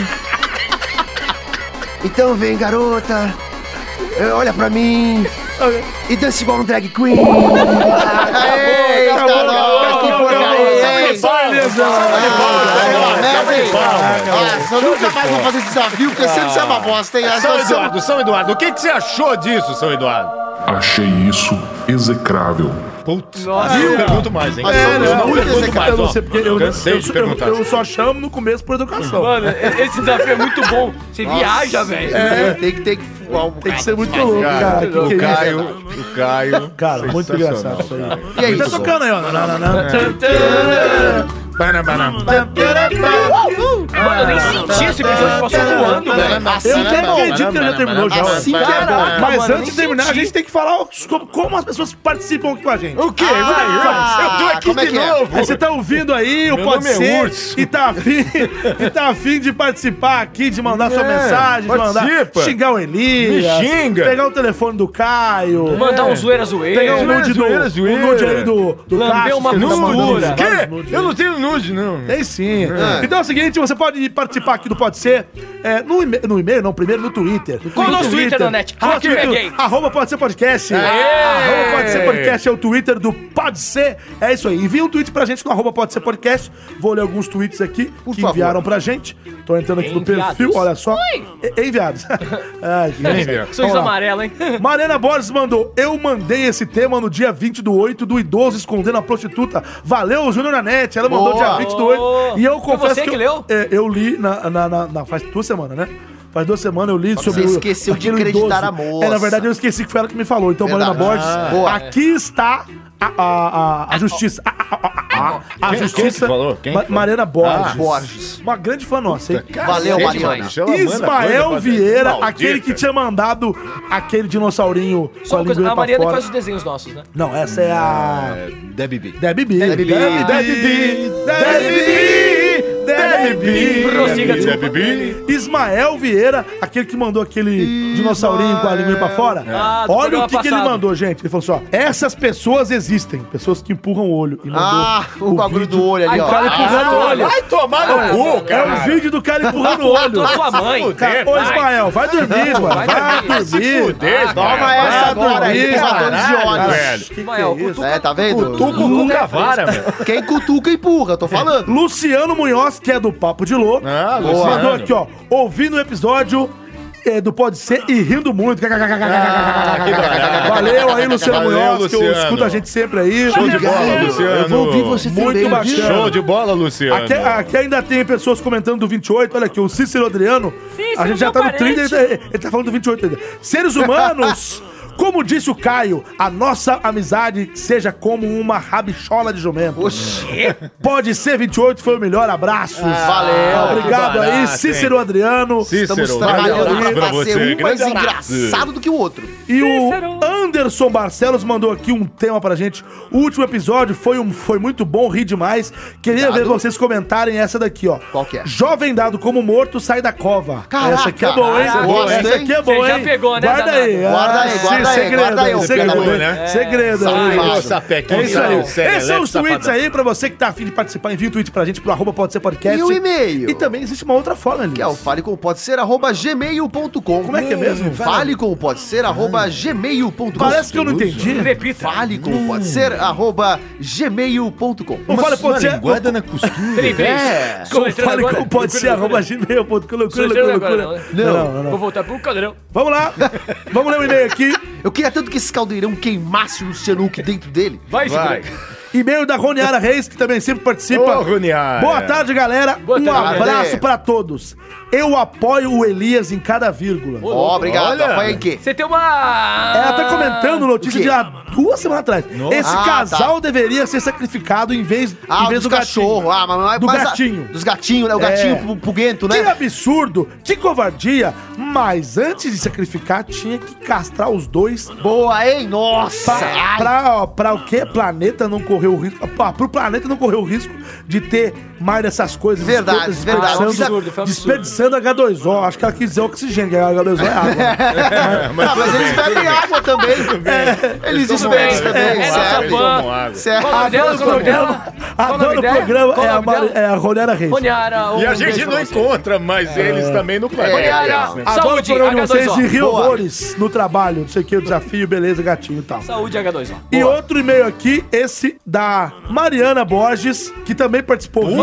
[SPEAKER 1] Então vem, garota. Eh, Olha pra mim. E dance igual um drag queen.
[SPEAKER 5] Eita,
[SPEAKER 3] Acabou,
[SPEAKER 5] nossa, Tá que
[SPEAKER 3] acabou, acabou.
[SPEAKER 5] é porcaria, hein?
[SPEAKER 3] Beleza.
[SPEAKER 5] Merda, hein? Nossa, eu nunca mais vou fazer esse desafio, porque sempre você é uma bosta, hein?
[SPEAKER 4] São
[SPEAKER 5] Agora
[SPEAKER 4] tá,
[SPEAKER 5] você-
[SPEAKER 4] Eduardo, São Eduardo, o que, que você achou disso, São Eduardo?
[SPEAKER 6] Achei isso execrável.
[SPEAKER 4] Putz, Ah, eu não pergunto mais, hein?
[SPEAKER 5] Mas
[SPEAKER 4] eu
[SPEAKER 5] São
[SPEAKER 4] não,
[SPEAKER 5] Eduardo,
[SPEAKER 4] pergunto
[SPEAKER 5] execrável,
[SPEAKER 4] mais,
[SPEAKER 3] Eu
[SPEAKER 4] ó.
[SPEAKER 3] não sei é porque eu,
[SPEAKER 4] Cansei
[SPEAKER 3] eu,
[SPEAKER 4] de
[SPEAKER 3] só- eu,
[SPEAKER 4] perguntar.
[SPEAKER 3] eu só chamo no começo por educação.
[SPEAKER 8] Mano, e- esse desafio é muito bom. Você viaja, velho.
[SPEAKER 5] É, Tem que ter que voar um
[SPEAKER 3] Tem
[SPEAKER 5] bocado.
[SPEAKER 3] que ser muito louco, cara.
[SPEAKER 4] Cara,
[SPEAKER 3] Que que é
[SPEAKER 4] o
[SPEAKER 3] isso?
[SPEAKER 4] Caio, o Caio.
[SPEAKER 3] Cara, muito
[SPEAKER 4] sensacional,
[SPEAKER 3] engraçado isso aí.
[SPEAKER 4] cara.
[SPEAKER 5] E aí,
[SPEAKER 3] Tá tocando aí, ó.
[SPEAKER 4] Bana, bana.
[SPEAKER 8] Mano, eu nem senti esse episódio passou voando, velho.
[SPEAKER 5] Assim
[SPEAKER 3] Eu
[SPEAKER 5] que é
[SPEAKER 3] até
[SPEAKER 5] bom.
[SPEAKER 3] acredito que já terminou já.
[SPEAKER 5] Assim que é bom.
[SPEAKER 3] Mas
[SPEAKER 8] mano,
[SPEAKER 3] antes
[SPEAKER 8] nem
[SPEAKER 3] de terminar,
[SPEAKER 8] senti.
[SPEAKER 3] a gente tem que falar os- como, como as pessoas participam aqui com a gente.
[SPEAKER 4] O quê? Vai, vai. Eu tô aqui
[SPEAKER 5] como é
[SPEAKER 4] de
[SPEAKER 5] que é?
[SPEAKER 4] novo.
[SPEAKER 3] Aí você tá ouvindo aí o
[SPEAKER 4] Meu
[SPEAKER 3] Pode
[SPEAKER 4] nome é
[SPEAKER 3] Ser
[SPEAKER 4] Urso.
[SPEAKER 3] e, tá afim, e tá afim de participar aqui, de mandar sua
[SPEAKER 4] É,
[SPEAKER 3] mensagem, de mandar
[SPEAKER 4] participa.
[SPEAKER 3] xingar o Elias,
[SPEAKER 4] Me xinga.
[SPEAKER 3] pegar o telefone do Caio,
[SPEAKER 8] Mandar um zoeira zoeira.
[SPEAKER 3] pegar o
[SPEAKER 4] zoeira,
[SPEAKER 3] nude do,
[SPEAKER 4] zoeira,
[SPEAKER 3] o
[SPEAKER 4] zoeira.
[SPEAKER 3] nude aí do, do
[SPEAKER 8] Lamber
[SPEAKER 3] Cássio,
[SPEAKER 8] uma
[SPEAKER 3] que ele tá
[SPEAKER 8] nude.
[SPEAKER 3] mandando
[SPEAKER 8] Quê?
[SPEAKER 3] vários nudes
[SPEAKER 4] Quê? Eu
[SPEAKER 3] aí.
[SPEAKER 4] não tenho nude, não.
[SPEAKER 3] Tem sim. Então é o seguinte, você pode participar aqui do Pode Ser é, no, e-mail, no e-mail, não, primeiro no Twitter.
[SPEAKER 8] Qual
[SPEAKER 3] No
[SPEAKER 8] o nosso Twitter, Nanete?
[SPEAKER 3] Qual
[SPEAKER 8] Hacker
[SPEAKER 3] o Twitter?
[SPEAKER 8] é gay.
[SPEAKER 3] Arroba Pode Ser Podcast. Arroba Pode Ser Podcast é o Twitter do Pode Ser. É isso aí. Envia um tweet pra gente no arroba Pode Ser Podcast. Vou ler alguns tweets aqui que
[SPEAKER 5] favor.
[SPEAKER 3] enviaram pra gente. Tô entrando aqui no
[SPEAKER 8] Enviados.
[SPEAKER 3] perfil, olha só. E- enviados. *laughs* Ai, gente.
[SPEAKER 4] Enviados.
[SPEAKER 8] Sorriso
[SPEAKER 3] Vamos lá.
[SPEAKER 8] amarelo, hein?
[SPEAKER 3] Mariana Borges mandou, eu mandei esse tema no dia 20 do 8 do idoso escondendo a prostituta. Valeu, Júnior Nanete. Ela mandou
[SPEAKER 5] Boa.
[SPEAKER 3] dia 20 do 8. E eu
[SPEAKER 8] Foi
[SPEAKER 3] confesso
[SPEAKER 8] você
[SPEAKER 3] que,
[SPEAKER 8] que
[SPEAKER 3] eu,
[SPEAKER 8] leu?
[SPEAKER 3] é, eu li na, na- na- na- faz duas semanas, né? Faz duas semanas eu li sobre
[SPEAKER 5] você esqueceu de
[SPEAKER 3] aquele
[SPEAKER 5] acreditar
[SPEAKER 3] idoso.
[SPEAKER 5] a moça.
[SPEAKER 3] É, na verdade eu esqueci que foi ela que me falou. Então,
[SPEAKER 5] Verdade.
[SPEAKER 3] Mariana
[SPEAKER 5] Ah,
[SPEAKER 3] Borges,
[SPEAKER 5] boa.
[SPEAKER 3] aqui está a, a- a- a justiça. A, a- a- a- a
[SPEAKER 4] Quem- quem
[SPEAKER 3] justiça.
[SPEAKER 4] que falou? Quem que
[SPEAKER 3] Ma-
[SPEAKER 4] falou?
[SPEAKER 3] Mariana Borges.
[SPEAKER 5] Ah, Borges.
[SPEAKER 3] Uma grande fã nossa, hein?
[SPEAKER 5] Valeu,
[SPEAKER 4] Cacete,
[SPEAKER 5] Mariana.
[SPEAKER 4] bicho, ela manda coisa
[SPEAKER 3] Ismael
[SPEAKER 4] pra-
[SPEAKER 3] Vieira,
[SPEAKER 4] Maldita.
[SPEAKER 3] aquele que tinha mandado aquele dinossaurinho
[SPEAKER 8] Só
[SPEAKER 3] com a
[SPEAKER 8] uma coisa,
[SPEAKER 3] linguinha
[SPEAKER 8] a
[SPEAKER 3] pra
[SPEAKER 8] Mariana que
[SPEAKER 3] fora.
[SPEAKER 8] faz os desenhos nossos, né?
[SPEAKER 3] Não, essa é a...
[SPEAKER 4] Debbie B.
[SPEAKER 3] Debbie B.
[SPEAKER 5] Debbie B.
[SPEAKER 3] Debbie B. Debbie B. Debbie B.
[SPEAKER 4] é
[SPEAKER 8] Prossiga, desculpa.
[SPEAKER 4] Debbie B.
[SPEAKER 3] Ismael Vieira, aquele que mandou aquele dinossaurinho com a linguinha pra fora.
[SPEAKER 8] Ah, do
[SPEAKER 3] Olha o
[SPEAKER 8] programa
[SPEAKER 3] que, que ele
[SPEAKER 8] passado.
[SPEAKER 3] mandou, gente. Ele falou assim, ó. Essas pessoas existem. Pessoas que empurram o olho. E mandou
[SPEAKER 5] Ah, o bagulho
[SPEAKER 3] vídeo.
[SPEAKER 5] do olho ali,
[SPEAKER 8] Ai,
[SPEAKER 5] ó.
[SPEAKER 3] Cara
[SPEAKER 5] Ah,
[SPEAKER 3] empurrando o olho.
[SPEAKER 4] Vai tomar
[SPEAKER 3] Ah,
[SPEAKER 4] no cu,
[SPEAKER 3] É
[SPEAKER 4] cara.
[SPEAKER 3] um vídeo do cara empurrando o olho.
[SPEAKER 8] Tô sua mãe.
[SPEAKER 3] Cara, Ô, Ismael, vai dormir, mano. Vai,
[SPEAKER 8] dormir.
[SPEAKER 4] Ah,
[SPEAKER 3] dormir.
[SPEAKER 4] Fudeu,
[SPEAKER 5] Toma essa agora aí,
[SPEAKER 3] Luiz,
[SPEAKER 5] pesadores de
[SPEAKER 4] É, caralho,
[SPEAKER 5] olhos.
[SPEAKER 4] velho.
[SPEAKER 8] Ismael, cutuca-
[SPEAKER 5] É, tá vendo?
[SPEAKER 4] Tuco com cavara, velho.
[SPEAKER 5] Quem cutuca empurra, tô falando.
[SPEAKER 3] Luciano Munhoz, que é do Papo de Louco,
[SPEAKER 4] Ah,
[SPEAKER 3] mandou
[SPEAKER 4] Luciano.
[SPEAKER 3] aqui, ó. Ouvindo o episódio é, do Pode Ser e rindo muito.
[SPEAKER 5] Tá Ah.
[SPEAKER 4] barato.
[SPEAKER 3] Valeu aí, Luciano
[SPEAKER 4] Valeu,
[SPEAKER 3] Munhoz, que eu
[SPEAKER 4] Luciano.
[SPEAKER 3] escuto a gente sempre aí.
[SPEAKER 4] Show de bola, Luciano.
[SPEAKER 3] Eu vou ouvir você Muito
[SPEAKER 4] Muito
[SPEAKER 3] bacana.
[SPEAKER 4] bacana. Show de bola, Luciano.
[SPEAKER 3] Aqui, aqui ainda tem pessoas comentando do 28, olha aqui, o Cícero Adriano.
[SPEAKER 9] Cícero,
[SPEAKER 3] a
[SPEAKER 5] é
[SPEAKER 3] gente já tá
[SPEAKER 9] meu
[SPEAKER 3] no 30, ele,
[SPEAKER 9] parente.
[SPEAKER 3] tá- ele tá falando do 28 ainda. Seres
[SPEAKER 5] *laughs*
[SPEAKER 3] humanos, como disse o Caio, a nossa amizade seja como uma rabichola de jumento. Pode ser 28, foi o melhor abraço.
[SPEAKER 5] Ah, valeu,
[SPEAKER 3] Obrigado
[SPEAKER 5] que
[SPEAKER 3] aí,
[SPEAKER 5] barato,
[SPEAKER 3] Cícero Adriano.
[SPEAKER 4] Cícero,
[SPEAKER 5] Estamos
[SPEAKER 4] grande
[SPEAKER 5] trabalhando
[SPEAKER 4] abraço
[SPEAKER 5] pra,
[SPEAKER 4] pra
[SPEAKER 5] pra
[SPEAKER 4] você,
[SPEAKER 5] ser um
[SPEAKER 4] grande
[SPEAKER 5] mais
[SPEAKER 4] abraço.
[SPEAKER 5] engraçado do que o outro.
[SPEAKER 3] E o Anderson Barcelos mandou aqui um tema pra gente. O último episódio foi, um, foi muito bom, ri demais. Queria ver vocês comentarem essa daqui, ó.
[SPEAKER 5] Qual que é?
[SPEAKER 3] Jovem dado como morto sai da cova.
[SPEAKER 5] Caraca,
[SPEAKER 3] essa aqui é boa, hein?
[SPEAKER 5] caraca,
[SPEAKER 3] Boa,
[SPEAKER 5] gosto,
[SPEAKER 3] essa
[SPEAKER 5] hein?
[SPEAKER 3] aqui é boa,
[SPEAKER 2] Você já
[SPEAKER 3] hein?
[SPEAKER 2] pegou, né,
[SPEAKER 3] Guarda
[SPEAKER 2] danado? É.
[SPEAKER 3] aí.
[SPEAKER 5] Guarda aí,
[SPEAKER 3] Ah,
[SPEAKER 5] guarda
[SPEAKER 3] sim,
[SPEAKER 5] aí,
[SPEAKER 3] segredo,
[SPEAKER 5] guarda aí, ô
[SPEAKER 3] segredo,
[SPEAKER 5] pegou,
[SPEAKER 4] né?
[SPEAKER 3] Segredo.
[SPEAKER 5] Sai,
[SPEAKER 3] hein?
[SPEAKER 5] ô
[SPEAKER 4] sapequinho,
[SPEAKER 3] É isso aí.
[SPEAKER 4] ô sério,
[SPEAKER 3] Esses são
[SPEAKER 4] leve
[SPEAKER 3] os tweets
[SPEAKER 4] safadão.
[SPEAKER 3] aí pra você que tá afim de participar. Envia o tweet pra gente pro arroba pode ser podcast.
[SPEAKER 5] E o e-mail?
[SPEAKER 3] E também existe uma outra forma ali.
[SPEAKER 5] Que é o falecompodser@gmail.com.
[SPEAKER 3] Como é que é mesmo?
[SPEAKER 5] Falecompodser@gmail.com.
[SPEAKER 3] Parece que eu não entendi.
[SPEAKER 2] Repita.
[SPEAKER 5] Falecompodser@gmail.com.
[SPEAKER 3] Hum. Não fala, pode ser.
[SPEAKER 4] Linguada na costura.
[SPEAKER 2] Peraí, peraí.
[SPEAKER 5] É.
[SPEAKER 2] Sou
[SPEAKER 3] Como
[SPEAKER 2] entrando
[SPEAKER 3] fale
[SPEAKER 2] agora?
[SPEAKER 3] como pode ser, arroba gmail.com, que loucura,
[SPEAKER 2] Sou entrando
[SPEAKER 3] loucura,
[SPEAKER 2] agora,
[SPEAKER 3] loucura. Não, não, não.
[SPEAKER 2] Vou voltar pro caldeirão.
[SPEAKER 3] Vamos lá, vamos ler um e-mail aqui.
[SPEAKER 5] Eu queria tanto que esse caldeirão queimasse o Luciano Huck dentro dele.
[SPEAKER 2] Vai,
[SPEAKER 4] Vai.
[SPEAKER 2] segura.
[SPEAKER 3] E-mail da Roniara Reis, que também sempre participa.
[SPEAKER 4] Ô, Roniara.
[SPEAKER 3] Boa tarde, galera. um
[SPEAKER 2] tarde.
[SPEAKER 3] abraço pra todos. Eu apoio o Elias em cada vírgula.
[SPEAKER 5] Ó, obrigado.
[SPEAKER 4] Olha.
[SPEAKER 5] Apoia em quê?
[SPEAKER 2] Você tem uma.
[SPEAKER 3] Ela tá comentando notícia
[SPEAKER 5] o quê?
[SPEAKER 3] de há duas semanas atrás. Esse
[SPEAKER 5] Ah,
[SPEAKER 3] casal deveria ser sacrificado em vez,
[SPEAKER 5] Ah,
[SPEAKER 3] em vez
[SPEAKER 5] dos cachorro. Ah, mas, mas
[SPEAKER 3] Do
[SPEAKER 5] mas a-
[SPEAKER 3] gatinho.
[SPEAKER 5] dos gatinhos, né? O
[SPEAKER 3] É.
[SPEAKER 5] gatinho pro puguento,
[SPEAKER 3] Que
[SPEAKER 5] né?
[SPEAKER 3] absurdo, que covardia. Mas antes de sacrificar, tinha que castrar os dois
[SPEAKER 5] Boa, hein? Nossa! Ah,
[SPEAKER 3] Pra,
[SPEAKER 5] Ai,
[SPEAKER 3] pra, ó, pra o que planeta não correr o risco? Pra, pro planeta não correr o risco de ter mais dessas coisas.
[SPEAKER 5] Verdade,
[SPEAKER 3] escrotas,
[SPEAKER 5] verdade.
[SPEAKER 3] desperdiçando-
[SPEAKER 5] Foi um
[SPEAKER 2] absurdo, foi um absurdo.
[SPEAKER 3] Desperdiçando H2O. Acho que ela quis dizer oxigênio, que H2O
[SPEAKER 5] *laughs*
[SPEAKER 3] é água. né?
[SPEAKER 4] É,
[SPEAKER 5] Ah, mas eles bebem água também. Eles
[SPEAKER 2] Tudo bem,
[SPEAKER 5] dispensam
[SPEAKER 2] é,
[SPEAKER 5] também,
[SPEAKER 2] é nossa
[SPEAKER 5] certo?
[SPEAKER 2] fã.
[SPEAKER 5] Certo.
[SPEAKER 2] Qual o nome dela? Qual o nome
[SPEAKER 3] Adoro o programa.
[SPEAKER 2] dela? Qual o nome
[SPEAKER 3] Adoro o
[SPEAKER 2] dela?
[SPEAKER 3] programa.
[SPEAKER 2] Qual o
[SPEAKER 3] É a,
[SPEAKER 2] nome
[SPEAKER 3] Mari-
[SPEAKER 2] dela?
[SPEAKER 3] é a Roniara Reis.
[SPEAKER 2] Roniara, um
[SPEAKER 4] E a
[SPEAKER 2] beijo
[SPEAKER 4] gente
[SPEAKER 2] pra
[SPEAKER 4] não
[SPEAKER 2] você.
[SPEAKER 4] encontra mais eles também no né? planeta.
[SPEAKER 2] Roniara,
[SPEAKER 3] Adoro o
[SPEAKER 2] saúde,
[SPEAKER 3] programa de vocês e
[SPEAKER 2] H2O.
[SPEAKER 3] rio
[SPEAKER 5] Boa.
[SPEAKER 3] horrores no trabalho. Não sei o que, o desafio, beleza, gatinho e tal.
[SPEAKER 2] Saúde, H2O.
[SPEAKER 3] E outro e-mail aqui, esse da Mariana Borges, que também participou
[SPEAKER 4] Puta que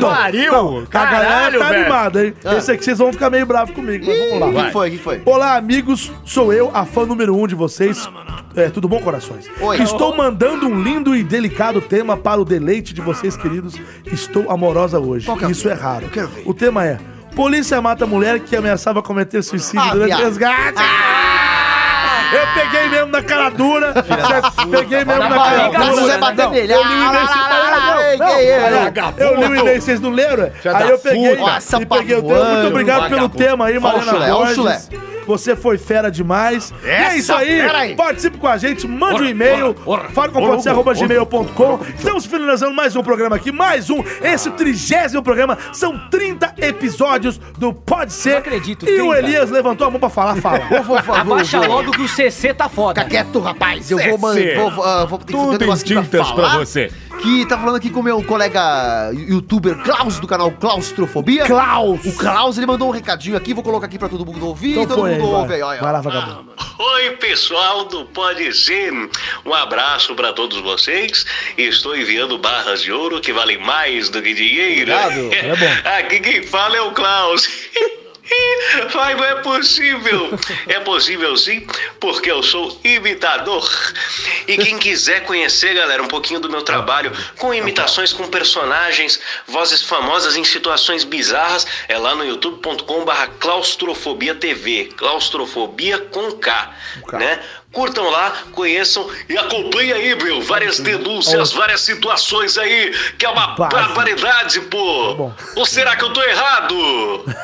[SPEAKER 3] não.
[SPEAKER 4] pariu!
[SPEAKER 3] Não, a galera
[SPEAKER 4] Caralho,
[SPEAKER 3] tá
[SPEAKER 4] velho. Ah.
[SPEAKER 3] animada, hein? Esse aqui vocês vão ficar meio bravos comigo, mas vamos lá.
[SPEAKER 5] O que foi? O que foi?
[SPEAKER 3] Olá, amigos. Sou eu, a fã número um de vocês. É, tudo bom, corações?
[SPEAKER 5] Oi.
[SPEAKER 3] Estou mandando um lindo e delicado tema para o deleite de vocês, queridos. Estou amorosa hoje.
[SPEAKER 5] Qual que é o
[SPEAKER 3] Isso é
[SPEAKER 5] tema?
[SPEAKER 3] raro.
[SPEAKER 5] Eu quero ver.
[SPEAKER 3] O tema é... Polícia mata mulher que ameaçava cometer suicídio
[SPEAKER 5] Ah,
[SPEAKER 3] durante
[SPEAKER 5] viado.
[SPEAKER 3] o resgate.
[SPEAKER 5] Ah!
[SPEAKER 3] Eu peguei mesmo na cara dura. peguei mesmo na cara
[SPEAKER 5] Barriga,
[SPEAKER 3] dura.
[SPEAKER 5] você vai bater
[SPEAKER 3] Não,
[SPEAKER 5] nele.
[SPEAKER 3] eu li o
[SPEAKER 5] Ah,
[SPEAKER 3] e-mail, vocês-
[SPEAKER 5] lá, lá, lá,
[SPEAKER 3] Não,
[SPEAKER 5] lá,
[SPEAKER 3] não,
[SPEAKER 5] ei, ei,
[SPEAKER 3] não, Eu li o e-mail, vocês não leram? é?
[SPEAKER 4] Filha
[SPEAKER 3] Aí
[SPEAKER 4] da
[SPEAKER 3] eu peguei
[SPEAKER 4] puta.
[SPEAKER 5] Nossa,
[SPEAKER 3] e peguei o tema.
[SPEAKER 5] pavão,
[SPEAKER 3] Muito obrigado pelo
[SPEAKER 5] vagabundo.
[SPEAKER 3] tema aí,
[SPEAKER 5] Fala o
[SPEAKER 3] Mariana
[SPEAKER 5] chulé, olha o
[SPEAKER 3] Borges. Você foi fera demais. E é
[SPEAKER 5] Essa
[SPEAKER 3] isso aí.
[SPEAKER 5] fera aí.
[SPEAKER 3] Participe com a gente, mande um e-mail.
[SPEAKER 2] ora,
[SPEAKER 3] Farcompodc.gmail.com Estamos finalizando mais um programa aqui, mais um. Esse é o trigésimo programa. São 30 episódios do Pode Ser.
[SPEAKER 2] Não acredito,
[SPEAKER 3] E o
[SPEAKER 2] 30.
[SPEAKER 3] Elias levantou a mão pra falar,
[SPEAKER 2] *laughs*
[SPEAKER 3] fala.
[SPEAKER 5] Por favor,
[SPEAKER 2] Abaixa
[SPEAKER 5] João.
[SPEAKER 2] logo que o CC tá foda.
[SPEAKER 5] Fica quieto, rapaz. Eu
[SPEAKER 4] Cê,
[SPEAKER 5] vou, man...
[SPEAKER 4] cê.
[SPEAKER 5] vou, vou, ah, vou ter que
[SPEAKER 4] Tudo
[SPEAKER 5] fazer um negócio aqui
[SPEAKER 4] em tintas pra você.
[SPEAKER 5] Que tá falando aqui com o meu colega youtuber Klaus, do canal Claustrofobia.
[SPEAKER 3] Klaus.
[SPEAKER 5] O Klaus, ele mandou um recadinho aqui, vou colocar aqui pra todo mundo ouvir.
[SPEAKER 3] Então
[SPEAKER 5] todo
[SPEAKER 3] põe aí,
[SPEAKER 5] mundo ouve
[SPEAKER 3] vai.
[SPEAKER 5] aí, olha.
[SPEAKER 3] Vai lá, vagabundo.
[SPEAKER 11] Oi, pessoal do Pode Ser. Um abraço para todos vocês. Estou enviando barras de ouro que valem mais do que dinheiro.
[SPEAKER 4] Obrigado, é bom.
[SPEAKER 11] Aqui quem fala é o Klaus. *laughs* Mas não é possível. É possível sim, porque eu sou imitador. E quem quiser conhecer, galera, um pouquinho do meu trabalho com imitações, com personagens, vozes famosas em situações bizarras, é lá no youtube.com/barra claustrofobia TV. Claustrofobia com K,
[SPEAKER 3] Tá.
[SPEAKER 11] né? Curtam lá, conheçam e acompanhem aí, meu. Várias denúncias, várias situações aí, que é uma
[SPEAKER 3] Base.
[SPEAKER 11] barbaridade, pô. Ou será que eu tô errado?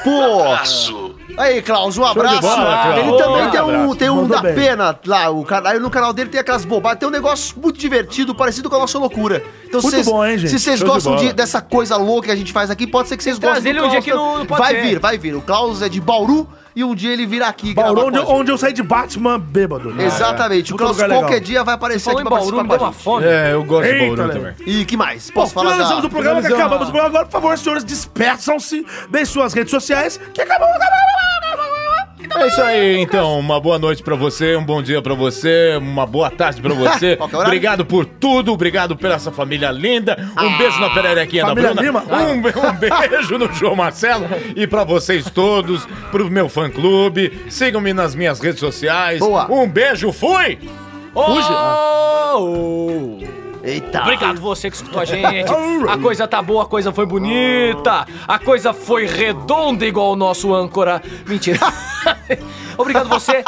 [SPEAKER 5] Pô.
[SPEAKER 11] Abraço.
[SPEAKER 5] Aí, Klaus, um abraço.
[SPEAKER 4] bola, Klaus.
[SPEAKER 5] ele
[SPEAKER 4] Boa,
[SPEAKER 5] também tem um,
[SPEAKER 4] abraço.
[SPEAKER 5] tem um
[SPEAKER 3] Mandou
[SPEAKER 5] da
[SPEAKER 3] bem.
[SPEAKER 5] pena lá, o canal, no canal dele tem aquelas bobagens, tem um negócio muito divertido, parecido com a nossa loucura. Então, se
[SPEAKER 3] Muito
[SPEAKER 5] vocês-
[SPEAKER 3] bom, hein, gente?
[SPEAKER 5] Se vocês
[SPEAKER 4] Show de
[SPEAKER 5] gostam
[SPEAKER 4] bola.
[SPEAKER 5] de- dessa coisa louca que a gente faz aqui, pode ser que vocês
[SPEAKER 2] Traz
[SPEAKER 5] gostem
[SPEAKER 2] ele um dia que não- não pode
[SPEAKER 5] vai
[SPEAKER 2] ser.
[SPEAKER 5] vir, vai vir. O Klaus é de Bauru e um dia ele virá aqui. gravar
[SPEAKER 3] Bauru,
[SPEAKER 5] com
[SPEAKER 3] onde,
[SPEAKER 5] a gente.
[SPEAKER 3] onde eu saí de Batman bêbado. né?
[SPEAKER 5] Exatamente. O
[SPEAKER 3] Puta
[SPEAKER 5] Klaus
[SPEAKER 3] lugar
[SPEAKER 5] qualquer
[SPEAKER 3] legal.
[SPEAKER 5] dia vai aparecer
[SPEAKER 2] Falou
[SPEAKER 5] aqui
[SPEAKER 2] em
[SPEAKER 5] tá pra
[SPEAKER 2] Bauru, me deu
[SPEAKER 5] participar com a
[SPEAKER 2] uma
[SPEAKER 5] gente.
[SPEAKER 2] fome.
[SPEAKER 4] É, eu gosto
[SPEAKER 3] Eita,
[SPEAKER 4] de Bauru
[SPEAKER 3] Léo.
[SPEAKER 4] também.
[SPEAKER 5] E que mais?
[SPEAKER 3] Bom,
[SPEAKER 5] Posso falar
[SPEAKER 3] finalizamos
[SPEAKER 5] da...
[SPEAKER 3] o programa, que
[SPEAKER 2] finalizamos.
[SPEAKER 3] acabamos o programa agora. Por favor, senhores, despeçam-se, deem suas redes sociais, que acabamos.
[SPEAKER 4] É isso aí, então. Uma boa noite pra você, um bom dia pra você, uma boa tarde pra
[SPEAKER 5] *laughs*
[SPEAKER 4] você.
[SPEAKER 5] Qualquer é horário.
[SPEAKER 4] obrigado por tudo, obrigado pela essa família linda.
[SPEAKER 5] Ah.
[SPEAKER 4] Um beijo na pererequinha da
[SPEAKER 3] Família
[SPEAKER 4] Bruna.
[SPEAKER 3] Lima. Ah.
[SPEAKER 4] Um, be- um *laughs* beijo no João Marcelo e pra vocês todos, pro meu fã clube. Sigam-me nas minhas redes sociais.
[SPEAKER 5] Boa.
[SPEAKER 4] Um beijo, fui!
[SPEAKER 5] É, Eita.
[SPEAKER 2] Obrigado você que escutou a gente. A coisa tá boa, a coisa foi bonita. A coisa foi redonda igual o nosso âncora. Mentira. *laughs* Obrigado você.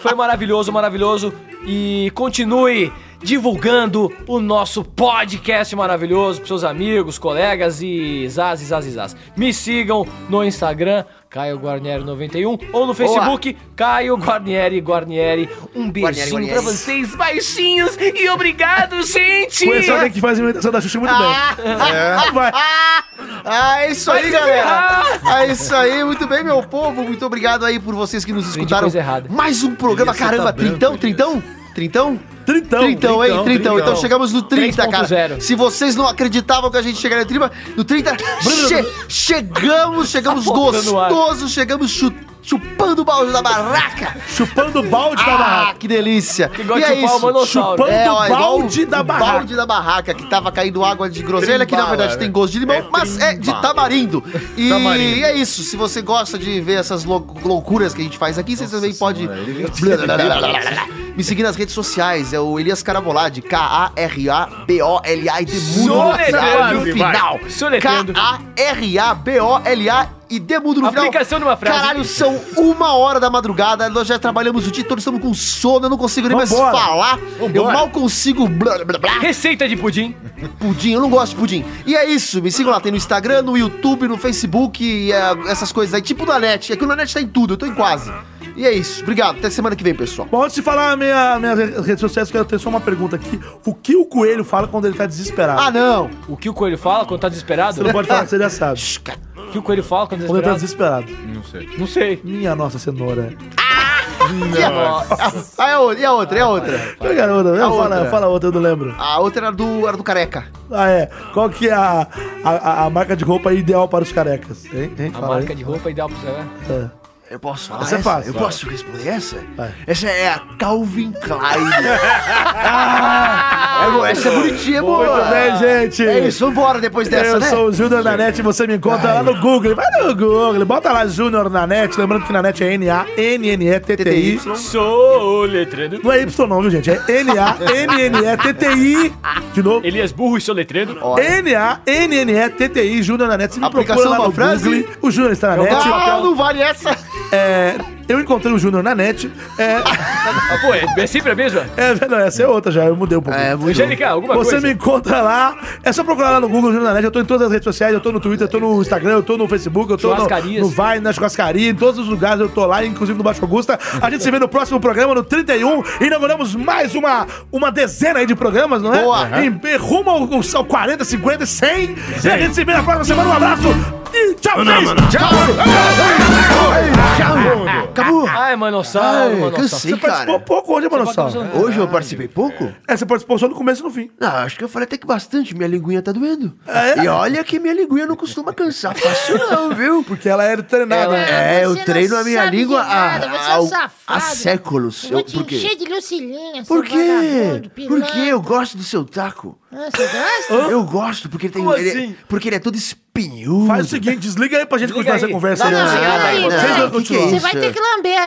[SPEAKER 2] Foi maravilhoso, maravilhoso. E continue divulgando o nosso podcast maravilhoso pros seus amigos, colegas e zaz, zaz, zaz. Me sigam no Instagram, Caio Guarnieri91, ou no Facebook, Caio Guarnieri Guarnieri. Um beijinho
[SPEAKER 9] Guarnieri.
[SPEAKER 2] pra vocês, baixinhos, e obrigado, gente!
[SPEAKER 3] Conheço alguém que faz a imitação da Xuxa muito bem.
[SPEAKER 5] É.
[SPEAKER 3] Vai.
[SPEAKER 5] Ah, é isso aí,
[SPEAKER 2] se
[SPEAKER 5] galera. É isso aí, muito bem, meu povo. Muito obrigado aí por vocês que nos escutaram.
[SPEAKER 2] coisa errada.
[SPEAKER 5] Mais um programa,
[SPEAKER 1] Isso,
[SPEAKER 5] caramba,
[SPEAKER 1] tá branco,
[SPEAKER 5] trintão, trintão? Trintão?
[SPEAKER 3] Trintão.
[SPEAKER 5] Trintão, hein? Trintão.
[SPEAKER 3] trintão.
[SPEAKER 5] Então chegamos no 30, cara.
[SPEAKER 2] 3.0.
[SPEAKER 5] Se vocês não acreditavam que a gente chegaria no 30, no 30 che- chegamos, chegamos
[SPEAKER 2] voltando Tá no ar.
[SPEAKER 5] gostoso, chegamos chu- chupando o balde da barraca.
[SPEAKER 3] Chupando o balde
[SPEAKER 2] Tá
[SPEAKER 3] da
[SPEAKER 5] Ah,
[SPEAKER 3] barraca.
[SPEAKER 5] que delícia.
[SPEAKER 2] Igual
[SPEAKER 5] e é
[SPEAKER 2] chupar o né?
[SPEAKER 5] isso.
[SPEAKER 2] manossauro.
[SPEAKER 3] chupando-
[SPEAKER 5] É, ó,
[SPEAKER 3] do
[SPEAKER 5] igual
[SPEAKER 3] balde
[SPEAKER 5] o-
[SPEAKER 3] da
[SPEAKER 5] o
[SPEAKER 3] barraca.
[SPEAKER 5] balde da barraca, que tava caindo água de groselha, que na
[SPEAKER 4] Trimbala,
[SPEAKER 5] verdade
[SPEAKER 4] né?
[SPEAKER 5] tem gosto de limão,
[SPEAKER 4] É
[SPEAKER 5] mas é de
[SPEAKER 4] trimbala.
[SPEAKER 5] tamarindo. E
[SPEAKER 4] Tamarindo.
[SPEAKER 5] é isso, se você gosta de ver essas lou- loucuras que a gente faz aqui, você também pode *laughs* me seguir nas redes sociais, é o Elias Carabolade, K-A-R-A-B-O-L-A e de mundo no
[SPEAKER 2] Soletrando,
[SPEAKER 5] no
[SPEAKER 4] vai.
[SPEAKER 5] final.
[SPEAKER 2] Soletrando.
[SPEAKER 5] K-A-R-A-B-O-L-A e demudo no final.
[SPEAKER 2] Aplicação de uma frase.
[SPEAKER 5] Caralho, são uma hora da madrugada, nós já trabalhamos o dia todo, estamos com sono, eu não consigo nem mais
[SPEAKER 3] Vambora.
[SPEAKER 5] falar. Eu
[SPEAKER 4] Vambora.
[SPEAKER 5] mal consigo. Blá, blá, blá, blá.
[SPEAKER 2] Receita de pudim.
[SPEAKER 5] Pudim, eu não gosto de pudim. E é isso, me sigam lá, tem no Instagram, no YouTube, no Facebook, e, é, essas coisas aí. Tipo o Nanete, é que o Nanete tá em tudo, eu tô em quase. E é isso, obrigado, até semana que vem, pessoal.
[SPEAKER 3] Bom, antes de falar minha, minhas re- redes sociais, quero ter só uma pergunta aqui. O que o coelho fala quando ele tá desesperado?
[SPEAKER 5] Ah, não!
[SPEAKER 2] O que o coelho fala quando tá desesperado?
[SPEAKER 3] Você não pode falar que você já
[SPEAKER 5] *laughs*
[SPEAKER 3] sabe.
[SPEAKER 2] O que o coelho fala quando tá
[SPEAKER 3] Quando ele tá
[SPEAKER 2] desesperado?
[SPEAKER 3] desesperado.
[SPEAKER 4] Não sei.
[SPEAKER 2] Não sei.
[SPEAKER 3] Minha nossa cenoura.
[SPEAKER 5] Ah, é outra, e a outra, e a outra?
[SPEAKER 3] Ô, garota, eu fala,
[SPEAKER 5] outra. Ah.
[SPEAKER 3] fala outra, eu não lembro.
[SPEAKER 5] A outra era do, era do careca.
[SPEAKER 3] Ah, é. Qual que é a, a, a- a marca de roupa ideal para os carecas? Hein? Hein?
[SPEAKER 2] A
[SPEAKER 3] Fala aí.
[SPEAKER 2] marca de roupa ideal pra você. né?
[SPEAKER 3] É.
[SPEAKER 1] Eu posso falar
[SPEAKER 3] Essa é fácil,
[SPEAKER 1] Eu
[SPEAKER 3] vai.
[SPEAKER 1] posso responder essa?
[SPEAKER 3] Vai.
[SPEAKER 1] Essa é a Calvin
[SPEAKER 5] *laughs*
[SPEAKER 1] Klein. Ah!
[SPEAKER 5] É boa, essa é bonitinha, é boa.
[SPEAKER 3] Muito bem, gente.
[SPEAKER 5] É isso, vambora depois dessa,
[SPEAKER 3] eu
[SPEAKER 5] né?
[SPEAKER 3] sou o Júnior da Net e você me encontra lá no Google. Vai no Google, bota lá Júnior na Net. Lembrando que na Net é N-A-N-N-E-T-T-I.
[SPEAKER 2] Sou letrando.
[SPEAKER 3] Não é Y não, viu, gente? É N-A-N-N-E-T-T-I. De novo.
[SPEAKER 2] Elias burro e soletrando.
[SPEAKER 3] N-A-N-N-E-T-T-I, Júnior na net. Você me
[SPEAKER 5] Aplicação
[SPEAKER 3] procura lá no
[SPEAKER 5] uma frase?
[SPEAKER 3] Google. O Júnior está na net.
[SPEAKER 1] Então-
[SPEAKER 5] Ah, não vale essa.
[SPEAKER 3] É, eu encontrei o Júnior na net. É,
[SPEAKER 2] Ah, pô, é, é sempre a mesma?
[SPEAKER 3] é, não, essa é outra já, eu mudei um pouco.
[SPEAKER 5] É, muito
[SPEAKER 2] Angélica, alguma
[SPEAKER 3] Você
[SPEAKER 2] coisa?
[SPEAKER 3] me encontra lá. É só procurar lá no Google Júnior da Net. Eu tô em todas as redes sociais. Eu tô no Twitter, eu tô no Instagram, eu tô no Facebook, eu tô no,
[SPEAKER 2] Churrascarias.
[SPEAKER 3] no Vine, na churrascaria, em todos os lugares eu tô lá, inclusive no Baixo Augusta. A gente se vê no próximo programa, no 31. Inauguramos mais uma, uma dezena aí de programas, não é?
[SPEAKER 5] Boa.
[SPEAKER 3] Em, em rumo ao, ao 40, 50 e 100. E a gente se vê na próxima semana. Um abraço e tchau, gente.
[SPEAKER 4] Tchau!
[SPEAKER 1] Acabou.
[SPEAKER 2] Ai, manossauro,
[SPEAKER 1] Ai,
[SPEAKER 2] manossauro.
[SPEAKER 1] cansei.
[SPEAKER 3] Ah, Você participou
[SPEAKER 1] cara.
[SPEAKER 3] pouco hoje, mano, só.
[SPEAKER 1] Hoje eu participei pouco?
[SPEAKER 3] É, você participou só no começo e no fim.
[SPEAKER 1] Não, acho que eu falei até que bastante. Minha linguinha tá doendo.
[SPEAKER 3] É?
[SPEAKER 1] E olha que minha linguinha não costuma cansar fácil
[SPEAKER 3] *laughs*
[SPEAKER 1] não, viu?
[SPEAKER 3] Porque ela era treinada.
[SPEAKER 1] É,
[SPEAKER 3] né?
[SPEAKER 7] você
[SPEAKER 1] eu
[SPEAKER 7] não
[SPEAKER 1] treino a minha
[SPEAKER 7] sabe
[SPEAKER 1] língua
[SPEAKER 7] de nada,
[SPEAKER 1] há,
[SPEAKER 7] você é um
[SPEAKER 1] há-
[SPEAKER 7] safado.
[SPEAKER 1] há séculos.
[SPEAKER 7] Vou
[SPEAKER 1] Eu,
[SPEAKER 7] te
[SPEAKER 1] por quê?
[SPEAKER 7] encher de Lucilhinha,
[SPEAKER 1] Por
[SPEAKER 7] quê?
[SPEAKER 1] quê? Porque eu gosto do seu taco.
[SPEAKER 7] Ah, Você gosta?
[SPEAKER 1] Eu gosto, porque ele tem.
[SPEAKER 2] Como
[SPEAKER 1] ele-
[SPEAKER 2] assim?
[SPEAKER 1] Porque ele é todo espinhudo.
[SPEAKER 3] Faz o seguinte, desliga aí pra gente
[SPEAKER 2] Desliga aí.
[SPEAKER 3] continuar essa conversa.
[SPEAKER 7] Não,
[SPEAKER 3] aí.
[SPEAKER 1] Ah,
[SPEAKER 3] Vocês dois
[SPEAKER 7] não, não, não, não.
[SPEAKER 1] que que é
[SPEAKER 3] continuam.
[SPEAKER 7] Você vai ter que lamber.